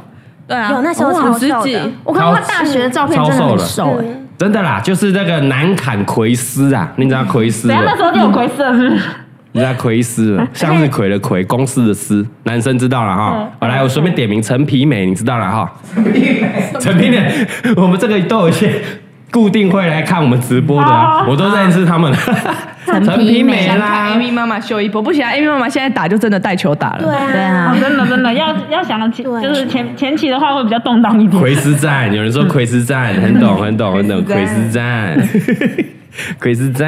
[SPEAKER 5] 对啊
[SPEAKER 10] 有那时候超瘦的，
[SPEAKER 2] 我看过他大学的照片，
[SPEAKER 1] 超
[SPEAKER 2] 真的
[SPEAKER 1] 瘦
[SPEAKER 2] 很
[SPEAKER 1] 了
[SPEAKER 2] 瘦哎。
[SPEAKER 1] 真的啦，就是那个南坎奎斯啊，嗯你知道奎斯
[SPEAKER 3] 等下那
[SPEAKER 1] 了，
[SPEAKER 3] 时候就有奎瑟是不是？
[SPEAKER 1] 你知道奎斯了，向日葵的葵，公司的司，男生知道了哈
[SPEAKER 3] 嗯。
[SPEAKER 1] 好，来我随便点名，陈皮美，你知道了哈。陈皮美， <laughs> 我们这个都有一些固定会来看我们直播的啊，
[SPEAKER 3] 哦
[SPEAKER 1] 我都认识他们了。陈皮美
[SPEAKER 4] 想
[SPEAKER 1] 啦
[SPEAKER 4] 看，Amy 妈妈秀一波，不行啊，Amy 妈妈现在打就真的带球打
[SPEAKER 10] 对
[SPEAKER 4] 了。
[SPEAKER 2] 对
[SPEAKER 10] 啊，
[SPEAKER 2] 啊
[SPEAKER 3] 哦，，真的真的要要想到前，
[SPEAKER 10] 对
[SPEAKER 3] 就是前前期的话会比较动荡一点。
[SPEAKER 1] 奎斯站，有人说奎斯 <laughs> 站，很懂很懂很懂，奎斯站。 <laughs> 奎斯站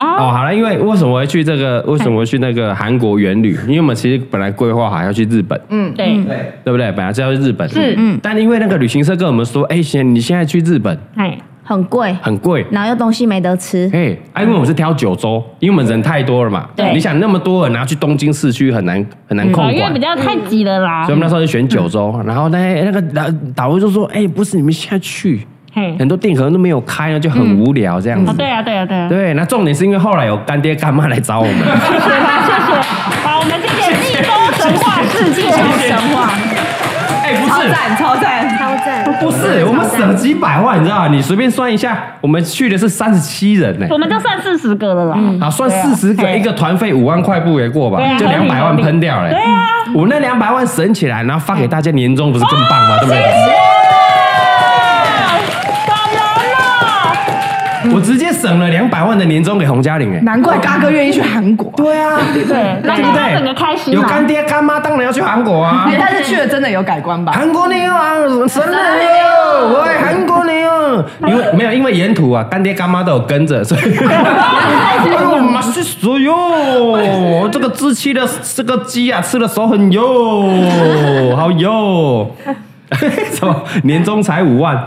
[SPEAKER 1] 哦，好了，因为为什么会去这个？为什么会去那个韩国元旅？因为我们其实本来规划好要去日本，
[SPEAKER 3] 对，
[SPEAKER 9] 对，
[SPEAKER 1] 对不对？本来是要去日本，
[SPEAKER 3] 是
[SPEAKER 1] 嗯。但因为那个旅行社跟我们说，哎，先你现在去日本
[SPEAKER 3] 哎，
[SPEAKER 2] 很贵，
[SPEAKER 1] 很贵，
[SPEAKER 2] 然后又东西没得吃。
[SPEAKER 1] 哎，啊，因为我们是挑九州，因为我们人太多了嘛。
[SPEAKER 3] 对
[SPEAKER 1] 你想那么多人，然后去东京市区很难很难控
[SPEAKER 3] 哦
[SPEAKER 1] 管，
[SPEAKER 3] 因为比较太急了啦
[SPEAKER 1] 所以我。们那时候就选九州，然后呢，那个导导游就说：“哎、不是你们现在去，
[SPEAKER 3] 嘿，
[SPEAKER 1] 很多店可能都没有开呢，就很无聊这样子。
[SPEAKER 3] 哦，对啊，对啊，对啊。
[SPEAKER 1] 对，那重点是因为后来有干爹干妈来找我们，
[SPEAKER 3] 谢谢，好，我们谢谢济州神话世界。
[SPEAKER 4] 神话，
[SPEAKER 1] 哎、不
[SPEAKER 4] 超
[SPEAKER 1] 是。
[SPEAKER 4] 赞超赞！
[SPEAKER 10] 超赞！
[SPEAKER 1] 不是，我们省几百万，你知道吗？你随便算一下，我们去的是三十七人呢、
[SPEAKER 3] 我们就算四十个了啦。
[SPEAKER 1] 好，啊算四十个，
[SPEAKER 3] 嗯啊嘿
[SPEAKER 1] 一个团费五万块不为过吧？
[SPEAKER 3] 对啊
[SPEAKER 1] 就
[SPEAKER 3] 合
[SPEAKER 1] 两
[SPEAKER 3] 理
[SPEAKER 1] 百
[SPEAKER 3] 合
[SPEAKER 1] 万
[SPEAKER 3] 理
[SPEAKER 1] 喷掉嘞、
[SPEAKER 3] 对啊
[SPEAKER 1] 我那两百万省起来，然后发给大家年终，不是更棒
[SPEAKER 3] 啊
[SPEAKER 1] 吗？对不对？
[SPEAKER 3] 感人了，
[SPEAKER 1] 我直接省了两百万的年终给洪嘉玲哎、
[SPEAKER 4] 难怪嘎哥愿意去韩国，
[SPEAKER 1] 对啊，
[SPEAKER 3] 对，那
[SPEAKER 1] 对
[SPEAKER 3] 大
[SPEAKER 1] 不
[SPEAKER 3] 家
[SPEAKER 1] 对？
[SPEAKER 3] 整个开心啊哦
[SPEAKER 1] 有
[SPEAKER 3] 嘛。
[SPEAKER 1] 干爹干妈，当然要去韩国啊。
[SPEAKER 4] 但是去了真的有改观吧？
[SPEAKER 1] 韩国妞啊，神人哟，我爱韩国妞。因为没有，因为沿途啊，干爹干妈都有跟着，所以。 <laughs> 哎呦，马西索哟，这个自期的这个鸡啊，吃的手很油，好油。 <laughs> 什么？年终才五万？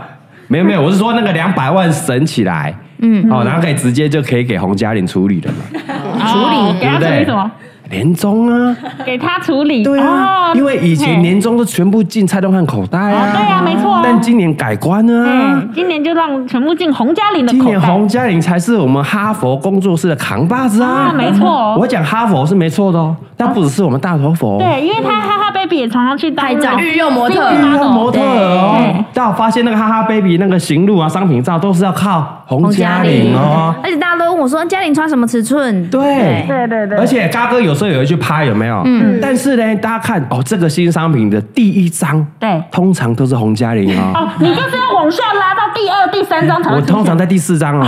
[SPEAKER 1] 没有没有，我是说那个两百万省起来，嗯，哦，然后可以直接就可以给洪嘉玲处理了嘛，
[SPEAKER 3] 处理，给
[SPEAKER 1] 对
[SPEAKER 3] 他
[SPEAKER 1] 不
[SPEAKER 3] 处理
[SPEAKER 1] 对
[SPEAKER 3] 什么？？
[SPEAKER 1] 年终啊。
[SPEAKER 3] 给他处理。
[SPEAKER 1] 对啊，
[SPEAKER 3] 哦
[SPEAKER 1] 因为以前
[SPEAKER 3] 嘿
[SPEAKER 1] 年终都全部进蔡东汉口袋啊，
[SPEAKER 3] 啊对啊没错啊
[SPEAKER 1] 但今年改观啊，
[SPEAKER 3] 嗯，今年就让全部进洪嘉玲的
[SPEAKER 1] 今
[SPEAKER 3] 口
[SPEAKER 1] 年洪
[SPEAKER 3] 袋。
[SPEAKER 1] 嘉玲才是我们哈佛工作室的扛把子啊
[SPEAKER 3] 啊，，没错哦。
[SPEAKER 1] 我讲哈佛是没错的哦，但不只是我们大头佛，，
[SPEAKER 3] 对，因为他哈哈 baby 也常常去拍
[SPEAKER 4] 照御用模特
[SPEAKER 1] 用模特儿哦，但我发现那个哈哈 baby 啊那个行路啊、商品照都是要靠洪嘉玲哦。
[SPEAKER 2] 而且大家都问我说嘉玲穿什么尺寸？
[SPEAKER 1] 对
[SPEAKER 3] 对对对
[SPEAKER 1] 而且嘎哥有时候也会去拍，有没有？嗯。但是呢，大家看哦，这个新商品的第一张，
[SPEAKER 3] 对
[SPEAKER 1] 通常都是洪嘉玲
[SPEAKER 3] <laughs>
[SPEAKER 1] 哦。
[SPEAKER 3] 哦，你就是要往下拉到第二、第三张才
[SPEAKER 1] <laughs>
[SPEAKER 3] 会
[SPEAKER 1] 我
[SPEAKER 3] 出现
[SPEAKER 1] 通常在第四张
[SPEAKER 3] <laughs>
[SPEAKER 1] 哦。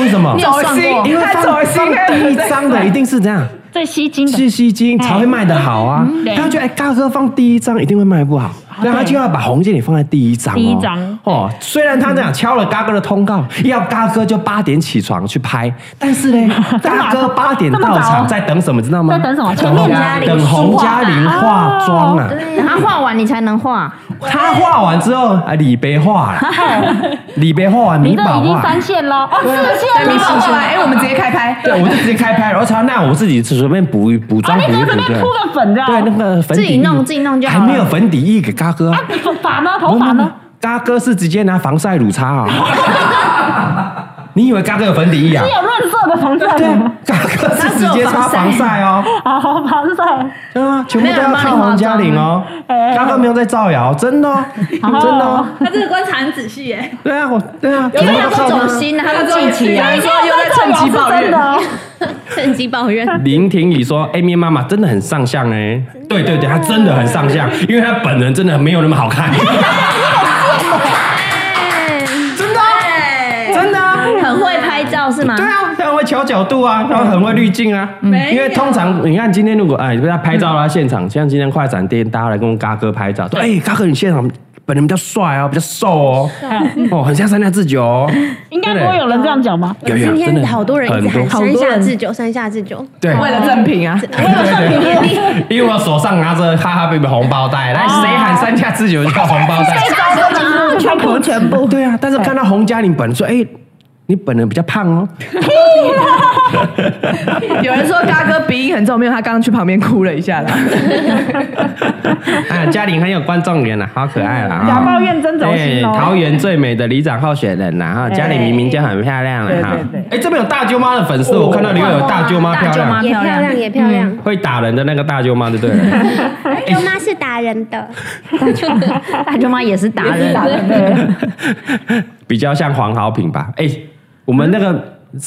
[SPEAKER 1] 为什么？
[SPEAKER 2] 有算过？
[SPEAKER 1] 因为
[SPEAKER 4] 他
[SPEAKER 1] 放
[SPEAKER 4] 走心
[SPEAKER 1] 放
[SPEAKER 4] 了
[SPEAKER 1] 第一张的一定是这样，
[SPEAKER 3] 最吸睛的。
[SPEAKER 1] 是吸睛才会卖得好啊。
[SPEAKER 3] 对
[SPEAKER 1] 他觉得哎，嘎哥放第一张一定会卖不好，那他就要把红建里放在第一张哦。
[SPEAKER 3] 啊第一张
[SPEAKER 1] 哦，虽然他这样敲了嘎哥的通告，要嘎哥就八点起床去拍，但是
[SPEAKER 3] <laughs>
[SPEAKER 1] 呢，嘎哥八点到场在等什么？知道吗？
[SPEAKER 3] 在等什么
[SPEAKER 1] 等
[SPEAKER 3] 前面
[SPEAKER 1] 红
[SPEAKER 3] 嘉玲
[SPEAKER 1] 等洪嘉玲化妆
[SPEAKER 3] 哦
[SPEAKER 1] 啊。
[SPEAKER 2] 然后画完你才能画，
[SPEAKER 1] 他画完之后，啊，李白画
[SPEAKER 3] <laughs>
[SPEAKER 1] 了，李白画完，
[SPEAKER 3] 你
[SPEAKER 1] 米
[SPEAKER 3] 这
[SPEAKER 1] 宝
[SPEAKER 3] 已经
[SPEAKER 1] 画了
[SPEAKER 3] 三。线了，哦，四线了，
[SPEAKER 4] 哎，我们直接开拍。
[SPEAKER 1] 对，我就直接开拍，然后他那我自己随便补一补
[SPEAKER 3] 啊，
[SPEAKER 1] 妆
[SPEAKER 3] 你
[SPEAKER 1] 补一
[SPEAKER 3] 只是
[SPEAKER 1] 补
[SPEAKER 3] 随便
[SPEAKER 1] 对
[SPEAKER 3] 铺。个粉啊这样。
[SPEAKER 1] 对，那个粉底
[SPEAKER 2] 自己
[SPEAKER 1] 液
[SPEAKER 2] 弄自己弄就好
[SPEAKER 1] 还
[SPEAKER 2] 了
[SPEAKER 1] 没有粉底液给嘎哥啊
[SPEAKER 3] 啊，你发呢？
[SPEAKER 1] 不
[SPEAKER 3] 头发呢？？
[SPEAKER 1] 不嘎哥是直接拿防晒乳擦啊！你以为嘎哥有粉底液啊
[SPEAKER 3] 是？有润色的防晒
[SPEAKER 1] 对
[SPEAKER 3] 吗
[SPEAKER 1] 啊？，嘎哥是直接擦防晒哦，
[SPEAKER 3] 啊，好防晒。
[SPEAKER 1] 对啊，全部都要靠洪嘉玲哦
[SPEAKER 3] 没有人帮你化妆。
[SPEAKER 1] 嘎哥没有在造谣，真的哦，真的哦，
[SPEAKER 7] 他这个观察很仔细耶，
[SPEAKER 1] 对啊，我对啊，
[SPEAKER 2] 因
[SPEAKER 1] 全
[SPEAKER 2] 为
[SPEAKER 1] 部
[SPEAKER 2] 他
[SPEAKER 1] 都
[SPEAKER 2] 都
[SPEAKER 1] 靠
[SPEAKER 2] 走心
[SPEAKER 5] 啊
[SPEAKER 2] 了，他都记起来。
[SPEAKER 4] 你说又在趁机抱
[SPEAKER 3] 真
[SPEAKER 4] 怨
[SPEAKER 3] 的，哦，
[SPEAKER 7] 趁机抱怨。
[SPEAKER 1] 林婷宇说：“Amy 妈妈真的很上相哎、对对对，她真的很上相，因为她本人真的没有那么好看，
[SPEAKER 7] 真的，
[SPEAKER 1] 真的、啊。”
[SPEAKER 2] 很会拍照是吗
[SPEAKER 1] 对？啊，他会调角度啊，然后很会滤镜啊。因为通常你看今天如果哎，他拍照啦，现场像今天快闪店，大家来跟嘎哥拍照，说哎，嘎哥你现场本人比较帅哦，比较瘦哦，哦，很像三下智久哦。
[SPEAKER 3] 应该不会有人这样讲吧？
[SPEAKER 1] 有有
[SPEAKER 10] 今
[SPEAKER 1] 真
[SPEAKER 10] 天
[SPEAKER 1] 的
[SPEAKER 10] 好多人一直
[SPEAKER 1] 很
[SPEAKER 10] 喊
[SPEAKER 1] 多
[SPEAKER 10] 山下智久，山下智久。
[SPEAKER 1] 对，
[SPEAKER 4] 为了赠品啊，
[SPEAKER 1] 对对对，因为我手上拿着哈哈 baby 红包袋，来谁喊三下智久就叫红包袋。
[SPEAKER 3] 全部全部。
[SPEAKER 1] 对啊，但是看到洪嘉玲本人说，哎、你本人比较胖哦，
[SPEAKER 4] 有人说嘎哥鼻音很重，没有，他刚刚去旁边哭了一下啦。
[SPEAKER 1] 啊，嘉玲很有观众缘啊，好可爱啦、
[SPEAKER 3] 嗯假
[SPEAKER 1] 啊！
[SPEAKER 3] 抱怨真走
[SPEAKER 1] 对
[SPEAKER 3] 心哦。
[SPEAKER 1] 桃园最美的里长候选人啊呐，哈，嘉玲明明就很漂亮了哈。
[SPEAKER 3] 对对哦
[SPEAKER 1] 哎，这边有大舅妈的粉丝，我看到你有大舅妈漂
[SPEAKER 2] 大舅妈
[SPEAKER 1] 亮，嗯
[SPEAKER 10] 也漂亮，也漂亮。
[SPEAKER 1] 会打人的那个大舅妈，对不对了？ <laughs>
[SPEAKER 10] 舅妈是打人的，
[SPEAKER 2] 大舅妈也是达人，
[SPEAKER 1] 比较像黄好品吧？哎，我们那个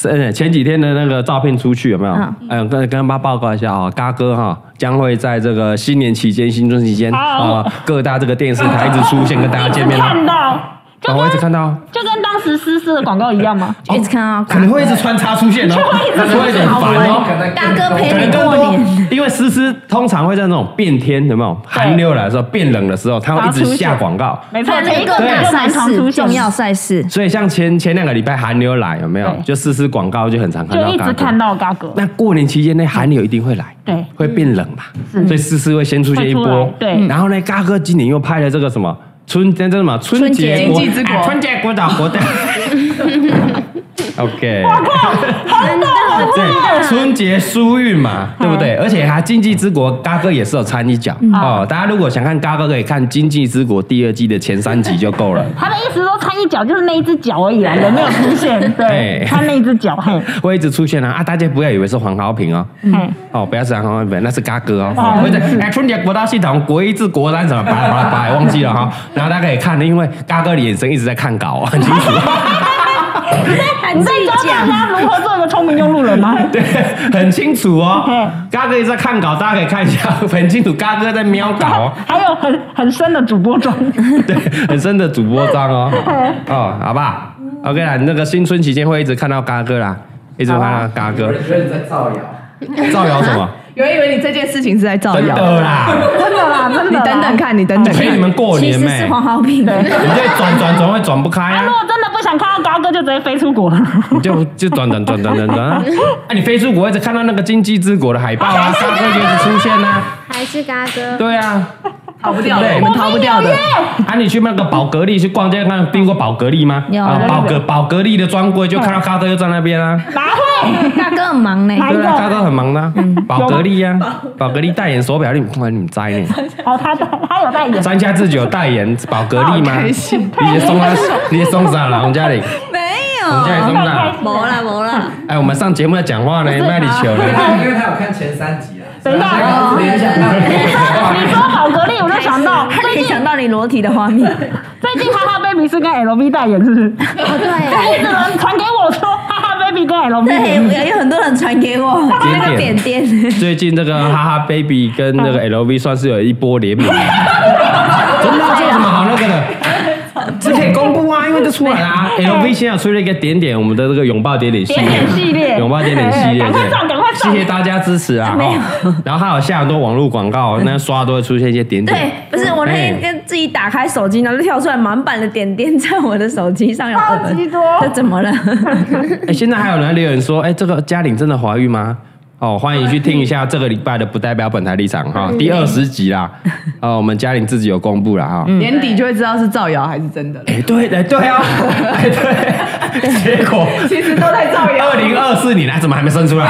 [SPEAKER 1] 呃前几天的那个照片出去有没有？嗯，跟跟妈报告一下啊，嘎哥哈将会在这个新年期间、新春期间
[SPEAKER 3] 哦
[SPEAKER 1] 啊各大这个电视台一直出现跟大家见
[SPEAKER 3] <laughs>
[SPEAKER 1] 面哦。
[SPEAKER 3] 看到，就
[SPEAKER 1] 哦我一直看到哦。
[SPEAKER 3] 就跟当时思思的广告一样
[SPEAKER 1] <laughs>
[SPEAKER 3] 吗？
[SPEAKER 2] 一直看到
[SPEAKER 1] 可能会一直穿插出现哦，那就会很
[SPEAKER 3] <laughs>
[SPEAKER 1] 烦哦。
[SPEAKER 2] 大哥陪
[SPEAKER 1] 可能
[SPEAKER 2] 你
[SPEAKER 1] 更
[SPEAKER 2] 过
[SPEAKER 1] 多
[SPEAKER 2] 年，，
[SPEAKER 1] 因为思思通常会在那种变天，有没有寒流来的时候、变冷的时候，他会一直下广告。
[SPEAKER 3] 没错，
[SPEAKER 2] 还有
[SPEAKER 3] 这一
[SPEAKER 2] 那
[SPEAKER 3] 个
[SPEAKER 2] 个大
[SPEAKER 3] 就
[SPEAKER 2] 赛
[SPEAKER 3] 蛮常
[SPEAKER 2] 事，
[SPEAKER 3] 出现
[SPEAKER 2] 重
[SPEAKER 3] 的，
[SPEAKER 2] 要赛事，
[SPEAKER 1] 所以像前前两个礼拜寒流来，有没有
[SPEAKER 3] 对？
[SPEAKER 1] 就思思广告就很常看
[SPEAKER 3] 就
[SPEAKER 1] 到。
[SPEAKER 3] 一直看。到嘎哥。
[SPEAKER 1] 那过年期间呢，寒流一定会来，
[SPEAKER 3] 对，嗯
[SPEAKER 1] 会变冷嘛，所以思思会先出现一
[SPEAKER 3] 会出来
[SPEAKER 1] 波。嗯
[SPEAKER 3] 对
[SPEAKER 1] 然后呢，嘎哥今年又拍了这个什么春，那叫什么春节国
[SPEAKER 4] 春节之国
[SPEAKER 1] 啊春节国岛国
[SPEAKER 3] <laughs>
[SPEAKER 1] 的。OK。
[SPEAKER 10] 真的
[SPEAKER 1] 对，春节疏运嘛，
[SPEAKER 3] 嗯
[SPEAKER 1] 对不对？而且还《经济之国》，嘎哥也是有参一脚哦。大家如果想看嘎哥，可以看《经济之国》第二季的前三集就够了。
[SPEAKER 3] 他的意思说，掺一脚就是那一只脚而已啊，人没有出现，对
[SPEAKER 1] <laughs> 哎，
[SPEAKER 3] 掺那一只脚， <laughs> 嘿，
[SPEAKER 1] 会一直出现啊啊！大家不要以为是黄豪平哦，
[SPEAKER 3] 嘿，
[SPEAKER 1] 哦，不要是黄豪平，那是嘎哥哦。
[SPEAKER 3] 嗯哦
[SPEAKER 1] 哦会在哎，春节国道系统国一至国三什么巴拉巴拉巴哎拉，忘记了哈。然后大家可以看，因为嘎哥的眼神一直在看稿哦，很清
[SPEAKER 3] <laughs>
[SPEAKER 1] 楚，
[SPEAKER 3] 你在教大家如何做一个聪明用路人吗？
[SPEAKER 1] 对，很清楚哦
[SPEAKER 3] 嗯。
[SPEAKER 1] 嘎哥一直在看稿，大家可以看一下，很清楚，嘎哥在瞄稿哦。
[SPEAKER 3] 还有很很深的主播 <laughs> 妆，
[SPEAKER 1] 对，很深的主播章哦，哦，好吧，OK 啦，你那个新春期间会一直看到嘎哥啦，一直看到嘎
[SPEAKER 9] 有
[SPEAKER 1] 哥，
[SPEAKER 9] 人觉得你在造谣。
[SPEAKER 1] 造谣什么？
[SPEAKER 4] <laughs> 有人以为你这件事情是在造
[SPEAKER 1] 真
[SPEAKER 4] 谣，
[SPEAKER 1] 的啦，
[SPEAKER 3] 真的啦，真
[SPEAKER 4] 你
[SPEAKER 3] 的啦。
[SPEAKER 4] 等等看，你等等
[SPEAKER 1] 陪 <laughs>
[SPEAKER 4] 看
[SPEAKER 1] 你。们过
[SPEAKER 2] 其
[SPEAKER 1] 年
[SPEAKER 2] 实
[SPEAKER 1] 妹，
[SPEAKER 2] 是
[SPEAKER 1] 你
[SPEAKER 2] 黄好品的。
[SPEAKER 1] 这转转转会转不开
[SPEAKER 3] 啊，如
[SPEAKER 1] 啊，
[SPEAKER 3] 果真的不想看到嘎哥，就直接飞出 <laughs> 国了。
[SPEAKER 1] 你就就转转转转转转啊，啊你飞出国一直看到那个经济之国的海报啊，嘎哥就一直出现啊，
[SPEAKER 10] 还是嘎哥。
[SPEAKER 1] 对啊，
[SPEAKER 4] 逃不掉的，
[SPEAKER 1] 对
[SPEAKER 4] 我们逃不掉的。
[SPEAKER 1] 啊你去那个宝格丽去逛街，看订过宝格丽吗？
[SPEAKER 2] 有
[SPEAKER 1] 啊，宝格宝格丽的专柜就看到嘎哥又在那边啊。
[SPEAKER 3] 哪会？
[SPEAKER 2] 大哥很忙呢，
[SPEAKER 3] 哪一
[SPEAKER 1] 对
[SPEAKER 3] 个
[SPEAKER 1] 啊，大家都很忙的、啊，
[SPEAKER 4] 嗯
[SPEAKER 1] 宝格丽啊，宝格丽代言手表，你哇你们摘呢？
[SPEAKER 4] <laughs>
[SPEAKER 3] 哦，他他有 <laughs> 代言，
[SPEAKER 1] 三家自己有代言宝格丽吗？
[SPEAKER 4] 好
[SPEAKER 1] 你
[SPEAKER 4] 开心
[SPEAKER 1] 也送他，你也送啥了？洪嘉玲，
[SPEAKER 5] 没有，
[SPEAKER 1] 洪嘉玲送啥？
[SPEAKER 5] 没啦没啦， <laughs>
[SPEAKER 1] 哎，我们上节目在讲话呢，卖力球呢。
[SPEAKER 9] 因为他有看前三集啊，
[SPEAKER 3] 等一下，
[SPEAKER 9] 刚联想到
[SPEAKER 3] 你说宝格丽，我就想 <laughs> 到
[SPEAKER 2] 他
[SPEAKER 3] 最
[SPEAKER 2] 联
[SPEAKER 3] 近
[SPEAKER 2] 想到你裸体的画面，
[SPEAKER 3] 最近哈哈 baby 是跟 LV 代言，是不是？
[SPEAKER 8] 哦对，
[SPEAKER 3] 一直有人传给我说 <laughs> 哈哈 baby 跟 LV
[SPEAKER 2] 对，
[SPEAKER 3] 联名
[SPEAKER 2] 有有很多人传给我那个点点，
[SPEAKER 1] <laughs> 最近这个哈哈 baby 跟那个 LV 算是有一波联名，嗯 <laughs> 真的啊这有什么好那个
[SPEAKER 3] <laughs>
[SPEAKER 1] 的？这可以公布啊，因为这出来啦、LV 现在有出了一个点点，我们的这个拥抱点点系
[SPEAKER 3] 点
[SPEAKER 1] 列
[SPEAKER 3] 点，系列，
[SPEAKER 1] 拥抱点点系列，
[SPEAKER 3] 赶快上，赶快
[SPEAKER 1] 谢
[SPEAKER 3] 上！
[SPEAKER 1] 谢大家支持啊！哦，然后还有下很多网络广告，
[SPEAKER 3] 嗯
[SPEAKER 1] 那刷都会出现一些点点。
[SPEAKER 2] 对，不是我那天跟自己打开手机，然后就跳出来满版的点点在我的手机上有耳
[SPEAKER 3] 超级
[SPEAKER 2] 纹，
[SPEAKER 3] 多，
[SPEAKER 2] 这怎么了？
[SPEAKER 1] 哎，现在还有人留言说，哎，这个嘉玲真的怀孕吗？哦，欢迎去听一下这个礼拜的不代表本台立场
[SPEAKER 3] 嗯
[SPEAKER 1] 哈、第二十集啦。哦，我们嘉玲自己有公布了哈。
[SPEAKER 4] 年底就会知道是造谣还是真的了。 <laughs>
[SPEAKER 1] 哎，对，哎，对啊，哎，对，结果
[SPEAKER 4] 其实都在造谣。
[SPEAKER 1] <laughs> 二零二四年啊，怎么还没生出来？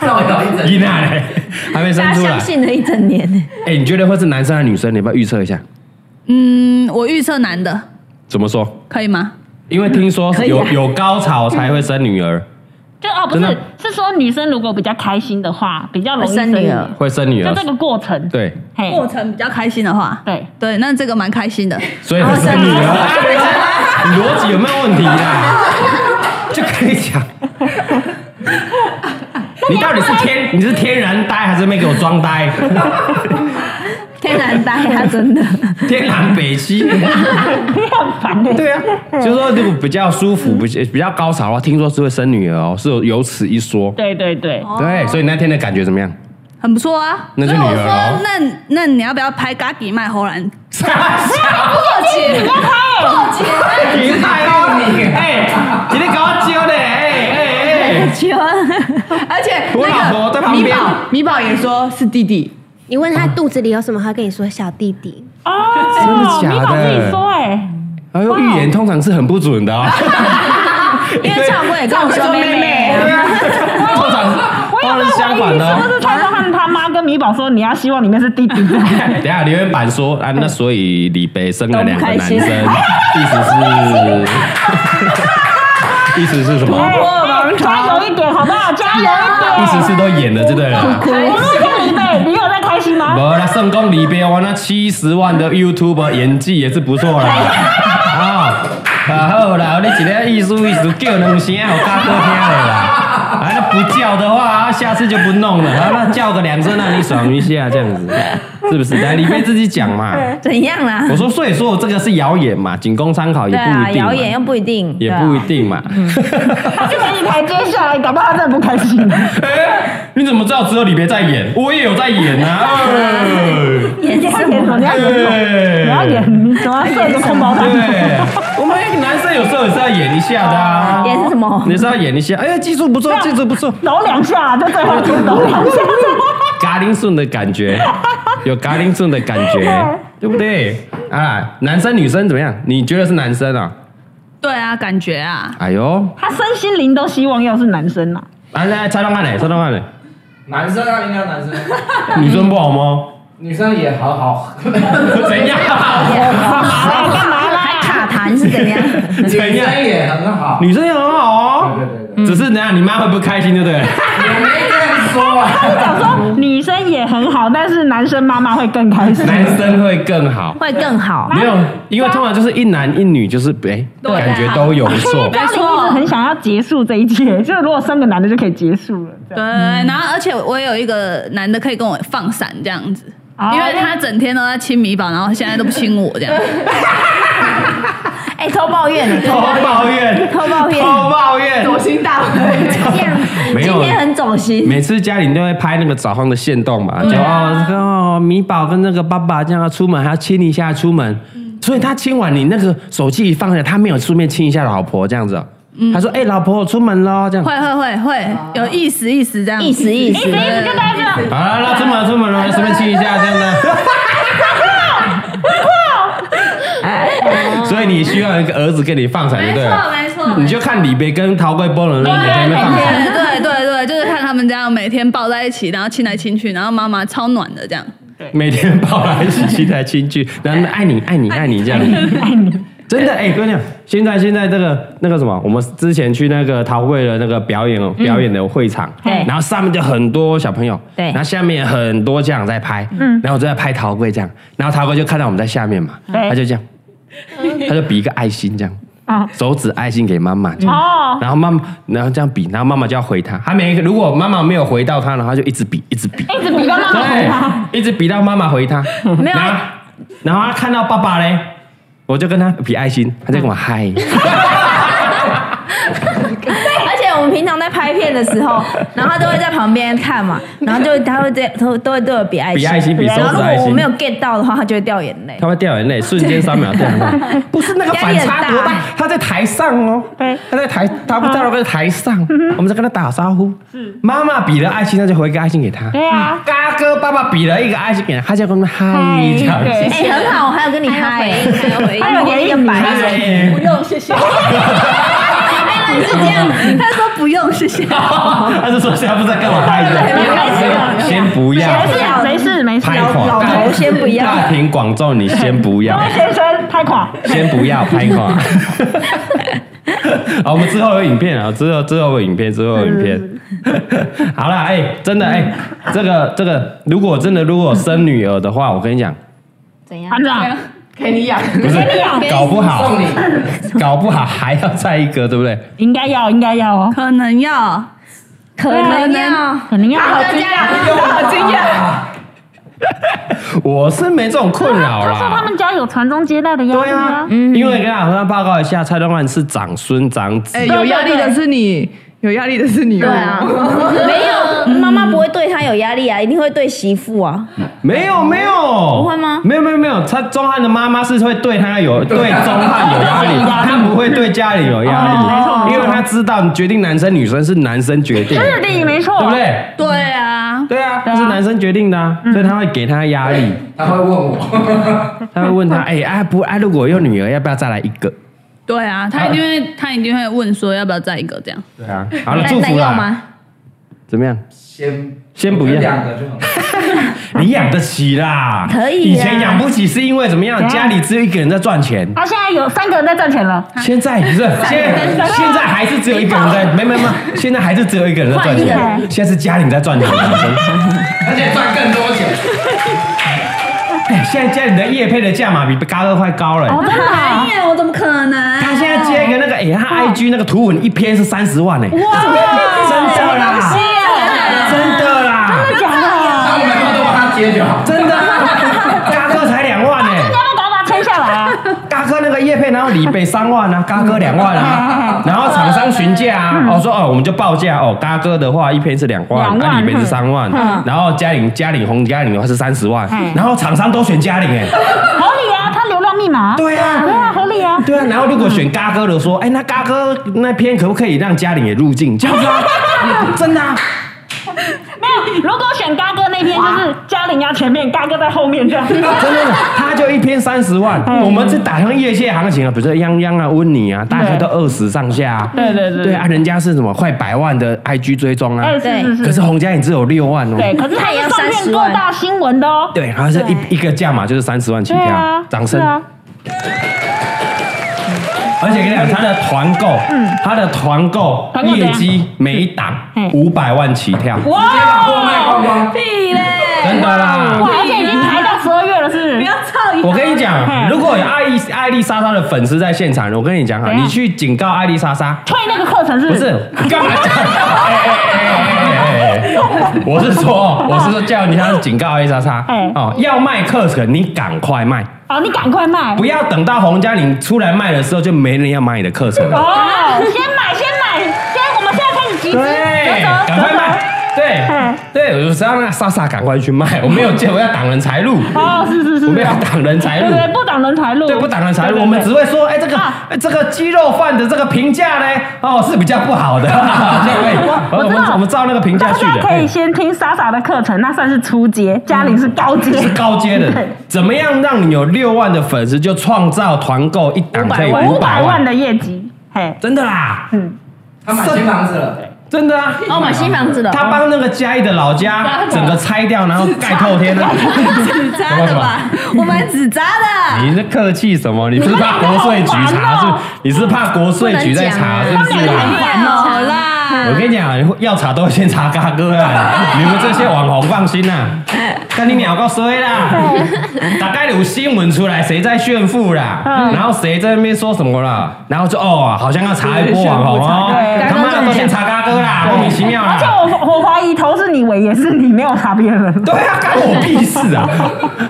[SPEAKER 9] 造谣一整
[SPEAKER 1] 伊娜嘞，还没生
[SPEAKER 2] 大家
[SPEAKER 1] 出来
[SPEAKER 2] 相。信了一整年呢，
[SPEAKER 1] 哎，你觉得会是男生还是女生？你要不要预测一下？
[SPEAKER 5] 嗯，我预测男的
[SPEAKER 1] 怎么说？
[SPEAKER 5] 可以吗？
[SPEAKER 1] 因为听说有、有高潮才会生女儿，
[SPEAKER 3] 就哦，不
[SPEAKER 1] 真
[SPEAKER 3] 是
[SPEAKER 1] 的，
[SPEAKER 3] 是说女生如果比较开心的话，比较容易
[SPEAKER 2] 生
[SPEAKER 3] 生
[SPEAKER 2] 女
[SPEAKER 3] 女
[SPEAKER 2] 儿
[SPEAKER 3] 儿，
[SPEAKER 1] 会生女
[SPEAKER 3] 就
[SPEAKER 1] 儿。
[SPEAKER 3] 这个过程，
[SPEAKER 1] 对，
[SPEAKER 2] 嗯
[SPEAKER 3] 嘿，
[SPEAKER 5] 过程比较开心的话，
[SPEAKER 3] 对，
[SPEAKER 5] 对，那这个蛮开心的。
[SPEAKER 1] 所以会生女儿。 <laughs> 你逻辑有没有问题啊？就可以讲。你到底是天，你是天然呆还是没给我装呆？ <laughs>
[SPEAKER 2] 天然呆啊，真的。
[SPEAKER 1] 天然北西。
[SPEAKER 3] 你很烦
[SPEAKER 1] <laughs>
[SPEAKER 3] 的，
[SPEAKER 1] 对啊，嗯就是说如果比较舒服、比比较高潮的话，听说是会生女儿哦，是有有此一说。
[SPEAKER 3] 对对对，
[SPEAKER 1] 对，所以那天的感觉怎么 <laughs> 样？
[SPEAKER 5] 很不错啊，
[SPEAKER 1] 那就
[SPEAKER 5] 所以
[SPEAKER 1] 女
[SPEAKER 5] 我
[SPEAKER 1] 儿咯
[SPEAKER 5] 说，那那你要不要拍咖喱卖荷兰？
[SPEAKER 1] 哎你太高你哎，今天搞我揪的哎哎哎，
[SPEAKER 4] 而且
[SPEAKER 1] 我老婆在
[SPEAKER 4] 那个
[SPEAKER 1] 旁
[SPEAKER 4] 米
[SPEAKER 1] 边
[SPEAKER 4] 宝，米宝也说是弟弟，
[SPEAKER 10] 你问他肚子里有什么，他跟你说小弟弟。
[SPEAKER 3] 哦，
[SPEAKER 1] 真的
[SPEAKER 3] 你
[SPEAKER 1] 假
[SPEAKER 3] 老
[SPEAKER 1] 的
[SPEAKER 3] 自己说哎，
[SPEAKER 1] 哎呦，预言通常是很不准 <laughs> 的哦。
[SPEAKER 2] 因为赵贵也跟我说妹妹，
[SPEAKER 1] 对啊， <laughs> 通常
[SPEAKER 3] 我有
[SPEAKER 1] 通常
[SPEAKER 3] 在
[SPEAKER 1] 是
[SPEAKER 3] 怀
[SPEAKER 1] 相
[SPEAKER 3] 疑
[SPEAKER 1] 反的
[SPEAKER 3] 是不
[SPEAKER 1] 哦。
[SPEAKER 3] 是蔡康汉他妈跟米宝说你要希望里面是弟弟这样，
[SPEAKER 1] 哎等一下留言板说啊，那所以李北生了两个男生，意思是 <laughs> 意思是什 <laughs> 么？
[SPEAKER 3] 哎加油一点好不好？加油
[SPEAKER 1] 意
[SPEAKER 3] 一
[SPEAKER 1] 思
[SPEAKER 3] 点！
[SPEAKER 1] 是都演了，就对了啦。
[SPEAKER 3] 我录像李贝，你有在开心吗？
[SPEAKER 1] 无啦，算讲里边我那七十万的 YouTube 演技也是不错啦。啊、啊好啦，你一个意思意思叫两声，好大哥听的啦。啊，那不叫的话，啊下次就不弄了。啊，那叫个两声让你爽一下，这样子，是不是？来，里面自己讲嘛。
[SPEAKER 2] 怎样啦？
[SPEAKER 1] 我说，所以说这个是谣言嘛，仅供参考，也
[SPEAKER 2] 对
[SPEAKER 1] 不一定嘛
[SPEAKER 2] 啊，。谣言又不一定，
[SPEAKER 1] 也
[SPEAKER 2] 对啊
[SPEAKER 1] 不一定嘛。
[SPEAKER 3] 他就给你台阶下来，搞不好他真的不开心。
[SPEAKER 1] <laughs> 哎你怎么知道只有李别在演？我也有在演啊。
[SPEAKER 3] 你要演什么？你要演什么？
[SPEAKER 1] 哎
[SPEAKER 3] 你要演，你怎么射一个空包弹？
[SPEAKER 1] 对，我们男生有时候也是要演一下的啊，
[SPEAKER 2] 也是什么？
[SPEAKER 1] 也是要演一下。哎呀，技术不错，技术不错，
[SPEAKER 3] 揉两下，在最后就揉两下。
[SPEAKER 1] 嘎铃顺的感
[SPEAKER 2] <laughs>
[SPEAKER 1] 觉，有嘎铃顺的感觉，对不对？啊，男生女生怎么样？你觉得是男生啊？
[SPEAKER 5] 对啊，感觉啊，
[SPEAKER 1] 哎呦，
[SPEAKER 3] 他身心灵都希望要是男生呐、
[SPEAKER 1] 来来，猜到看嘞，猜到看嘞，
[SPEAKER 9] 男生啊，应该男生，
[SPEAKER 1] 女生不好吗？
[SPEAKER 2] <laughs>
[SPEAKER 9] 女生也好
[SPEAKER 1] <laughs>
[SPEAKER 9] 好，
[SPEAKER 1] 怎样？
[SPEAKER 2] 还卡痰是怎样？
[SPEAKER 9] 女
[SPEAKER 1] 怎
[SPEAKER 9] 生
[SPEAKER 1] 样？
[SPEAKER 9] 也很好。
[SPEAKER 1] 女生也很好
[SPEAKER 9] 对
[SPEAKER 1] 哦，
[SPEAKER 9] 对
[SPEAKER 2] 嗯
[SPEAKER 9] 对，
[SPEAKER 1] 只是等下你妈会不会开心，对不对？
[SPEAKER 2] <laughs>
[SPEAKER 9] 也没这样说啊。
[SPEAKER 3] 想说女生也很好，但是男生妈妈会更开心。
[SPEAKER 1] 男生会更好。
[SPEAKER 2] 会更好。
[SPEAKER 1] 没有，因为通常就是一男一女，就是哎、
[SPEAKER 2] 啊
[SPEAKER 1] 感觉都有不
[SPEAKER 2] <laughs>
[SPEAKER 1] 错。
[SPEAKER 3] 嘉玲一直很想要结束这一切，就是如果生个男的就可以结束了。这
[SPEAKER 5] 对，
[SPEAKER 3] 样
[SPEAKER 2] 嗯
[SPEAKER 5] 然后而且我有一个男的可以跟我放闪这样子，
[SPEAKER 3] 哦
[SPEAKER 5] 因为他整天都在亲米宝，然后现在都不亲我 <laughs> 这样。
[SPEAKER 2] 哎，偷抱怨呢，
[SPEAKER 1] 偷抱怨，
[SPEAKER 2] 偷抱怨
[SPEAKER 1] 偷抱怨。
[SPEAKER 4] 走心大会。
[SPEAKER 2] 这样
[SPEAKER 1] 没
[SPEAKER 2] 今
[SPEAKER 1] 有
[SPEAKER 2] 天很走心。嗯
[SPEAKER 1] 每次嘉玲都会拍那个早上的线动嘛，就哦，这个哦米宝跟那个爸爸这样出门还要亲一下出门，
[SPEAKER 2] 嗯
[SPEAKER 1] 所以他亲完你那个手机一放下，他没有顺便亲一下老婆这样子哦。
[SPEAKER 2] 嗯
[SPEAKER 1] 他说：“哎，老婆，我出门喽。”这样。
[SPEAKER 5] 会会会会有意思意思这样，
[SPEAKER 2] 意思意思
[SPEAKER 3] 意思意思就大家就
[SPEAKER 1] 好了，那出门了出门
[SPEAKER 5] 哎
[SPEAKER 1] 了，随便亲一下这样的。哎所以你需要一个儿子跟你放闪，对不对了？
[SPEAKER 5] 没错没错
[SPEAKER 1] 你就看李贝跟陶贵波人在那边放闪。
[SPEAKER 5] 对对对对，就是看他们这样每天抱在一起，然后亲来亲去，然后妈妈超暖的这样。
[SPEAKER 1] <laughs> 每天抱来亲亲来亲去，然后爱你爱你爱你这样。
[SPEAKER 3] 爱你，
[SPEAKER 1] 真的哎、跟你讲，现在现在这个那个什么，我们之前去那个陶贵的那个表演、表演的会场，
[SPEAKER 2] 对
[SPEAKER 1] 然后上面就很多小朋友，
[SPEAKER 2] 对
[SPEAKER 1] 然后下面也很多家长在拍，嗯，然后我就在拍陶贵这样，然后陶贵就看到我们在下面嘛，
[SPEAKER 3] 对
[SPEAKER 1] 他就这样，他就比一个爱心这样，
[SPEAKER 3] 啊
[SPEAKER 1] 手指爱心给妈妈这样，
[SPEAKER 3] 哦，
[SPEAKER 1] 然后妈妈，然后这样比，然后妈妈就要回他，他每一个如果妈妈没有回到他，然后他就一直比，一直比，
[SPEAKER 3] 一直比个妈妈回答，
[SPEAKER 1] 对，一直比到妈妈回他，
[SPEAKER 2] 没有
[SPEAKER 1] 然后然后他看到爸爸嘞，我就跟他比爱心，他就跟我嗨，
[SPEAKER 2] 而且我们平常在拍片的时候，然后他都会在旁边看嘛，然后就他会这都都会对我比爱心，
[SPEAKER 1] 比爱心比手
[SPEAKER 2] 然后
[SPEAKER 1] 指
[SPEAKER 2] 如
[SPEAKER 1] 爱
[SPEAKER 2] 果我
[SPEAKER 1] 心
[SPEAKER 2] 没，有 get 到的话，他就会掉眼泪。
[SPEAKER 1] 他会掉眼泪，瞬间三秒掉眼泪，不是那个反差多
[SPEAKER 2] 压力
[SPEAKER 1] 大
[SPEAKER 2] 很大，
[SPEAKER 1] 他在台上哦，
[SPEAKER 3] 对
[SPEAKER 1] 他在台，他不在那个台上，我们在跟他打招呼，妈妈比了爱心，他就回一个爱心给他，
[SPEAKER 3] 对啊，
[SPEAKER 1] 嘎哥爸爸比了一个爱心给他，他就跟我们嗨
[SPEAKER 3] 嗨
[SPEAKER 1] 这样
[SPEAKER 3] 对
[SPEAKER 1] 子。
[SPEAKER 2] 哎、很好，我还有跟你嗨、
[SPEAKER 10] 还有回应，
[SPEAKER 3] 还有回应白
[SPEAKER 1] 对
[SPEAKER 7] 用，谢谢。
[SPEAKER 5] 哎他说不用，谢 <laughs> 谢。
[SPEAKER 1] <laughs> 他是说现在不知道干嘛拍的，先不要，
[SPEAKER 3] 没事没事没事，
[SPEAKER 1] 拍垮，
[SPEAKER 3] 老
[SPEAKER 1] 大
[SPEAKER 3] 头
[SPEAKER 2] 先不要
[SPEAKER 1] 大庭广众你先不要
[SPEAKER 3] <laughs> 各，位先生拍垮，
[SPEAKER 1] 先不要拍
[SPEAKER 3] <laughs>
[SPEAKER 1] 垮。好，我们之后有影片啊，之后之后有影片，之后有影
[SPEAKER 3] 嗯
[SPEAKER 1] 片。 <laughs> 好了，哎、真的哎、这个这个，如果真的如果生女儿的话，我跟你讲，
[SPEAKER 2] 怎
[SPEAKER 3] 团
[SPEAKER 2] 样？
[SPEAKER 3] 长，
[SPEAKER 4] 给你养，
[SPEAKER 1] 不是
[SPEAKER 3] 哎
[SPEAKER 1] 搞不好，搞不好还要再一个，对不对？
[SPEAKER 3] 应该要应该要哦，
[SPEAKER 5] 可能要，
[SPEAKER 2] 可
[SPEAKER 3] 能
[SPEAKER 2] 要
[SPEAKER 3] 肯定要，
[SPEAKER 4] 好惊讶，好惊讶，
[SPEAKER 1] 我是没这种困扰啦。
[SPEAKER 3] 他说他们家有传宗接代的压
[SPEAKER 1] 对
[SPEAKER 3] 力
[SPEAKER 1] 啊
[SPEAKER 3] 啊，，
[SPEAKER 1] 因为跟大家报告一下，蔡东汉是长孙长子
[SPEAKER 4] 哎，，有压力的是你，有压力的是你，哦
[SPEAKER 2] 对啊，没有妈妈不会对他有压力啊，一定会对媳妇啊。
[SPEAKER 1] 没有没有，哦不
[SPEAKER 2] 会吗
[SPEAKER 1] 没有没有没有，他钟汉的妈妈是会对他有对钟汉有 <laughs> 压力，他不会对家里有压力，没错，因哎为他知道决定男生女生是男生决定的，
[SPEAKER 3] 是的，没错，
[SPEAKER 1] 对不？对？
[SPEAKER 5] 对啊，
[SPEAKER 1] 对啊，是男生决定的啊，所以他会给他压力，
[SPEAKER 9] 他会问我，
[SPEAKER 1] 他会问 <laughs> 他，哎哎不哎，如果有女儿，要不要再来一个？
[SPEAKER 5] 对啊，他一定会，他一定会问说要不要再一个这样。
[SPEAKER 1] 对啊，好了，
[SPEAKER 2] 那
[SPEAKER 1] 祝
[SPEAKER 2] 那
[SPEAKER 1] 福
[SPEAKER 2] 要
[SPEAKER 1] 啦，
[SPEAKER 2] 吗？
[SPEAKER 1] 怎么样？
[SPEAKER 9] 先
[SPEAKER 1] 先不要
[SPEAKER 9] 我觉得两个就好了。
[SPEAKER 1] 你养得起啦，
[SPEAKER 2] 可以
[SPEAKER 1] 啊以
[SPEAKER 2] 啦
[SPEAKER 1] 啊前养不起是因为怎么样？
[SPEAKER 3] 怎样
[SPEAKER 1] 家里只有一个人在赚钱，
[SPEAKER 3] 啊，现在有三个人在赚钱了，
[SPEAKER 1] 现在不是现在现在还是只有一个人在，没没没，现在还是只有一个人在赚
[SPEAKER 3] 换一
[SPEAKER 1] 钱，现在是家里在 <laughs> 赚钱，
[SPEAKER 9] 而且赚更
[SPEAKER 1] <laughs>
[SPEAKER 9] 多钱。
[SPEAKER 1] 哎现在家里的叶配的价码比嘎哥快高了。
[SPEAKER 3] 真的啊
[SPEAKER 5] 哎呀，我怎么可能？
[SPEAKER 1] 他现在接一个那个，哎，他 IG 那个图文一篇是三十万哎，真的啦，
[SPEAKER 3] 啊
[SPEAKER 1] 真的啦，
[SPEAKER 9] 那我们以后都帮他接就好。
[SPEAKER 1] 真的啊，嘎哥才两万哎，
[SPEAKER 3] 要不要把它签下来啊？
[SPEAKER 1] <laughs> 嘎哥那个叶配，然后李北三万啊，嘎哥两万
[SPEAKER 3] <laughs>
[SPEAKER 1] 啊，然后厂商询价啊，哦说哦我们就报价哦，嘎哥的话一篇是两万，
[SPEAKER 3] 嗯两万嗯
[SPEAKER 1] 那李北是三万，然后嘉玲嘉玲红嘉玲的话是三十万，
[SPEAKER 3] 嗯
[SPEAKER 1] 然后厂商都选嘉玲
[SPEAKER 3] <laughs>
[SPEAKER 1] 哎，
[SPEAKER 3] 合理啊，他流量密码，
[SPEAKER 1] 对
[SPEAKER 3] 对
[SPEAKER 1] 啊。
[SPEAKER 3] 啊，合理啊，
[SPEAKER 1] 对啊，然后如果选嘎哥的说，哎，那嘎哥那篇可不可以让嘉玲也入境？这样子啊，真的啊，
[SPEAKER 3] 没有，如果选嘎哥那篇，就是嘉玲要前面，嘎哥在后面这样。
[SPEAKER 1] <laughs> 真的，他就一篇三十万。
[SPEAKER 3] 嗯
[SPEAKER 1] 我们是打上业界行情啊，比如说泱泱啊、温妮啊，大概都二十上下啊。
[SPEAKER 3] 对对对
[SPEAKER 1] 对啊，人家是什么快百万的 IG 追踪啊
[SPEAKER 3] 哎，，是是
[SPEAKER 1] 可
[SPEAKER 3] 是，
[SPEAKER 1] 是洪家颖只有六万哦。
[SPEAKER 3] 对，可是他也上面各大新闻的哦。
[SPEAKER 1] 对，好像是一一个价码就是三十万起
[SPEAKER 3] 对啊
[SPEAKER 1] 跳，，掌声
[SPEAKER 3] 对。啊，
[SPEAKER 1] 而且跟你讲，他的团购，他的团购
[SPEAKER 3] 团购怎
[SPEAKER 1] 业
[SPEAKER 3] 样
[SPEAKER 1] 绩每一档
[SPEAKER 3] 嗯
[SPEAKER 1] 五百万起跳，
[SPEAKER 3] 哇，
[SPEAKER 1] 真的啦。
[SPEAKER 3] 哇，而且已经排到十二月了，是不是？
[SPEAKER 1] 我跟你
[SPEAKER 3] 嗯
[SPEAKER 1] 讲，如果有艾丽艾丽莎莎的粉丝在现场，我跟你讲哈，
[SPEAKER 3] 怎样
[SPEAKER 1] 你去警告艾丽莎莎，
[SPEAKER 3] 退那个课程是
[SPEAKER 1] 不是？，干嘛讲？哎哎哎哎哎哎！我是说，我是说叫你像警告艾丽莎莎
[SPEAKER 3] 哎，
[SPEAKER 1] 哦，要卖课程你赶快卖，
[SPEAKER 3] 哦，你赶快卖。
[SPEAKER 1] 不要等到洪嘉玲出来卖的时候就没人要买你的课程了。
[SPEAKER 3] 哦，先买，先买，先，我们现在开始集资，
[SPEAKER 1] 对，赶快卖。对
[SPEAKER 3] 嗯，
[SPEAKER 1] 对，我是让那莎莎赶快去卖，我没有见，我要挡人财路，
[SPEAKER 3] 哦，是是是，
[SPEAKER 1] 我们要挡人财
[SPEAKER 3] 对
[SPEAKER 1] 路。
[SPEAKER 3] 对，不挡人才路，
[SPEAKER 1] 对，不挡人财路，
[SPEAKER 3] 对对
[SPEAKER 1] 我们只会说，哎，这个
[SPEAKER 3] 啊
[SPEAKER 1] 哎这个鸡肉饭的这个评价呢，哦是比较不好的， <laughs> 我
[SPEAKER 3] 哦我
[SPEAKER 1] 我
[SPEAKER 3] 知
[SPEAKER 1] 们
[SPEAKER 3] 道
[SPEAKER 1] 我们照那个评价
[SPEAKER 3] 大
[SPEAKER 1] 去
[SPEAKER 3] 家
[SPEAKER 1] 的。
[SPEAKER 3] 可
[SPEAKER 1] 哎
[SPEAKER 3] 以先听莎莎的课程，那算是初阶，嘉玲是高阶，
[SPEAKER 1] 嗯是高阶的
[SPEAKER 3] 对，
[SPEAKER 1] 怎么样让你有六万的粉丝就创造团购一档可以
[SPEAKER 3] 五
[SPEAKER 1] 五
[SPEAKER 3] 百
[SPEAKER 1] 百
[SPEAKER 3] 万
[SPEAKER 1] 万？
[SPEAKER 3] 的业绩，嘿，
[SPEAKER 1] 真的啦，
[SPEAKER 9] 他买新房子了，
[SPEAKER 1] 真的啊，
[SPEAKER 2] 哦，买新房子了。
[SPEAKER 1] 他帮那个嘉义的老家整个拆掉，然后盖透天啊。
[SPEAKER 5] 纸扎的吧？我买纸扎的。
[SPEAKER 1] 你是客气什么？你是怕国税局查是？你是怕国税局在查是不是啊？
[SPEAKER 5] 烦哦，好啦。
[SPEAKER 1] 我跟你讲，要查都先查嘎哥啊！你们这些网红放心啦，跟你鸟够衰啦！大概有新闻出来，谁在炫富啦？然后谁在那边说什么啦？然后就哦，好像要查一波网红哦，他妈都先查嘎哥啦，莫名其妙
[SPEAKER 3] 而且
[SPEAKER 1] 啦！
[SPEAKER 3] 我我怀疑头是你尾也是你，没有查别人。
[SPEAKER 1] <laughs> 对啊，干我屁事啊！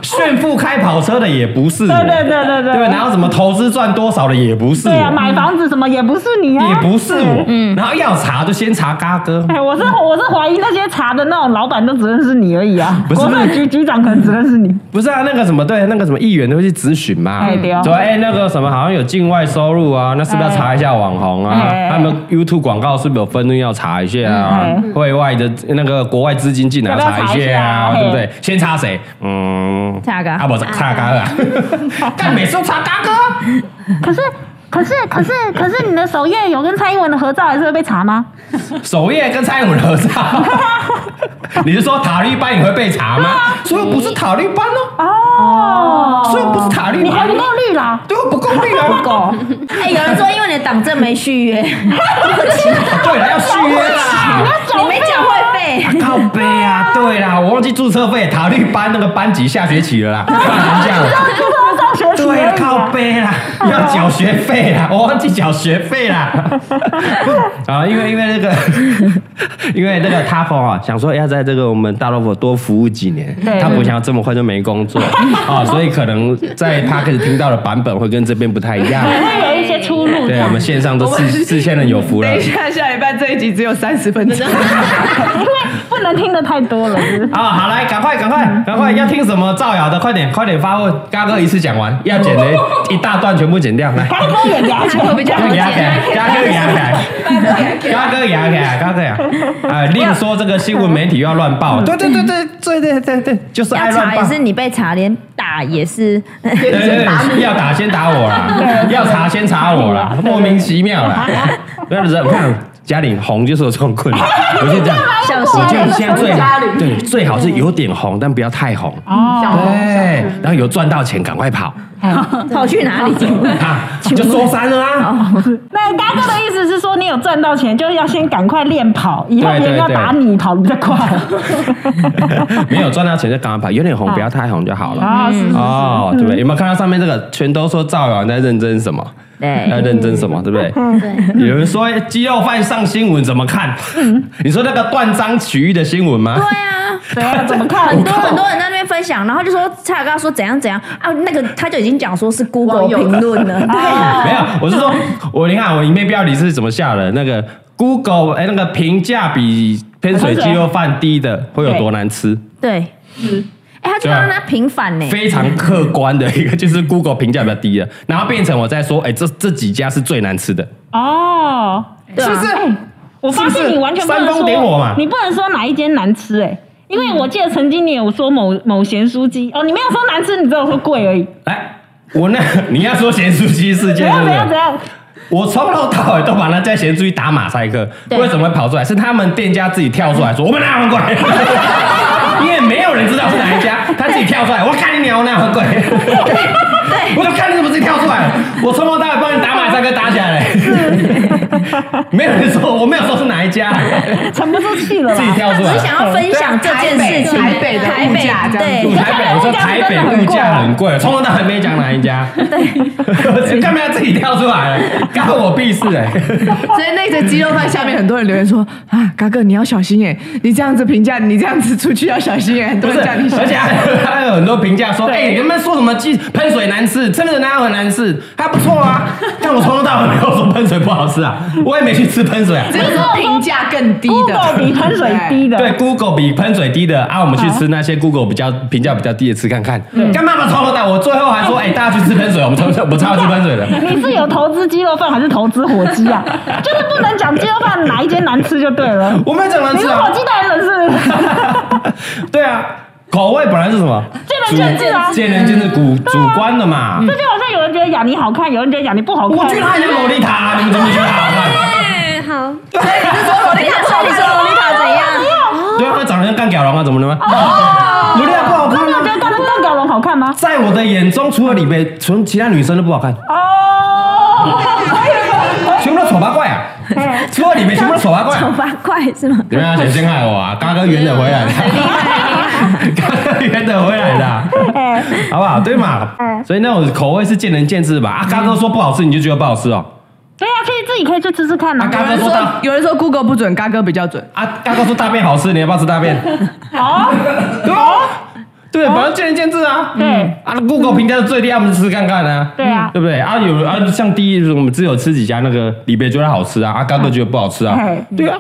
[SPEAKER 1] 炫富开跑车的也不是我，
[SPEAKER 3] 对对对对对
[SPEAKER 1] 对，然后什么投资赚多少的也不是
[SPEAKER 3] 对啊，嗯
[SPEAKER 1] 我，
[SPEAKER 3] 买房子什么也不是你啊，
[SPEAKER 1] 也不是我，然后要查就先查嘎哥。
[SPEAKER 3] 哎，我是我是怀疑那些查的那种老板都只认识你而已啊，
[SPEAKER 1] 不是
[SPEAKER 3] 国
[SPEAKER 1] 不是
[SPEAKER 3] 税局局长可能只认识你。
[SPEAKER 1] 不是啊，那个什么对，那个什么议员都会去咨询嘛。
[SPEAKER 3] 哎对哦
[SPEAKER 1] 说哎那个什么好像有境外收入啊，那是不是要查一下网红啊？
[SPEAKER 3] 哎
[SPEAKER 1] 他们 YouTube 广告是不是有分润要查一下啊
[SPEAKER 3] 嗯？
[SPEAKER 1] 会外的那个国外资金进来
[SPEAKER 3] 要不要
[SPEAKER 1] 查
[SPEAKER 3] 查
[SPEAKER 1] 一
[SPEAKER 3] 一
[SPEAKER 1] 下啊，
[SPEAKER 3] 下哎
[SPEAKER 1] 对不对？先查谁？嗯，
[SPEAKER 2] 查嘎
[SPEAKER 1] 啊不是查嘎啊，
[SPEAKER 3] 哎
[SPEAKER 1] <laughs> 干每次都查嘎哥，
[SPEAKER 3] 可是可是可是可是你的首页有跟蔡英文的合照，还是会被查吗？
[SPEAKER 1] 首页跟蔡英文合照。
[SPEAKER 3] <laughs>
[SPEAKER 1] 你是说塔利班也会被查吗？
[SPEAKER 3] <laughs>
[SPEAKER 1] 所以我不是塔利班哦，
[SPEAKER 3] 啊哦，
[SPEAKER 1] 所以我不是塔利
[SPEAKER 3] 你还
[SPEAKER 1] 班
[SPEAKER 3] 不，够绿啦，
[SPEAKER 1] 对，我不够力啊，不够。
[SPEAKER 2] 哎、有人说因为你的党证没续 <laughs> 约，你
[SPEAKER 1] 对了，要续约啦。
[SPEAKER 2] 没
[SPEAKER 3] 啊
[SPEAKER 2] 缴会费，
[SPEAKER 1] 靠背
[SPEAKER 3] <laughs>
[SPEAKER 1] 啊，对啦，我忘记注册费，塔绿班那个班级下学期了
[SPEAKER 3] <laughs>
[SPEAKER 1] 啦，不然这样了。
[SPEAKER 3] 上学期
[SPEAKER 1] 对
[SPEAKER 3] 而
[SPEAKER 1] 啦，
[SPEAKER 3] 已
[SPEAKER 1] 靠
[SPEAKER 3] 啊。
[SPEAKER 1] 背 <laughs> 啦，要缴学费啦， <laughs> 我忘记缴学费啦。 <laughs> 啊，因为因为那个， <laughs> 因为那个 t a f o 啊，想说要在这个我们大萝卜多服务几年，
[SPEAKER 3] 对
[SPEAKER 1] 他不想要这么快就没工 <laughs> 作啊，所以可能在 p a r k 听到的版本会跟这边不太 <laughs> 一样。
[SPEAKER 3] 会有一些出入
[SPEAKER 1] <laughs>
[SPEAKER 3] 这
[SPEAKER 1] 对，我
[SPEAKER 3] 样
[SPEAKER 1] 们，线上都是四千人有福了
[SPEAKER 4] 等一下，下礼拜这一集只有三十分钟。 <laughs>
[SPEAKER 3] 因为不能听的太多了。
[SPEAKER 1] <laughs> 啊、好来，赶快，赶快，赶快，要听什么造谣的，快点，快点发问，嘎哥一次讲完，要剪的一大段全部剪掉， <laughs> 来，
[SPEAKER 3] 开哥也牙签，
[SPEAKER 1] 嘎哥牙起来，嘎哥牙起来，嘎哥牙起 <laughs> 来，嘎哥牙，啊，另说这个新闻媒体又要乱报，嗯对对对对对对对对，就是爱
[SPEAKER 2] 要
[SPEAKER 1] 乱
[SPEAKER 2] 查
[SPEAKER 1] 报
[SPEAKER 2] 也。是你被查，连打也是。
[SPEAKER 1] 对对对， <laughs> 要打先打我
[SPEAKER 2] <laughs>
[SPEAKER 1] 啦，要查先查我啦，莫名其妙啦。不要惹，我看嘉玲红就是有这种
[SPEAKER 2] <laughs>
[SPEAKER 1] 困扰，我就这样，我就现在最好对最好是有点红，但不要太红。
[SPEAKER 2] 哦
[SPEAKER 1] 对，然后有赚到钱赶快跑
[SPEAKER 2] 跑去哪里？
[SPEAKER 1] 啊，就收山了
[SPEAKER 2] 哦
[SPEAKER 1] 啊。
[SPEAKER 3] 那嘎哥的意思是说，你有赚到钱，就要先赶快练跑，以后
[SPEAKER 1] 对对
[SPEAKER 3] 别人要
[SPEAKER 1] 对
[SPEAKER 3] 打你，跑得比较
[SPEAKER 1] <laughs>
[SPEAKER 3] 快。
[SPEAKER 1] <laughs> 没有赚到钱就赶快跑，有点红不要太红就好了。
[SPEAKER 3] 啊，
[SPEAKER 2] 嗯
[SPEAKER 3] 是
[SPEAKER 1] 哦，对不对？有没有看到上面这个？全都说造谣，你在认真什么？
[SPEAKER 2] 对，
[SPEAKER 1] 要认真什么，对不对？对。有人说鸡肉饭上新闻怎么看？你说那个断章取义的新闻吗？
[SPEAKER 2] 嗯对啊。
[SPEAKER 3] 怎样？怎
[SPEAKER 1] <laughs>
[SPEAKER 3] 么看？
[SPEAKER 2] 很多很多人在那边分享，然后就说蔡雅刚说怎样怎样啊，那个他就已经讲说是 Google 评论了， <laughs> 对啊，
[SPEAKER 1] 没有，我是说，我你看我里面标题是怎么下的？那个 Google 哎，那个评价比喷水鸡肉饭低的会有多难吃？
[SPEAKER 2] 对，哎，他就让他平反呢，
[SPEAKER 1] 非常客观的一个就是 Google 评价比较低的，然后变成我在说，哎，这这几家是最难吃的。
[SPEAKER 3] 哦，
[SPEAKER 2] 对啊，
[SPEAKER 3] 我发
[SPEAKER 1] 是不
[SPEAKER 3] 现
[SPEAKER 1] 是
[SPEAKER 3] 你完全不能
[SPEAKER 1] 煽风点火嘛
[SPEAKER 3] 说，你不能说哪一间难吃哎、因为我记得曾经你有说某某咸酥鸡哦，你没有说难吃，你只有说贵而已。
[SPEAKER 1] 哎，我那你要说咸酥鸡事
[SPEAKER 3] 怎
[SPEAKER 1] 件是
[SPEAKER 3] 样
[SPEAKER 1] 不
[SPEAKER 3] 怎样怎
[SPEAKER 1] 是？
[SPEAKER 3] 样？
[SPEAKER 1] 我从头到尾都把那家咸酥鸡打马赛克，
[SPEAKER 2] 对嗯
[SPEAKER 1] 为什么会跑出来？是他们店家自己跳出来说我们哪有
[SPEAKER 2] <laughs>
[SPEAKER 1] 鬼，因为没有人知道是哪一家，他自己跳出来，我看你鸟哪有鬼，我就看你怎么自己跳出来了，我从头到尾帮你打马赛克打起来了，没有人说我没有说是哪一家，
[SPEAKER 3] 沉不住气了
[SPEAKER 1] 自己
[SPEAKER 3] 啦。
[SPEAKER 1] 跳出
[SPEAKER 2] 只
[SPEAKER 1] 来
[SPEAKER 2] 是。想要分享这件事情，
[SPEAKER 4] 台北台北的物价这样子
[SPEAKER 2] 对，
[SPEAKER 1] 台北，我说台哎北物价很贵，从头到尾没讲哪一家，对， <laughs> 干嘛要自己跳出来？干我屁事 <laughs> 哎！
[SPEAKER 4] <laughs> 所以那个鸡肉饭下面很多人留言说啊，嘎哥你要小心哎、你这样子评价，你这样子出去要小心哎、很
[SPEAKER 1] 不
[SPEAKER 4] 多
[SPEAKER 1] 是，
[SPEAKER 4] 人叫你小
[SPEAKER 1] 而且
[SPEAKER 4] 心。
[SPEAKER 1] 还有还有很多评价说，哎，你们说什么鸡喷水难吃，真的哪有很难吃？还不错啊，但我从头到尾没有说喷水不好吃啊，我也没去吃喷水啊。
[SPEAKER 4] 这个是评价更低的
[SPEAKER 3] Google 比喷水低的，
[SPEAKER 1] 对，Google 比喷水低的啊，我们嗯去吃那些 Google 比较评价比较低的吃看看。干嘛把从头到尾我最后还说，哎，大家去吃喷水，我们从我们超要吃喷水的。
[SPEAKER 3] <laughs> 你是有投资鸡肉饭还是投资火
[SPEAKER 1] <laughs>
[SPEAKER 3] 鸡啊？就是不能讲鸡肉饭哪一间难吃就对了。
[SPEAKER 1] 我没有讲难
[SPEAKER 3] 你
[SPEAKER 1] 吃
[SPEAKER 3] 是
[SPEAKER 1] 啊。
[SPEAKER 3] 火鸡代言人是不 <laughs> 是？
[SPEAKER 1] <laughs> 对啊，口味本来是什么？
[SPEAKER 3] 见仁见智啊
[SPEAKER 1] 主见仁见智，主主观的嘛。
[SPEAKER 3] 这就好像有人觉得雅尼好看，有人觉得雅尼不好看。
[SPEAKER 1] 我觉得他很像洛丽塔，你们怎么觉得好看？
[SPEAKER 10] 哎，好，
[SPEAKER 4] 所以你是说洛丽塔
[SPEAKER 1] 啊，怎么了吗？不对啊，不好看
[SPEAKER 3] 那你觉
[SPEAKER 1] 啊！
[SPEAKER 3] 得邓邓小龙好看吗？
[SPEAKER 1] 在我的眼中，除了李贝，从其他女生都不好看，
[SPEAKER 3] <laughs> 哦，
[SPEAKER 1] 全部都丑八怪啊！除了李贝，全部都丑八怪啊。
[SPEAKER 2] 丑八怪是吗？
[SPEAKER 1] 你们要小心害我啊！嘎哥圆的回来的， <laughs> 嘎哥圆的回来的啊，
[SPEAKER 3] 哎
[SPEAKER 1] 好不好？对嘛？所以那种口味是见仁见智吧。啊，嘎哥说不好吃，你就觉得不好吃哦。
[SPEAKER 3] 对呀，可以自己可以去吃吃看
[SPEAKER 1] 啊，
[SPEAKER 3] 啊。
[SPEAKER 1] 嘎哥说大
[SPEAKER 4] 有人说 Google 不准，嘎哥比较 <laughs> 准。
[SPEAKER 1] 啊，嘎哥说大便好吃，你要不要吃
[SPEAKER 3] <laughs>
[SPEAKER 1] 大便？
[SPEAKER 3] 哦，
[SPEAKER 1] 对啊，对，反正见仁见智啊。
[SPEAKER 3] 对
[SPEAKER 1] 啊那，Google 评价是最低，我们吃吃看看啊。
[SPEAKER 3] 嗯对啊
[SPEAKER 1] 对不对？啊，有啊，像第一，我们只有吃几家那个李贝觉得好吃啊，啊，嘎哥觉得不好吃啊
[SPEAKER 3] 嗯嘿。嗯
[SPEAKER 1] 对啊，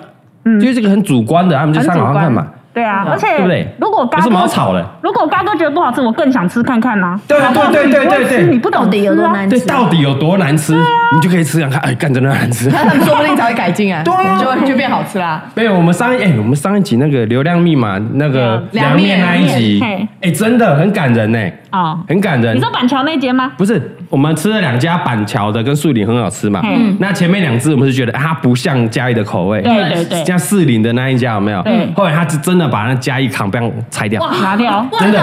[SPEAKER 1] 就是这个很主观的，他们就
[SPEAKER 3] 很
[SPEAKER 1] 上
[SPEAKER 3] 主
[SPEAKER 1] 网看
[SPEAKER 3] 观
[SPEAKER 1] 嘛。
[SPEAKER 3] 对啊，而且
[SPEAKER 1] 对不对？
[SPEAKER 3] 如果
[SPEAKER 1] 有
[SPEAKER 3] 嘎
[SPEAKER 1] 什么好
[SPEAKER 3] 哥
[SPEAKER 1] 吵的？
[SPEAKER 3] 如果嘎哥觉得不好吃，我更想吃看看呐。
[SPEAKER 1] 对啊对对对对对
[SPEAKER 3] 你不
[SPEAKER 2] 到
[SPEAKER 3] 懂啊
[SPEAKER 2] 底有多难
[SPEAKER 1] 对，
[SPEAKER 2] 吃？
[SPEAKER 1] 到底有多难吃，你就可以吃想看，哎，干真的难
[SPEAKER 3] <laughs>
[SPEAKER 1] 吃。
[SPEAKER 4] 那他们说不定才会改进啊，
[SPEAKER 1] 对啊
[SPEAKER 4] 就就变好吃啦。
[SPEAKER 1] 没有，我们上一哎，我们上一集那个流量密码那个
[SPEAKER 3] 啊
[SPEAKER 4] 两面
[SPEAKER 1] 那一集
[SPEAKER 3] 嘿，
[SPEAKER 1] 哎，真的很感人呢，
[SPEAKER 3] 哦，
[SPEAKER 1] 很感人
[SPEAKER 3] 你。说板桥那间吗？
[SPEAKER 1] 不是，我们吃了两家板桥的跟树林很好吃嘛。
[SPEAKER 3] 嗯
[SPEAKER 1] 那前面两只我们是觉得啊它不像嘉义的口味，
[SPEAKER 3] 对对对
[SPEAKER 1] 像士林的那一家有没有
[SPEAKER 3] 对？
[SPEAKER 1] 后来他是真的把那嘉义扛棒拆掉，
[SPEAKER 3] 拿掉。
[SPEAKER 1] 真的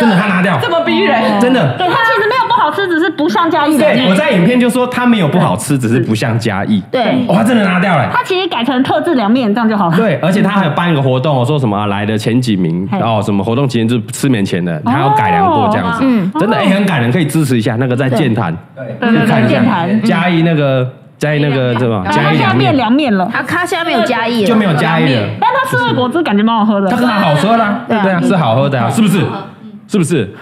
[SPEAKER 1] 真的他拿掉，
[SPEAKER 4] 这么逼人，
[SPEAKER 1] 真的
[SPEAKER 3] 对，它其实没有不好吃，只是不像嘉义的
[SPEAKER 1] 啊对，我在影片就说它没有不好吃，只是不像嘉义。
[SPEAKER 2] 对
[SPEAKER 1] 哇，真的拿掉了。
[SPEAKER 3] 它其实改成特制凉面这样就好了。
[SPEAKER 1] 对，而且他还有办一个活动哦，说什么、啊来的前几名
[SPEAKER 3] 嘿
[SPEAKER 1] 哦，什么活动期间就是吃免钱的，他要改良过这样子，
[SPEAKER 2] 嗯
[SPEAKER 1] 真的哎、很感人，可以支持一下那个在健谈，
[SPEAKER 9] 对，
[SPEAKER 3] 对对
[SPEAKER 1] 去看
[SPEAKER 3] 对，
[SPEAKER 1] 一
[SPEAKER 3] 键
[SPEAKER 1] 下
[SPEAKER 9] 嗯
[SPEAKER 3] 盘。
[SPEAKER 1] 嘉义那个嘉义那个什么
[SPEAKER 3] 然后
[SPEAKER 1] 嘉
[SPEAKER 3] 它
[SPEAKER 1] 义
[SPEAKER 3] 现在
[SPEAKER 1] 凉
[SPEAKER 3] 变
[SPEAKER 1] 面
[SPEAKER 3] 凉面了，
[SPEAKER 2] 啊，它下面有加一，
[SPEAKER 1] 就没有嘉义了，
[SPEAKER 3] 但它四味果汁感觉蛮好喝的
[SPEAKER 1] 它。很好喝啦，
[SPEAKER 2] 对
[SPEAKER 3] 嗯
[SPEAKER 2] 啊
[SPEAKER 1] 对啊，是好喝的啊，是不是？是不是？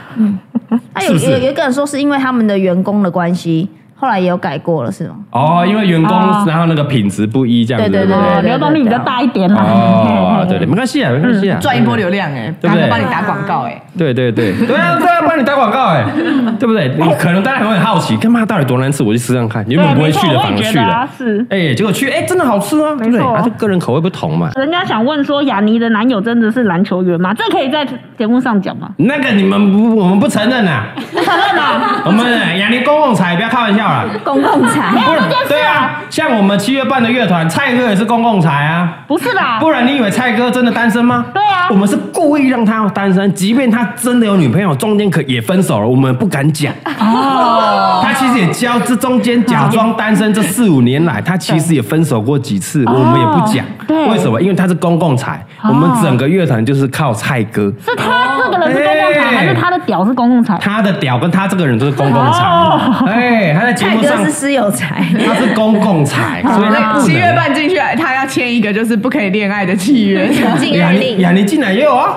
[SPEAKER 2] 他
[SPEAKER 1] 是
[SPEAKER 2] 哎有
[SPEAKER 1] 不是
[SPEAKER 2] 有有一个人说是因为他们的员工的关系，后来也有改过了，是吗？
[SPEAKER 1] 哦，因为员工
[SPEAKER 3] 哦
[SPEAKER 1] 然后那个品质不一这样子，
[SPEAKER 2] 对对
[SPEAKER 1] 不
[SPEAKER 2] 对
[SPEAKER 3] 哦，
[SPEAKER 2] 对对
[SPEAKER 3] 流动率比较大一点啦。
[SPEAKER 1] 哦，对对，没关系啊，没关
[SPEAKER 3] 嗯
[SPEAKER 1] 系啊，
[SPEAKER 4] 赚一波流量哎，
[SPEAKER 1] 对
[SPEAKER 4] 嘎
[SPEAKER 1] 不对
[SPEAKER 4] 哥帮你打广告哎，
[SPEAKER 1] 对对对，对啊，对啊，帮你打广告哎、
[SPEAKER 3] 嗯
[SPEAKER 1] 对不对？你可能大家还会很好奇，干嘛到底多难吃？我去吃上看，原本
[SPEAKER 3] 对，
[SPEAKER 1] 不会
[SPEAKER 3] 没
[SPEAKER 1] 去
[SPEAKER 3] 错，
[SPEAKER 1] 的，
[SPEAKER 3] 我
[SPEAKER 1] 反而
[SPEAKER 3] 也觉
[SPEAKER 1] 去
[SPEAKER 3] 得
[SPEAKER 1] 了
[SPEAKER 3] 啊。是。
[SPEAKER 1] 哎、结果去，哎、真的好吃啊，对不对？
[SPEAKER 3] 没错
[SPEAKER 1] 啊，这个人口味不同嘛。
[SPEAKER 3] 人家想问说，雅尼的男友真的是篮球员吗？这可以在节目上讲
[SPEAKER 1] <laughs>
[SPEAKER 3] 吗？
[SPEAKER 1] 那个你们不，我们不承认呐、
[SPEAKER 3] 不承认啊，
[SPEAKER 1] 我
[SPEAKER 3] <laughs>
[SPEAKER 1] 们雅尼公共财，不要开玩笑啦。
[SPEAKER 2] 公共
[SPEAKER 3] 哎
[SPEAKER 2] 财，
[SPEAKER 1] 不然对啊，像我们七月半的乐团，蔡哥也是公共财啊。
[SPEAKER 3] 不是啦，
[SPEAKER 1] 不然你以为蔡哥真的单身吗？
[SPEAKER 3] 对啊
[SPEAKER 1] 我们是故意让他单身，即便他真的有女朋友，中间可也分手了，我们不敢讲。哦，他其实也交这中间假装单身这四五年来，他其实也分手过几次，我们也不讲。
[SPEAKER 3] 对
[SPEAKER 1] 为什么？因为他是公共财，我们整个乐团就是靠蔡哥，
[SPEAKER 3] 是他这个人是公共
[SPEAKER 1] 哎
[SPEAKER 3] 财，还是他的屌是公共
[SPEAKER 1] <laughs>
[SPEAKER 3] 财？
[SPEAKER 1] 他的屌跟他这个人都是公共财
[SPEAKER 3] 哦。
[SPEAKER 1] 哎，他在节
[SPEAKER 2] 蔡
[SPEAKER 1] 目
[SPEAKER 2] 哥
[SPEAKER 1] 上
[SPEAKER 2] 是私有财，
[SPEAKER 1] 他是公共财，所以他不能
[SPEAKER 4] 七月。半进去，他要签一个就是不可以恋爱的契约。
[SPEAKER 10] 禁
[SPEAKER 1] 雅
[SPEAKER 10] 爱
[SPEAKER 1] 尼
[SPEAKER 10] 令，
[SPEAKER 1] 雅尼进来也有啊，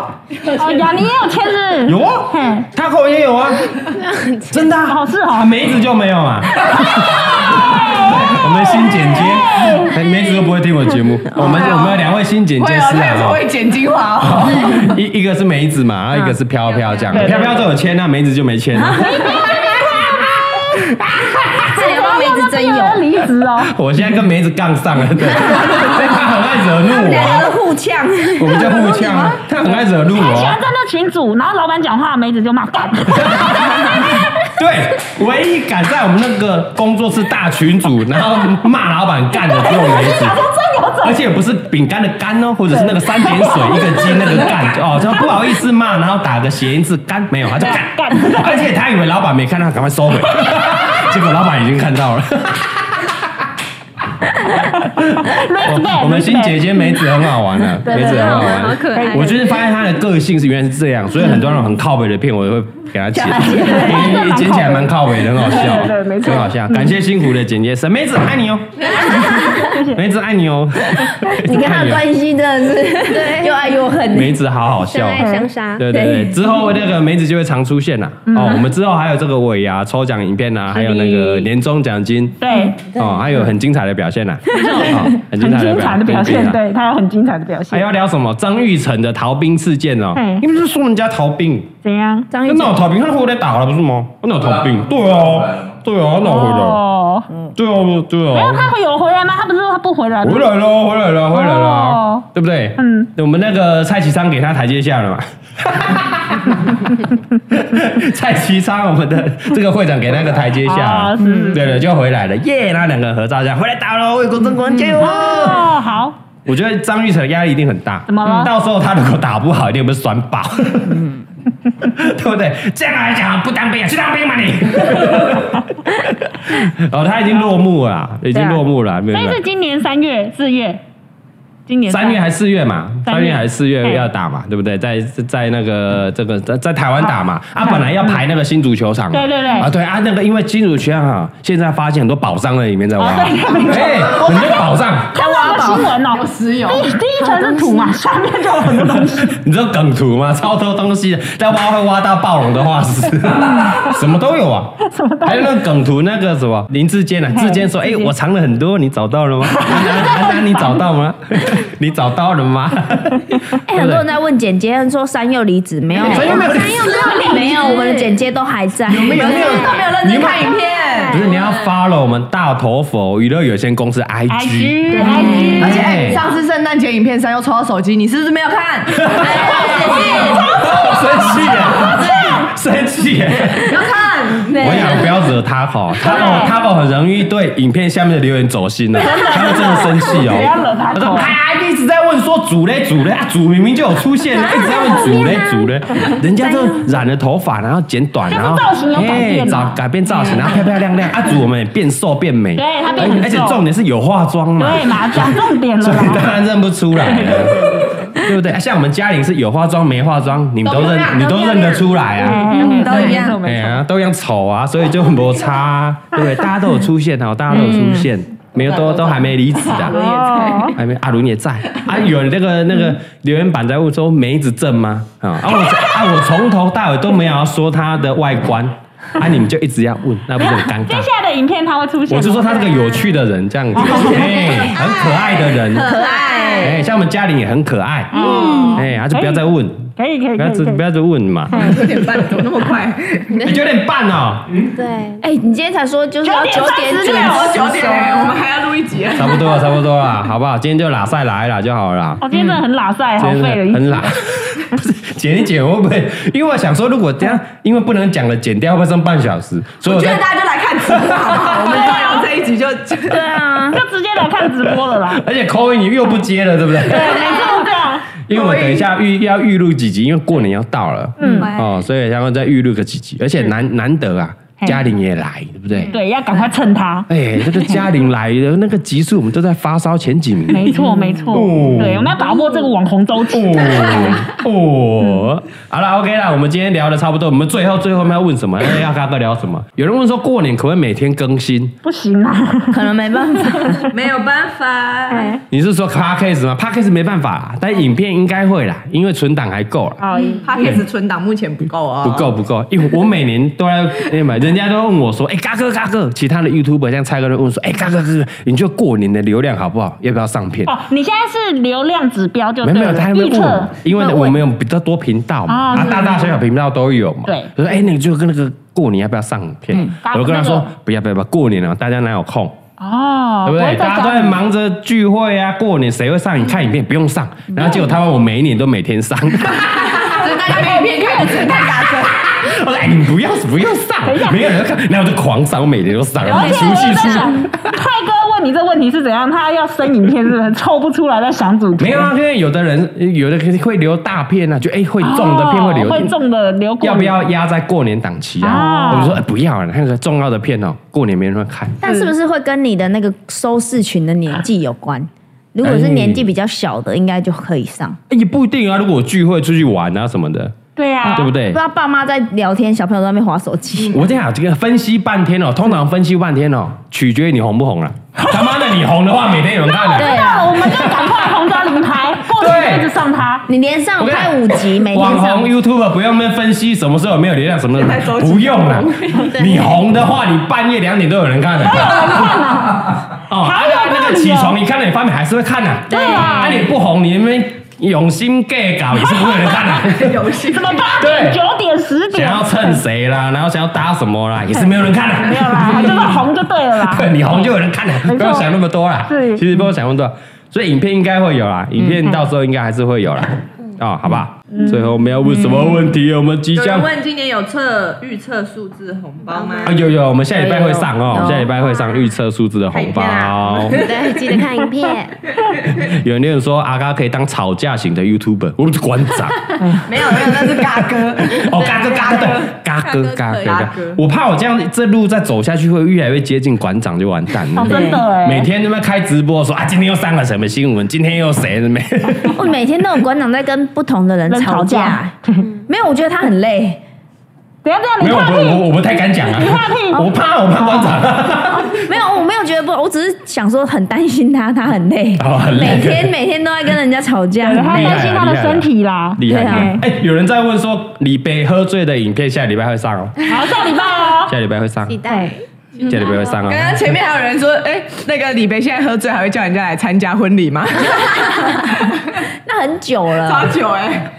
[SPEAKER 3] 哦，雅尼也有签字，哎
[SPEAKER 1] 有啊
[SPEAKER 3] 嘿，
[SPEAKER 1] 他口也有啊，真的啊
[SPEAKER 3] 哦是哦
[SPEAKER 1] 啊 <laughs> 梅子就没有嘛。我们新剪接，哎梅子都不会听我节目。我们我们有两位新剪
[SPEAKER 4] 会
[SPEAKER 1] 接
[SPEAKER 4] 哦，
[SPEAKER 1] 师
[SPEAKER 4] 他
[SPEAKER 1] 啊
[SPEAKER 4] 也，是会剪精华
[SPEAKER 1] <laughs>
[SPEAKER 4] 哦。
[SPEAKER 1] 哦一一个是梅子嘛，然后一个是飘飘这样，
[SPEAKER 3] 对对
[SPEAKER 1] 飘飘都有签，那梅子就没签啊。
[SPEAKER 2] 这里要帮梅子真
[SPEAKER 3] 有人
[SPEAKER 2] 有，
[SPEAKER 3] 离职哦，
[SPEAKER 1] 我现在跟梅子杠上了， <laughs> 对，他很爱惹怒我，啊
[SPEAKER 4] <laughs>
[SPEAKER 7] 个互呛，
[SPEAKER 1] 我们在互呛啊，他很爱惹怒
[SPEAKER 3] 他
[SPEAKER 1] 我
[SPEAKER 3] 喜
[SPEAKER 1] 啊
[SPEAKER 3] 欢。在那群组，然后老板讲话，梅子就骂干。
[SPEAKER 1] 对，唯一敢在我们那个工作室大群组，然后骂老板干的只有梅
[SPEAKER 3] <laughs>
[SPEAKER 1] 子，而且不是饼干的干哦，或者是那个三点水一个鸡那个
[SPEAKER 3] <laughs>
[SPEAKER 1] 干哦，就不好意思骂，然后打个谐音字干没有，他就干
[SPEAKER 3] <laughs> 干
[SPEAKER 1] 而且他以为老板没看到，赶快收回， <laughs> 结果老板已经看到了。我我们新姐姐梅子很好玩啊，梅子很好玩，
[SPEAKER 5] 好可爱
[SPEAKER 1] 我就是发现她的个性是原来是这样，所以很多那种很靠北的片，我也会给她剪，因为剪起来蛮靠北的，很好笑，
[SPEAKER 3] 对对没错
[SPEAKER 1] 很好笑。感谢辛苦的剪接师，梅子爱你哦，梅子爱你哦，
[SPEAKER 2] 你跟他的关系真的是
[SPEAKER 10] <laughs>
[SPEAKER 2] 对又爱又恨呢。
[SPEAKER 1] 梅子好好笑
[SPEAKER 10] 相
[SPEAKER 1] 哦。
[SPEAKER 10] 爱相杀。
[SPEAKER 1] 对对对，之后那个梅子就会常出现啦。哦，我们之后还有这个尾牙抽奖影片啊，还有那个年终奖金，
[SPEAKER 3] 对，
[SPEAKER 1] 哦，还有很精彩的表现呐，哦很
[SPEAKER 3] 很精彩的表现，
[SPEAKER 1] 啊
[SPEAKER 3] 对他有很精彩的表
[SPEAKER 1] 还
[SPEAKER 3] 现。
[SPEAKER 1] 要聊什么？张玉成的逃兵事件哦
[SPEAKER 3] 嗯，
[SPEAKER 1] 你们是说人家逃兵？
[SPEAKER 3] 怎样？
[SPEAKER 1] 那哪有逃兵？他回来打了不是吗？那有逃兵？对啊，对啊，那回来？
[SPEAKER 3] 哦，
[SPEAKER 1] 对啊，对
[SPEAKER 3] 没有，他
[SPEAKER 1] 啊，
[SPEAKER 3] 会有回来吗？他不是说他不回来吗
[SPEAKER 1] 回？来了，回来了，回来了
[SPEAKER 3] 哦，
[SPEAKER 1] 对不对？
[SPEAKER 3] 嗯，
[SPEAKER 1] 我们那个蔡其昌给他台阶下了嘛。 <laughs> 蔡其昌，我们的这个会长给那个台阶下
[SPEAKER 3] 啊
[SPEAKER 1] 了，
[SPEAKER 3] 是是
[SPEAKER 1] 对了，就回来了，耶！那两个人合照这样，回来打喽，为国争光，加油！
[SPEAKER 3] 哦，好，
[SPEAKER 1] 我觉得张玉成压力一定很大，
[SPEAKER 3] 怎么了
[SPEAKER 1] 到时候他如果打不好，一定被酸
[SPEAKER 3] <laughs>
[SPEAKER 1] 爆，对不对？这样来讲，不当兵啊去当兵嘛你。 <laughs> 哦，他已经落幕了啦，已经落幕了啦，啊没有
[SPEAKER 3] 啊所以是今年三月、四月，今年
[SPEAKER 1] 三月还是四月嘛？
[SPEAKER 3] 三
[SPEAKER 1] 三
[SPEAKER 3] 月
[SPEAKER 1] 月还是四月
[SPEAKER 3] 嘿
[SPEAKER 1] 要打嘛，对不对？在在那个这个在在台湾打嘛，啊，本来要排那个新足球场嘛，
[SPEAKER 3] 对对对
[SPEAKER 1] 啊对啊，那个因为新足球场啊，现在发现很多宝藏在里面在挖，
[SPEAKER 3] 哦
[SPEAKER 1] 哎，
[SPEAKER 3] 对对对
[SPEAKER 1] 很多宝藏，
[SPEAKER 3] 看到一个新闻哦，
[SPEAKER 4] 有石油
[SPEAKER 3] 第一第一层是土嘛，下面就有很多东西。
[SPEAKER 1] <laughs> 你知道梗图吗？超多东西的，在挖会挖到暴龙的化石， <laughs> 什么都有啊，什么还有那个梗图那个什么林志坚啊，志坚说，哎，我藏了很多，你找到了吗？安安，你找到吗？你找到了吗？
[SPEAKER 2] 哎，很多人在问简介，说山柚离子没有，
[SPEAKER 1] 所以没有
[SPEAKER 2] 没有，我们的简介都还在。
[SPEAKER 1] 有没有没有
[SPEAKER 4] 都没有认
[SPEAKER 1] 你
[SPEAKER 4] 真
[SPEAKER 1] 们
[SPEAKER 4] 看影片。
[SPEAKER 1] 不是你要 follow 我们大头佛娱乐有限公司 IG，
[SPEAKER 3] IG IG，
[SPEAKER 4] 而且、
[SPEAKER 1] 哎
[SPEAKER 4] 哎上次圣诞节影片三又抽到手机，你是不是没有 <laughs> 看？
[SPEAKER 1] <laughs> 生气耶，生气耶！
[SPEAKER 4] 没有看，
[SPEAKER 1] 我想不要惹他哈，他哦他哦很容易对影片下面的留言走心的，啊他会真的生气哦。
[SPEAKER 3] 不要惹他
[SPEAKER 1] 他说
[SPEAKER 3] 头啊
[SPEAKER 1] 哎，一直在问说主嘞主嘞，啊主明明就有出现，一直在问主嘞主嘞，人家就染了头发，然后剪短，
[SPEAKER 3] 就是
[SPEAKER 1] 然后
[SPEAKER 3] 造型有改变嘛
[SPEAKER 1] 找改变造型，然后漂漂亮亮，啊主我们也变瘦变美，哎
[SPEAKER 3] 对他变很
[SPEAKER 1] 而且
[SPEAKER 3] 瘦
[SPEAKER 1] 重点是有化妆嘛，
[SPEAKER 3] 对嘛，讲重点了
[SPEAKER 1] 所以当 <laughs>
[SPEAKER 3] 啦。
[SPEAKER 1] 然认不出
[SPEAKER 3] <laughs>
[SPEAKER 1] 来了，对不对？啊像我们嘉玲是有化妆没化妆，你们都认，你都认得出来
[SPEAKER 3] 嗯哦
[SPEAKER 1] 啊。
[SPEAKER 2] 嗯
[SPEAKER 5] 都一样
[SPEAKER 1] 哎
[SPEAKER 3] 没错
[SPEAKER 1] 呀，都一样丑啊，所以就摩擦、啊，对不对？大家都有出现哦，大家都有出现，没有都都还没离职的、
[SPEAKER 3] 哦，
[SPEAKER 1] 还没阿伦也在啊。有那个那个留言板在问说梅子正吗？啊啊我啊我从头到尾都没有要说她的外观，啊你们就一直要问，那不是 <laughs> 很
[SPEAKER 3] <laughs>
[SPEAKER 1] 尴尬
[SPEAKER 3] 接？下来的影片它会出现吗。哦
[SPEAKER 1] 我就说他是个有趣的人，这样子，哎，很可爱的人，可爱，哎，像我们嘉玲也很可爱，嗯，哎，他就不要再问，
[SPEAKER 3] 可以可以
[SPEAKER 1] 不
[SPEAKER 3] 可
[SPEAKER 1] 要
[SPEAKER 3] 以
[SPEAKER 1] 再
[SPEAKER 3] 可以
[SPEAKER 1] 不。要再问嘛，
[SPEAKER 4] 九点半怎么那么快？
[SPEAKER 1] 你九点半哦，
[SPEAKER 10] 对，
[SPEAKER 2] 哎，你今天才说就是要九点准
[SPEAKER 4] 对，我
[SPEAKER 2] 时
[SPEAKER 4] 九
[SPEAKER 2] 收
[SPEAKER 4] 点，我们还要录一集。啊
[SPEAKER 1] 差不多了，差不多了，好不好？今天就拉赛来了就好了啦。
[SPEAKER 3] 我哦今天真的很拉塞，好
[SPEAKER 1] 嗯今
[SPEAKER 3] 废
[SPEAKER 1] 天
[SPEAKER 3] 了哦一集
[SPEAKER 1] 很懒， <laughs> 不是剪一剪会不会？因为我想说，如果这样，因为不能讲了，剪掉会不会剩半小时？所以
[SPEAKER 4] 我
[SPEAKER 1] 我
[SPEAKER 4] 觉
[SPEAKER 1] 在
[SPEAKER 4] 得大家就来看直播好不 <laughs> 好？我们就用这一集就就
[SPEAKER 2] 对啊，
[SPEAKER 3] 就直接来看直播了啦。
[SPEAKER 1] 而且 call in 你又不接了，对 <laughs> 不对？
[SPEAKER 3] 对，每次都这样。
[SPEAKER 1] <laughs> 因为我们等一下预要预录几集，因为过年要到了，嗯，哦，所以然后再预录个几集，而且难难得啊，
[SPEAKER 3] 嘿
[SPEAKER 1] 嘉玲也来，对不对？
[SPEAKER 3] 对，要赶快蹭他。
[SPEAKER 1] 哎，这个嘉玲来的那个集数，我们都在发烧前几名。
[SPEAKER 3] 没错没错，
[SPEAKER 1] 哦
[SPEAKER 3] 对，我们要把握这个网红周期。
[SPEAKER 1] 哦哦，好了，OK 啦，我们今天聊的差不多，我们最后最后我们要问什么？要要跟哥聊什么？有人问说过年可不可以每天更新？
[SPEAKER 3] 不行啊，
[SPEAKER 2] 可能没办法。
[SPEAKER 5] 没有办
[SPEAKER 4] 哎
[SPEAKER 5] 法，
[SPEAKER 1] 你是说 Podcast 吗？Podcast 没办法啦，但影片应该会啦，因为存档还够啦。
[SPEAKER 3] 好，
[SPEAKER 4] Podcast 存档目前不够啊，
[SPEAKER 1] 不够不够，因为我每年都要，哎嘛，人家都问我说，哎、嘎哥嘎哥，其他的 YouTuber 像蔡哥都问说，哎、嘎哥哥，你就过年的流量好不好？要不要上片？
[SPEAKER 3] <laughs> 哦，你现在是流量指标就
[SPEAKER 1] 没
[SPEAKER 3] 对
[SPEAKER 1] 有没有，
[SPEAKER 3] 了，
[SPEAKER 1] 他还会
[SPEAKER 3] 预
[SPEAKER 1] 问我
[SPEAKER 3] 测，
[SPEAKER 1] 因为我们有比较多频道嘛，
[SPEAKER 3] 啊
[SPEAKER 1] 啊，
[SPEAKER 3] 是
[SPEAKER 1] 大大小小频道都有嘛。
[SPEAKER 3] 对嗯
[SPEAKER 1] 我说哎，那你就跟那个过年要不要上片？
[SPEAKER 3] 打
[SPEAKER 1] 我跟他
[SPEAKER 3] 那个
[SPEAKER 1] 说不要不要不要，过年了，大家哪有空？
[SPEAKER 3] 哦，
[SPEAKER 1] 对不对？
[SPEAKER 3] 会再嗯
[SPEAKER 1] 大家
[SPEAKER 3] 找
[SPEAKER 1] 都在
[SPEAKER 3] 你
[SPEAKER 1] 忙着聚会啊，过年谁会上？你看影片不用上，然
[SPEAKER 3] 嗯
[SPEAKER 1] 后结果他们我每一年都每天上。 <laughs>
[SPEAKER 4] 所以大家没有片看，只看打折。
[SPEAKER 1] 我说哎，你不要不要上，没有人要看，然后我就狂上，我每天都上，然后
[SPEAKER 3] 而且
[SPEAKER 1] 出
[SPEAKER 3] 我
[SPEAKER 1] 戏
[SPEAKER 3] 在
[SPEAKER 1] 出戏。
[SPEAKER 3] 想， <laughs> 泰哥问你这问题是怎样？他要生影片是不是？抽不出来在想主题？
[SPEAKER 1] 没有啊，因为有的人有的会留大片啊，就哎会中的片会留
[SPEAKER 3] 哦，会中的留过。
[SPEAKER 1] 要不？要压在过年档期啊？
[SPEAKER 3] 啊
[SPEAKER 1] 我们说、哎不要了，那个重要的片哦，过年没人会看。
[SPEAKER 2] 但是不是会跟你的那个收视群的年纪有关？如
[SPEAKER 5] 哎
[SPEAKER 2] 果是年纪比较小的，应该就可以上。
[SPEAKER 1] 哎也不一定啊，如果我聚会出去玩啊什么的，
[SPEAKER 3] 对啊，
[SPEAKER 1] 对不
[SPEAKER 2] 不
[SPEAKER 5] 哎
[SPEAKER 1] 对
[SPEAKER 2] 知？道爸妈在聊天，小朋友在那边划手机。
[SPEAKER 1] 我这样啊这个分析半天哦，通常分析半天哦，取决于你红不红
[SPEAKER 3] <laughs>
[SPEAKER 1] 了、他妈的，你红的话，每天有人看啊的、
[SPEAKER 2] 对
[SPEAKER 3] 那我们就赶快红加零拍，过年就一直上他。
[SPEAKER 2] 你连上拍五集，每天
[SPEAKER 1] 网
[SPEAKER 2] 上
[SPEAKER 1] 红 YouTube 不用那边分析什么时候有没有流量，什么时候不用了。你红的话，你半夜两点都有人看的。哦，
[SPEAKER 3] 还有
[SPEAKER 1] 那
[SPEAKER 3] 道
[SPEAKER 1] 个
[SPEAKER 3] 理哦
[SPEAKER 1] 起床你看了，你发现还是会看的。对啊，你不红，你那边用心 gay 搞也是不会有人看的。
[SPEAKER 3] 什么八点、
[SPEAKER 1] 对
[SPEAKER 3] 九点、十
[SPEAKER 1] 想
[SPEAKER 3] 点？
[SPEAKER 1] 要蹭谁啦，然后想要搭什么啦，也是没有人看的。
[SPEAKER 3] 没有啦，就是红就对了啦。
[SPEAKER 1] 对 <laughs> 你红就有人看了，啊不用想那么多啦。
[SPEAKER 3] 是
[SPEAKER 1] 其实不用想那么多，所以影片应该会有啦，影片到时候应该还是会有啦。哦，好不好？最后没有问什么问题，我们即
[SPEAKER 7] 有人
[SPEAKER 1] 将
[SPEAKER 7] 问今年有测预测数字红包吗
[SPEAKER 4] 哎
[SPEAKER 1] 啊？有有，我们下礼拜会上哦，
[SPEAKER 2] 有有
[SPEAKER 1] 我们下礼拜会上预测数字的红包。
[SPEAKER 7] 看影片啊
[SPEAKER 10] 对，记得看影片。
[SPEAKER 1] <laughs> 有人说阿嘎可以当吵架型的 YouTuber，我们是馆长。
[SPEAKER 4] 没有没有，那是嘎 <laughs> 哥。
[SPEAKER 1] 哦，嘎哥嘎哥嘎哥嘎哥嘎哥，我怕我这样这路再走下去会越来越接近馆长就完蛋了
[SPEAKER 3] 哦，。真的哎，
[SPEAKER 1] 每天他妈开直播说啊，今天又上了什么新闻，今天又谁了没？
[SPEAKER 2] 我哦每天都有馆长在跟不同的人
[SPEAKER 3] 人
[SPEAKER 2] 吵
[SPEAKER 3] 吵
[SPEAKER 2] 架
[SPEAKER 3] 架，
[SPEAKER 2] 没有，我觉得他很累。
[SPEAKER 3] 不要这样，
[SPEAKER 1] 没
[SPEAKER 3] 你
[SPEAKER 1] 有，我
[SPEAKER 3] 怕
[SPEAKER 1] 不我
[SPEAKER 3] 屁，
[SPEAKER 1] 我不太敢讲啊，我怕我怕馆长。
[SPEAKER 2] 没有，我没有觉得不，我只是想说很担心他，他很累，
[SPEAKER 1] <laughs> 哦很累
[SPEAKER 2] 每天每天都在跟人家吵架。
[SPEAKER 3] 他
[SPEAKER 1] 厉害啊
[SPEAKER 3] 担心他的身体啦。
[SPEAKER 1] 厉害厉害！
[SPEAKER 3] 对
[SPEAKER 1] 哎、有人在问说李北喝醉的影片下礼拜会上哦，
[SPEAKER 3] 好，下礼拜哦。
[SPEAKER 1] 下礼拜会上，
[SPEAKER 10] 期待。嗯
[SPEAKER 1] 下礼拜会上哦
[SPEAKER 4] 刚。刚前面还有人说，哎、那个李北现在喝醉还会叫人家来参加婚礼 <laughs> 吗？
[SPEAKER 2] 那很久
[SPEAKER 4] 超
[SPEAKER 2] 了，
[SPEAKER 4] 久哎、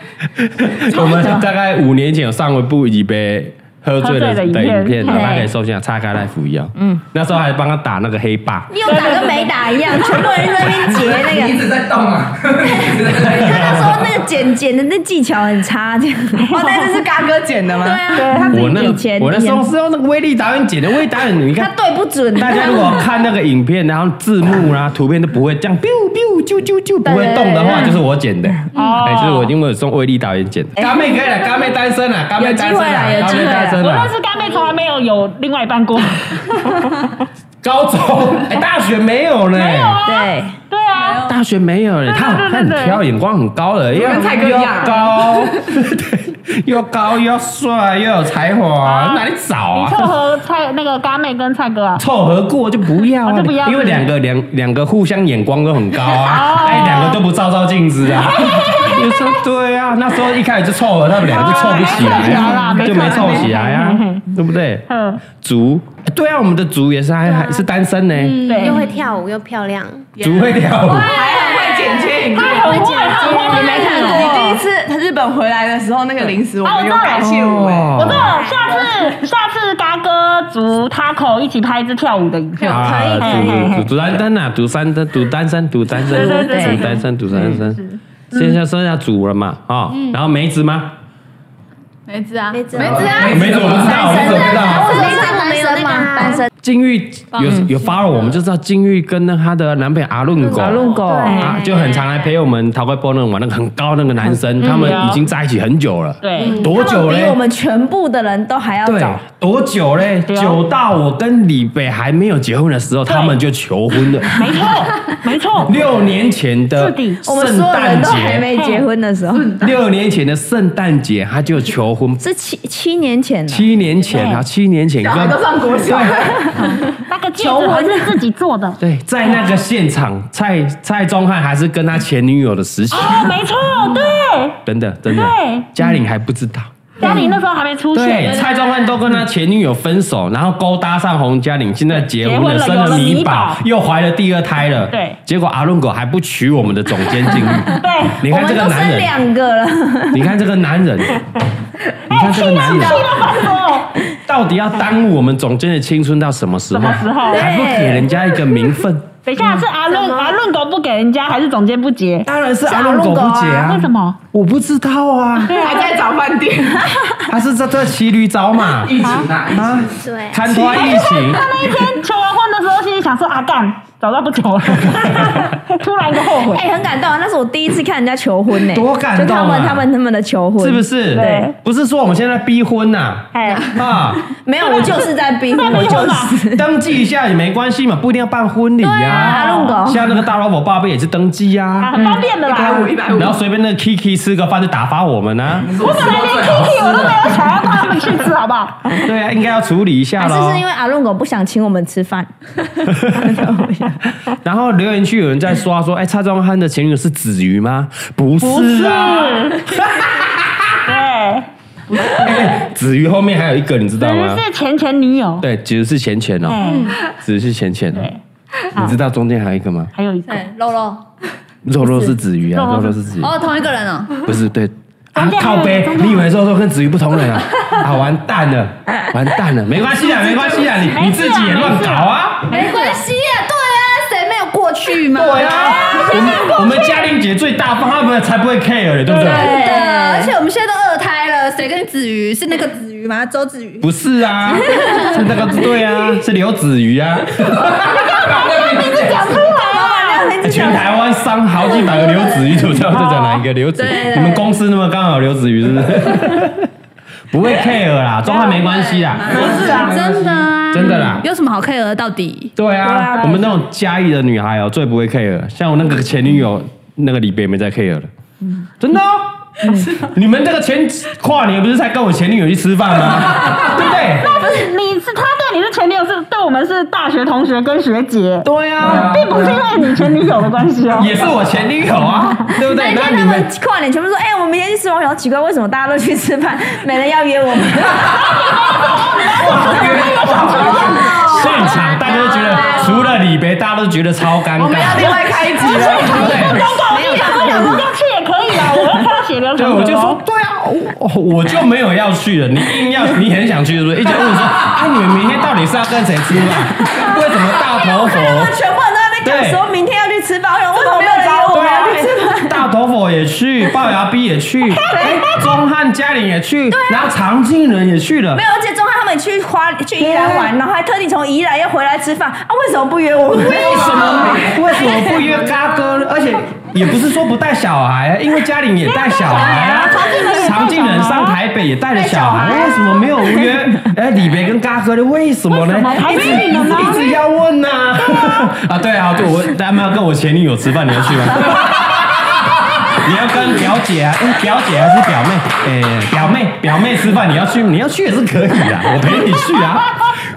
[SPEAKER 1] <laughs> 我们大概五年前有上过一部李北喝醉的
[SPEAKER 3] 喝
[SPEAKER 1] 的
[SPEAKER 3] 醉的影片
[SPEAKER 1] 影片，
[SPEAKER 2] 对
[SPEAKER 1] 大家可以搜一下“叉开来福一样。嗯，那时候还帮他打那个黑霸，
[SPEAKER 2] 又打跟没打一样，全部人在那边截那
[SPEAKER 9] 你一
[SPEAKER 2] 个。
[SPEAKER 9] 直在动啊，一直
[SPEAKER 1] <laughs>
[SPEAKER 9] 在
[SPEAKER 2] 他那时候那个剪剪的那技巧很差，这样。
[SPEAKER 4] 哦，但是是嘎哥剪的吗？
[SPEAKER 2] 对啊，他自
[SPEAKER 1] 我那
[SPEAKER 2] 己以前
[SPEAKER 1] 我那时候是用那个威力导演剪的，威力导演你
[SPEAKER 2] 他
[SPEAKER 1] 看。
[SPEAKER 2] 对不
[SPEAKER 1] <laughs>
[SPEAKER 2] 准，
[SPEAKER 1] 大家如果看那个影片，然后字幕啦、图片都不会这样 biu biu 啾啾啾不会动的话，就是我剪的。
[SPEAKER 3] 哦
[SPEAKER 1] 哎，就是我因为我送威力导演剪的。嘎妹可以了，嘎妹单身了，嘎妹单身了，
[SPEAKER 2] 有
[SPEAKER 1] 嘎
[SPEAKER 2] 机
[SPEAKER 1] 妹
[SPEAKER 2] 会啦有机会啦
[SPEAKER 1] 单身啊
[SPEAKER 3] 我
[SPEAKER 1] 了
[SPEAKER 3] 认。识干妹，从来没有有另外一半过。 <laughs>
[SPEAKER 1] 高中、哎，大学没有嘞，
[SPEAKER 3] 没有啊，
[SPEAKER 2] 对，
[SPEAKER 3] 对啊，
[SPEAKER 1] 大学没有嘞，他
[SPEAKER 3] 对对
[SPEAKER 1] 很他很
[SPEAKER 3] 对
[SPEAKER 1] 挑，眼光很高的，又
[SPEAKER 4] 跟蔡哥一样
[SPEAKER 1] 高， <laughs> 对，又高又帅又有才华，
[SPEAKER 3] 啊
[SPEAKER 1] 哪里找
[SPEAKER 3] 你
[SPEAKER 1] 啊？
[SPEAKER 3] 凑合蔡那个干妹跟蔡哥啊，
[SPEAKER 1] 凑合过就不要
[SPEAKER 3] 哦
[SPEAKER 1] 啊
[SPEAKER 3] 就不，要
[SPEAKER 1] 因为两个两两个互相眼光都很高啊，
[SPEAKER 3] 哦
[SPEAKER 1] 哎，两个都不照照镜子
[SPEAKER 3] <laughs>
[SPEAKER 1] 啊。就说对啊，那时候一开始就凑合，他们两个就凑不起来啊，
[SPEAKER 3] 哦没
[SPEAKER 1] 就
[SPEAKER 3] 凑起来啦
[SPEAKER 1] 没凑起来啊
[SPEAKER 3] 没错没，
[SPEAKER 1] 对不对？
[SPEAKER 3] 嗯，
[SPEAKER 1] 竹，对啊，我们的竹也是还
[SPEAKER 3] 啊
[SPEAKER 1] 还是单身呢，
[SPEAKER 3] 对
[SPEAKER 10] 又会跳舞又漂亮，
[SPEAKER 1] 竹会跳舞。
[SPEAKER 4] 还很会剪接影片。
[SPEAKER 3] 他很会，他很会，没看
[SPEAKER 4] 你第一次他日本回来的时候，那个零食哦我们有感谢我哎、
[SPEAKER 1] 哦
[SPEAKER 3] 我知道，下次下次嘎哥组 Taco 一起拍一支跳舞的影 <laughs>
[SPEAKER 10] 嗯
[SPEAKER 3] 片。
[SPEAKER 1] 啊，赌
[SPEAKER 3] 可以
[SPEAKER 1] 赌单身啊，赌三单，赌单身，赌单身，
[SPEAKER 3] 对对对
[SPEAKER 1] 赌单身，赌单身。现在剩下主了嘛，啊，然后梅子吗？
[SPEAKER 5] 梅子啊，
[SPEAKER 10] 梅子啊梅子
[SPEAKER 9] 啊
[SPEAKER 1] 梅子我不知道，我不知道。
[SPEAKER 2] 我是单身嘛，单身
[SPEAKER 1] 金玉有有发了，我们就知道金玉跟那她的男朋友阿论狗，
[SPEAKER 2] 狗
[SPEAKER 1] 啊，就很常来陪我们陶怪波那玩那个很高那个男生，他们
[SPEAKER 3] 啊
[SPEAKER 1] 已经在一起很久了，
[SPEAKER 3] 对，
[SPEAKER 1] 多久
[SPEAKER 2] 比
[SPEAKER 1] 嘞
[SPEAKER 2] 我？们全部的人都还要
[SPEAKER 1] 对
[SPEAKER 2] 早。，
[SPEAKER 1] 多久嘞？
[SPEAKER 3] 啊
[SPEAKER 1] 久到我跟李北还没有结婚的时候，
[SPEAKER 3] 对
[SPEAKER 1] 他们就求婚了。
[SPEAKER 3] 没错，没错，
[SPEAKER 1] 六年前的
[SPEAKER 3] 是的
[SPEAKER 2] 我们
[SPEAKER 1] 圣
[SPEAKER 2] 所有人
[SPEAKER 1] 诞
[SPEAKER 2] 都还
[SPEAKER 1] 节，嗯
[SPEAKER 2] 没结婚的时候，
[SPEAKER 1] 六年前的圣诞节他就求婚，
[SPEAKER 2] 是七七年前的，
[SPEAKER 1] 七年前啊，
[SPEAKER 3] 对
[SPEAKER 1] 七年前
[SPEAKER 4] 小孩都上国小，
[SPEAKER 3] 那个戒指还是自己做的。
[SPEAKER 1] 对，在那个现场，蔡蔡宗翰还是跟他前女友的实习，
[SPEAKER 3] 哦，没错，
[SPEAKER 1] 嗯
[SPEAKER 3] 对，
[SPEAKER 1] 真的真的
[SPEAKER 3] 对，
[SPEAKER 1] 嘉玲还不知道。
[SPEAKER 3] 家里那时候还没出
[SPEAKER 1] 对，
[SPEAKER 3] 现。哎
[SPEAKER 1] 蔡宗翰都跟他前女友分手，然后勾搭上洪嘉玲，现在结婚了，
[SPEAKER 3] 结婚了
[SPEAKER 1] 生
[SPEAKER 3] 有
[SPEAKER 1] 了
[SPEAKER 3] 了
[SPEAKER 1] 米
[SPEAKER 3] 米
[SPEAKER 1] 宝
[SPEAKER 3] 宝，
[SPEAKER 1] 又怀了第二胎了。
[SPEAKER 3] 对
[SPEAKER 1] 结果阿伦狗还不娶我们的总监进入。
[SPEAKER 3] 对，
[SPEAKER 1] 你
[SPEAKER 2] 我
[SPEAKER 1] 看
[SPEAKER 2] 们
[SPEAKER 1] 这个
[SPEAKER 2] 都
[SPEAKER 1] 男
[SPEAKER 2] 生
[SPEAKER 1] 人，
[SPEAKER 2] 两个了，
[SPEAKER 1] <laughs> 你看这个男人，你看这个
[SPEAKER 3] 哎
[SPEAKER 1] 男人，到底要耽误我们总监的青春到什么时候？
[SPEAKER 3] 什么时候
[SPEAKER 1] 还不给人家一个名分？
[SPEAKER 3] 等一下
[SPEAKER 1] 嗯
[SPEAKER 3] 是阿论阿论狗不给人家，还是总监不结？
[SPEAKER 1] 当然是阿伦狗不解啊！
[SPEAKER 3] 为什？么？
[SPEAKER 1] 我不知道
[SPEAKER 4] <laughs>
[SPEAKER 1] 啊，
[SPEAKER 4] 还在找饭 <laughs> 店，
[SPEAKER 1] 他是在这骑驴找马
[SPEAKER 9] 疫情啊，疫
[SPEAKER 1] 啊
[SPEAKER 9] 情，
[SPEAKER 10] 对，
[SPEAKER 1] 看花疫
[SPEAKER 3] <laughs>
[SPEAKER 1] 情。
[SPEAKER 3] 他那一天求完婚的时候，心里想说啊干，早知道不求
[SPEAKER 1] <laughs>
[SPEAKER 3] 了，突然一个后悔。
[SPEAKER 2] 哎，很感动啊！那是我第一次看人家求婚呢，
[SPEAKER 1] 多感动啊
[SPEAKER 2] 就他们他们他们的求婚
[SPEAKER 1] 是不？是？
[SPEAKER 2] 对，
[SPEAKER 1] 不是说我们现在逼婚呐、
[SPEAKER 3] 哎，
[SPEAKER 1] 啊，
[SPEAKER 2] 没有，我就是在逼，
[SPEAKER 3] 那
[SPEAKER 2] 我
[SPEAKER 3] 没有
[SPEAKER 2] 就
[SPEAKER 3] 嘛
[SPEAKER 2] 是。
[SPEAKER 1] 登记一下也没关系嘛，不一定要办婚礼
[SPEAKER 2] 对
[SPEAKER 1] 呀、
[SPEAKER 2] 啊，弄狗。
[SPEAKER 1] 像那个大老婆爸爸也是登记呀、
[SPEAKER 3] 啊很方便的
[SPEAKER 4] 一
[SPEAKER 3] 啦。
[SPEAKER 4] 百五一百五
[SPEAKER 1] 然，后随便那个 Kiki 吃个饭就打发我们啊，
[SPEAKER 3] 我本来连 Kiki 我都没有想要带他们去吃，好不好？
[SPEAKER 1] 对啊，应该要处理一下
[SPEAKER 2] 还是
[SPEAKER 1] 喽
[SPEAKER 2] 是。因为阿论狗不想请我们吃饭，
[SPEAKER 1] <laughs> 然后留言区有人在刷说，哎，蔡宗翰的前女友是子瑜吗？不 <laughs> 是啊， <laughs>
[SPEAKER 3] 对，
[SPEAKER 1] 哎子瑜后面还有一个，你知道吗
[SPEAKER 3] 只？是前前女友。
[SPEAKER 1] 对，子瑜是浅浅哦，
[SPEAKER 3] 嗯，
[SPEAKER 1] 子瑜是浅浅哦。你知道中间还有一个吗？
[SPEAKER 3] 还有一个，
[SPEAKER 5] 对，肉肉，
[SPEAKER 1] 肉肉是子瑜啊，
[SPEAKER 3] 肉
[SPEAKER 1] 肉
[SPEAKER 3] 肉是
[SPEAKER 1] 肉是子瑜。
[SPEAKER 5] 哎哦，同一个人哦，
[SPEAKER 1] 不是对。啊
[SPEAKER 3] 中间还有
[SPEAKER 1] 靠背
[SPEAKER 3] 中，间
[SPEAKER 1] 你以为说说跟子瑜不同人啊？啊，完蛋
[SPEAKER 3] <laughs>
[SPEAKER 1] 了，完蛋了，没关系啊，没关系啊，你你自己也乱搞啊，
[SPEAKER 5] 没关系啊，对啊，谁没有过去嘛？
[SPEAKER 1] 对啊，我们我们嘉玲姐最大方，她们才不会 care 嘞，对不对？
[SPEAKER 5] 真
[SPEAKER 1] 哎
[SPEAKER 5] 的，而且我们现在都二胎了，谁跟子瑜是那个子瑜吗？周子瑜。
[SPEAKER 1] 不是啊，是那个对啊，是刘子瑜啊，全台湾伤好几百个刘子瑜，对不对？我在讲哪一个刘子瑜
[SPEAKER 5] 对对？对
[SPEAKER 1] 你们公司那么刚好有刘子瑜是不是？不会 care 啦，装他没关系啦，
[SPEAKER 3] 不是啊，
[SPEAKER 5] 真的啊，
[SPEAKER 1] 真的啦
[SPEAKER 5] 有什么好 care 的？到底
[SPEAKER 1] 对啊，我们那种嘉义的女孩哦，最不会 care。像我那个前女友，那个李别没在 care 了，真的哦。你们这个前跨年不是才跟我前女友去吃饭吗？对不对？
[SPEAKER 3] 不是你是他对你是前女友，是对我们是大学同学跟学姐，
[SPEAKER 1] 对啊，
[SPEAKER 3] 并不是因为你前女友的关系哦。
[SPEAKER 1] 也是我前女友啊，对不
[SPEAKER 2] 那
[SPEAKER 1] 对？
[SPEAKER 2] 一
[SPEAKER 1] 那
[SPEAKER 2] 天
[SPEAKER 1] 你
[SPEAKER 2] 他们
[SPEAKER 1] 们
[SPEAKER 2] 跨年全部说，哎、我们明天去吃王小，奇怪，为什么大家都去吃饭，没人要约我们？
[SPEAKER 1] 现场大家都觉得，除了李别，大家都觉得超尴尬，
[SPEAKER 4] 哦啊我们要另外开一集了。
[SPEAKER 1] 对不对？
[SPEAKER 3] 没有，我想说要去也可以啊，我要看到血流
[SPEAKER 1] 对，
[SPEAKER 3] 成河。
[SPEAKER 1] 我就
[SPEAKER 4] <laughs>
[SPEAKER 1] 说，对啊，我我就没有要去了，你硬要，你很想去，是不是？一直问我说，啊，你们明天到底是要跟谁吃饭？为什么大头
[SPEAKER 2] 他
[SPEAKER 1] 佛？
[SPEAKER 2] 们全部人都在那边讲说明天要去吃饭，我想为什么没有找我
[SPEAKER 1] 对
[SPEAKER 2] 们
[SPEAKER 1] 啊
[SPEAKER 2] 要去吃饭？，
[SPEAKER 1] 大头佛也去，龅牙 B 也去，哎，钟汉嘉玲也去，然后常庆人也去了
[SPEAKER 2] 没。有，而且中汉他们去花去宜兰玩，然后还特地从宜兰要回来吃饭，啊，为什么不约我们？
[SPEAKER 1] 为什么为什么不约嘎哥呢？而且也不是说不带小孩，啊因为嘉玲也带小孩啊，常进人上台北也带了小孩，为什么没有约？哎，李别跟嘎哥的为什么呢？啊一直一直要问呐、啊，对啊，对我他们要跟我前女友吃饭，你要去吗？你要跟表姐啊，嗯表姐还是表妹？哎、表妹，表妹吃饭你要去，你要去也是可以的，我陪你去啊。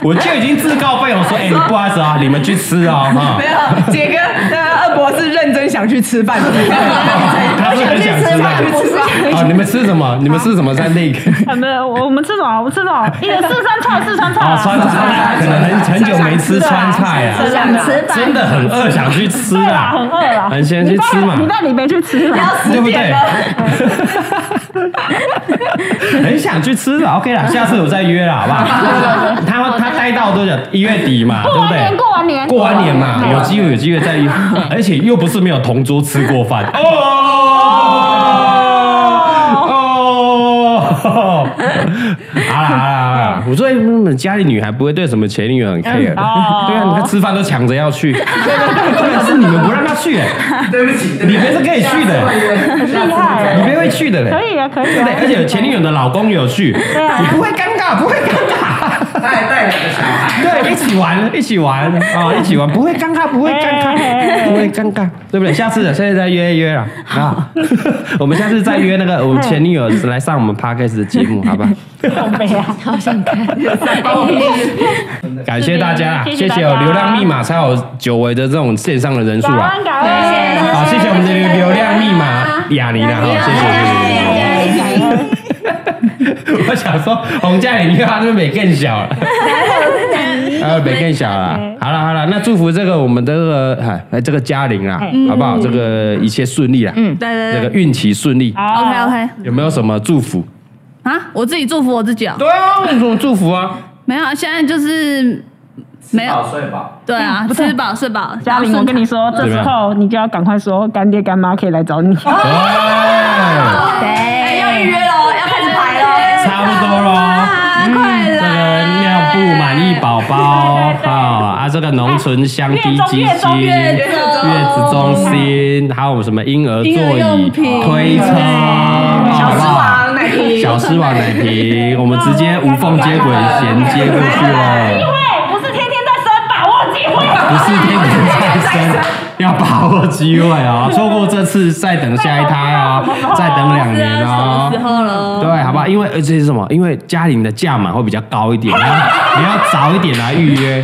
[SPEAKER 1] 我就已经自告奋勇说，哎、你不好意思啊，你们去吃哦，哈
[SPEAKER 4] 没。有，杰哥，那二博是认真想去吃饭的。
[SPEAKER 1] <laughs> 他是很想吃饭， <laughs> 啊！你们吃什么？你们吃什么在那个？
[SPEAKER 3] 啊，没有，我我们吃什么？我们吃什么？一个四川菜，四川菜啊。
[SPEAKER 1] <laughs> 啊，川菜，可能很很久没吃川菜啊，
[SPEAKER 2] 想吃
[SPEAKER 1] 真的很饿，想去吃
[SPEAKER 3] 对啦，
[SPEAKER 1] 啊，
[SPEAKER 3] 很饿啦。
[SPEAKER 1] 很想去吃嘛
[SPEAKER 3] 你，带你没去吃嘛？
[SPEAKER 1] 对不对？ <laughs> 很想去吃了，OK 啦，下次我再约啦，好不好？他他待到多久？一月底嘛，对
[SPEAKER 3] 过
[SPEAKER 1] 不
[SPEAKER 3] 完
[SPEAKER 1] 对
[SPEAKER 3] 年，？过完年，
[SPEAKER 1] 过完年嘛，有机会有机会再
[SPEAKER 3] <laughs>
[SPEAKER 1] 约，而且又不是没有同桌吃过饭哦。
[SPEAKER 3] <laughs>
[SPEAKER 1] 哦，好啦好啦好啦，我说你们家里女孩不会对什么前女友很 care，的
[SPEAKER 3] 哦
[SPEAKER 1] 对啊，你看吃饭都抢着要
[SPEAKER 3] <laughs>
[SPEAKER 1] 去，对是你们不让她去，哎
[SPEAKER 9] 对不起，对不
[SPEAKER 1] 你
[SPEAKER 9] 起
[SPEAKER 1] 们是可以去的，
[SPEAKER 3] 厉害
[SPEAKER 1] 你，们会去的嘞
[SPEAKER 3] 可，以啊，可以
[SPEAKER 1] 对不对？。
[SPEAKER 3] 啊
[SPEAKER 1] 而且前女友的老公有去，
[SPEAKER 3] 对啊
[SPEAKER 1] 你不会尴尬，不会尴尬。
[SPEAKER 9] 他还带两个小孩，
[SPEAKER 1] 对，一起玩，一起玩啊、一起玩，不会尴尬，不会尴尬，不会尴尬，对不对？下次的，下次再约一约啊啊！ <laughs> 我们下次再约那个我们前女友来上我们 podcast 的节目，好 <laughs> 吧？
[SPEAKER 3] 好美啊！
[SPEAKER 1] 感谢大家啦，
[SPEAKER 3] 谢
[SPEAKER 1] 谢
[SPEAKER 3] 谢大家
[SPEAKER 1] 谢有流量密码才有久违的这种线上的人数
[SPEAKER 3] 感
[SPEAKER 1] 啊！
[SPEAKER 3] 恩感恩。
[SPEAKER 1] 好，谢谢我们的流量密码雅尼啦，哈，谢谢谢谢谢谢。 <laughs> 我想说，洪嘉玲又他是美更小
[SPEAKER 3] <laughs>
[SPEAKER 1] 了，啊，美更小了。
[SPEAKER 3] 嗯
[SPEAKER 1] 好了好了，那祝福这个我们的这个哎哎这个嘉玲啦，
[SPEAKER 3] 嗯
[SPEAKER 1] 好不好？这个一切顺利啦，嗯，
[SPEAKER 5] 对对
[SPEAKER 1] 这
[SPEAKER 5] 对
[SPEAKER 1] 个运气顺利。
[SPEAKER 3] 好
[SPEAKER 5] OK OK
[SPEAKER 1] 有没有什么祝福？
[SPEAKER 5] 啊，我自己祝福我自己啊，
[SPEAKER 1] 对啊，有什么祝福啊？
[SPEAKER 5] 没有，现在就是没有，
[SPEAKER 9] 好睡吧。
[SPEAKER 5] 对啊，吃饱睡饱。
[SPEAKER 3] 嘉玲，我跟你说，这时候你就要赶快说干爹干妈可以来找你。
[SPEAKER 1] 哦，
[SPEAKER 2] 对，要预约了，要开始排了。
[SPEAKER 1] 差不
[SPEAKER 3] <laughs>
[SPEAKER 1] 多喽。
[SPEAKER 5] 啊，快
[SPEAKER 1] 这个
[SPEAKER 5] 来！
[SPEAKER 1] 尿布满意宝宝
[SPEAKER 3] <laughs> 对对对
[SPEAKER 1] 啊啊，这个浓醇香
[SPEAKER 3] 哎
[SPEAKER 1] 滴
[SPEAKER 3] 月中
[SPEAKER 1] 基
[SPEAKER 3] 月中
[SPEAKER 1] 金、
[SPEAKER 3] 月
[SPEAKER 1] 月子中心，还有我们什么婴儿座椅、推车，
[SPEAKER 4] 小
[SPEAKER 1] 好不
[SPEAKER 4] 狮
[SPEAKER 1] 好？
[SPEAKER 4] 王奶瓶，
[SPEAKER 1] 小狮王奶瓶，我们直接无缝接轨衔接过去
[SPEAKER 3] 机
[SPEAKER 1] 了，
[SPEAKER 3] 会不是天天在生，把握机会。啊
[SPEAKER 1] 不是天天再生，要把握机会哦，错过这次再等下一胎哦，再等两年哦。
[SPEAKER 5] 候了？
[SPEAKER 1] 对，好不好？因为而且是什么？因为嘉玲的价码会比较高一点， <laughs> 你要你要早一点来预约。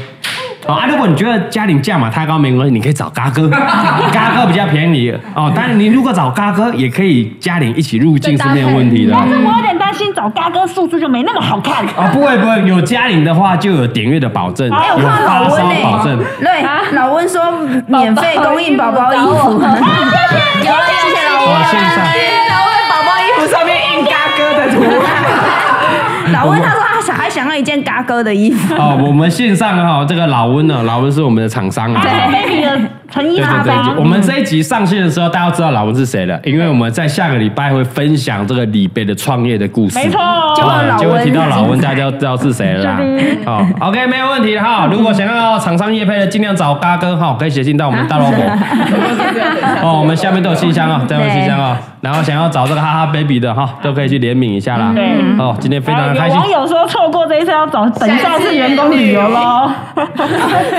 [SPEAKER 1] 哦啊，如果你觉得嘉玲价码太高没关系，你可以找嘎哥， <laughs> 嘎哥比较便宜哦。当然，你如果找嘎哥，也可以嘉玲一起入境是没有问题的。
[SPEAKER 3] 但是我有点担心，找嘎哥数字就没那么好 <laughs> 看。
[SPEAKER 1] 哦，不会不会，有嘉玲的话就有点阅的保证，有
[SPEAKER 3] 哎我看
[SPEAKER 1] 发
[SPEAKER 2] 老
[SPEAKER 1] 烧
[SPEAKER 2] 温欸啊呢
[SPEAKER 1] 保证。
[SPEAKER 2] 对，老温说免费供应宝宝衣服，有了，谢谢老
[SPEAKER 1] 哇，
[SPEAKER 2] 温。
[SPEAKER 1] 哦线上
[SPEAKER 4] 然后在宝宝衣服上面印嘎哥的图案。
[SPEAKER 7] 老温他说他想还想要一件嘎哥的衣服，
[SPEAKER 1] 哦，我们线上哈，这个老温呢，老温是我们的厂商啊。
[SPEAKER 3] 还有 baby 的成衣
[SPEAKER 1] 对
[SPEAKER 3] 哎大
[SPEAKER 1] 对
[SPEAKER 3] 搭
[SPEAKER 1] 对，，我们这一集上线的时候，大家知道老温是谁了，因为我们在下个礼拜会分享这个李贝的创业的故事。
[SPEAKER 3] 没错
[SPEAKER 1] 就会
[SPEAKER 2] 老温
[SPEAKER 1] 就会提到老温，大家就知道是谁了啦。哦好，OK，没有问题哈。如果想要厂商业配的，尽量找嘎哥哈，可以写信到我们大老虎。哦，我们下面都有信箱哦，都有信箱哦。然后想要找这个哈哈 baby 的哈，都可以去联名一下啦。
[SPEAKER 3] 对
[SPEAKER 1] 哦，今天非常的开
[SPEAKER 3] 还有有
[SPEAKER 1] 心。
[SPEAKER 3] 网友说错过这一次要找等下次员工旅游 <laughs> 喽，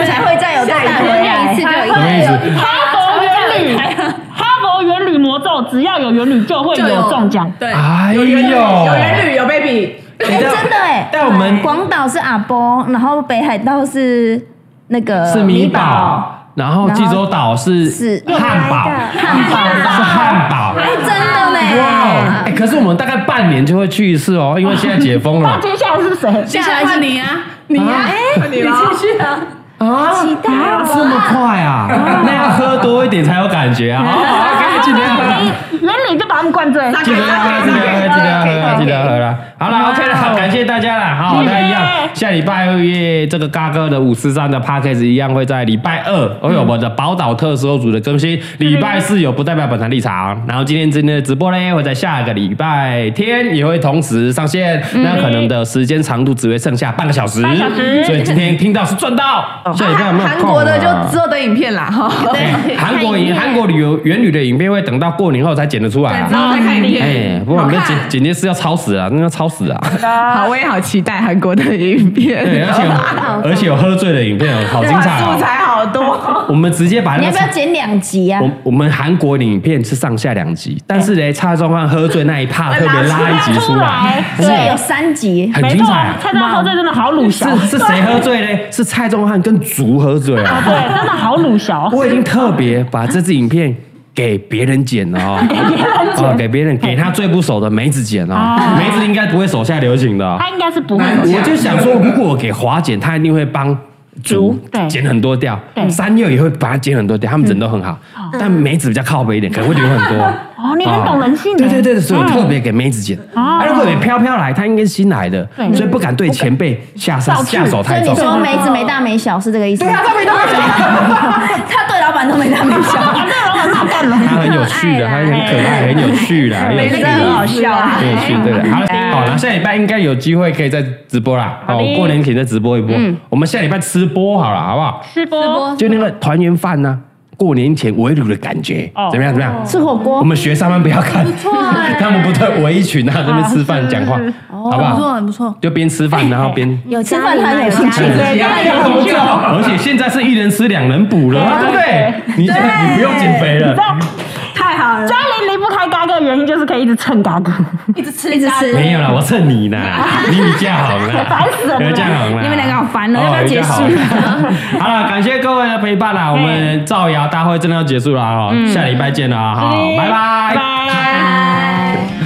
[SPEAKER 2] 才会再有再带回来
[SPEAKER 3] <laughs>
[SPEAKER 5] 一次就有一
[SPEAKER 1] 什么意思？
[SPEAKER 3] 哈佛元旅，哈佛元旅魔咒，只要有元旅就会有中奖。
[SPEAKER 4] 对，
[SPEAKER 1] 哎呦，
[SPEAKER 4] 有人哎旅有 baby，
[SPEAKER 1] 你知道
[SPEAKER 2] 真的哎、
[SPEAKER 1] 但我们
[SPEAKER 2] 广岛是阿波，然后北海道是那个
[SPEAKER 1] 是米堡。然后济州岛是
[SPEAKER 2] 是
[SPEAKER 1] 汉堡，
[SPEAKER 2] 汉堡，
[SPEAKER 1] 是汉堡。
[SPEAKER 2] 哎，真的呢，
[SPEAKER 1] 哇！哎，可是我们大概半年就会去一次哦，因为现在解封
[SPEAKER 3] 那 <laughs>
[SPEAKER 1] 了。
[SPEAKER 3] 接下来是谁？
[SPEAKER 5] 接下来是你啊，
[SPEAKER 4] 你了，
[SPEAKER 1] 啊，期待这么快啊？那要喝多一点才有感觉啊！好好，可以尽量喝，
[SPEAKER 3] 元旅就把他们灌醉。
[SPEAKER 1] 尽量喝，尽量喝，尽量喝，尽量喝啦。好了，OK 了，好感谢大家啦。好，那一样，下礼拜二月这个嘎哥的五四三的 p a c k a g e 一样会在礼拜二哦会有我们的宝岛特搜组的更新，礼拜四有不代表本台立场。啊然后今天今天的直播呢会在下个礼拜天也会同时上线，那可能的时间长度只会剩下半个小时，所以今天听到是赚到。下礼拜有没有
[SPEAKER 4] 哦韩
[SPEAKER 1] 空
[SPEAKER 4] 国的
[SPEAKER 1] 啊
[SPEAKER 4] 就只有等影片啦，哈，
[SPEAKER 1] 韩国影韩国旅游元旅的影片会等到过年后才剪得出来
[SPEAKER 4] 然
[SPEAKER 1] 啊。
[SPEAKER 4] 后再看影片。
[SPEAKER 1] 哎，不过我们的
[SPEAKER 4] 好看
[SPEAKER 1] 剪剪接师要超时啊，那要超时啊。
[SPEAKER 4] 好，我也好期待韩国的影片，
[SPEAKER 1] 对，而且有而且有喝醉的影片哦，好精彩
[SPEAKER 4] 哇素
[SPEAKER 1] 哦！
[SPEAKER 4] 材好多，
[SPEAKER 1] 我们直接把
[SPEAKER 2] 你
[SPEAKER 1] 那
[SPEAKER 2] 要
[SPEAKER 1] 个
[SPEAKER 2] 不要剪两集啊？
[SPEAKER 1] 我我们韩国影片是上下两集，但是呢，蔡宗汉喝醉那一趴特别拉一集出来，
[SPEAKER 2] 所以有三集，
[SPEAKER 1] 很
[SPEAKER 3] 没
[SPEAKER 1] 精
[SPEAKER 3] 错啊
[SPEAKER 1] 彩，。啊
[SPEAKER 3] 蔡康永这真的好鲁小，
[SPEAKER 1] 是是谁喝醉嘞？是蔡宗汉跟竹喝醉
[SPEAKER 3] <laughs>
[SPEAKER 1] 啊！
[SPEAKER 3] 对，真的好鲁小。
[SPEAKER 1] 我已经特别把这支影片给别人剪了哦，哦，给别人给他最不熟的梅子剪哦，梅子应该不会手下留情的哦。
[SPEAKER 3] 他应该是不会
[SPEAKER 1] 我就想说，如果我给华剪，他一定会帮竹
[SPEAKER 3] 对
[SPEAKER 1] 剪很多掉
[SPEAKER 3] 对，
[SPEAKER 1] 三六也会把它剪很多掉，他们人都很好，但梅子比较靠北一点，可能会留很多。
[SPEAKER 3] 哦，你很懂人性的。
[SPEAKER 1] 啊
[SPEAKER 3] 嗯
[SPEAKER 1] 对对对，所以我特别给梅子剪。啊，如果给飘飘来，他应该是新来的，
[SPEAKER 3] 对
[SPEAKER 1] 所以不敢对前辈下手下手
[SPEAKER 2] 所以
[SPEAKER 1] 太
[SPEAKER 2] 你
[SPEAKER 1] 重。
[SPEAKER 2] 说梅子没大没小是这个意思？对啊，他没大没小， <laughs> 他对老板都没大没小，
[SPEAKER 1] 他很有趣的，他很可爱，很有趣的，很有趣
[SPEAKER 4] 真的很好
[SPEAKER 1] 的。
[SPEAKER 4] 笑啊。
[SPEAKER 1] 对，去对的。好了，好了，下礼拜应该有机会可以再直播啦。哦，过年可以再直播一波。我们下礼拜吃播好了，好不好？
[SPEAKER 3] 吃播
[SPEAKER 1] 就那个团圆饭呢，过年前围炉的感觉，怎么样？怎么样？
[SPEAKER 2] <laughs> 吃火
[SPEAKER 1] 我
[SPEAKER 2] 锅。
[SPEAKER 1] 们学上哦班不要看， <laughs> 他们不对，围一群啊，在那边吃饭讲话，好不
[SPEAKER 5] 哦不错，
[SPEAKER 1] 好？
[SPEAKER 5] 很不错。
[SPEAKER 1] 就边吃饭然后边，哦
[SPEAKER 10] 有
[SPEAKER 2] 吃饭他
[SPEAKER 10] 有
[SPEAKER 2] 有兴趣，
[SPEAKER 1] 而且现在是一人吃两人补了，对不对？你你不用减肥了，
[SPEAKER 7] 太好了，
[SPEAKER 3] 嘉玲离不开嘎哥的原因就是可以一直蹭嘎哥，
[SPEAKER 7] 一直吃一直吃，
[SPEAKER 1] 没有啦，我蹭你呢， <laughs> 你比较好啦，
[SPEAKER 3] 烦死了
[SPEAKER 1] 有这样好啦，
[SPEAKER 5] 你们两个好烦哦
[SPEAKER 1] 哦
[SPEAKER 5] 要不要结束？
[SPEAKER 1] 有这样好
[SPEAKER 5] <laughs>
[SPEAKER 1] 啦好了，感谢各位的陪伴啦，我们造嗯谣大会真的要结束了哦，下礼拜见了啊，好，拜拜。
[SPEAKER 3] 拜。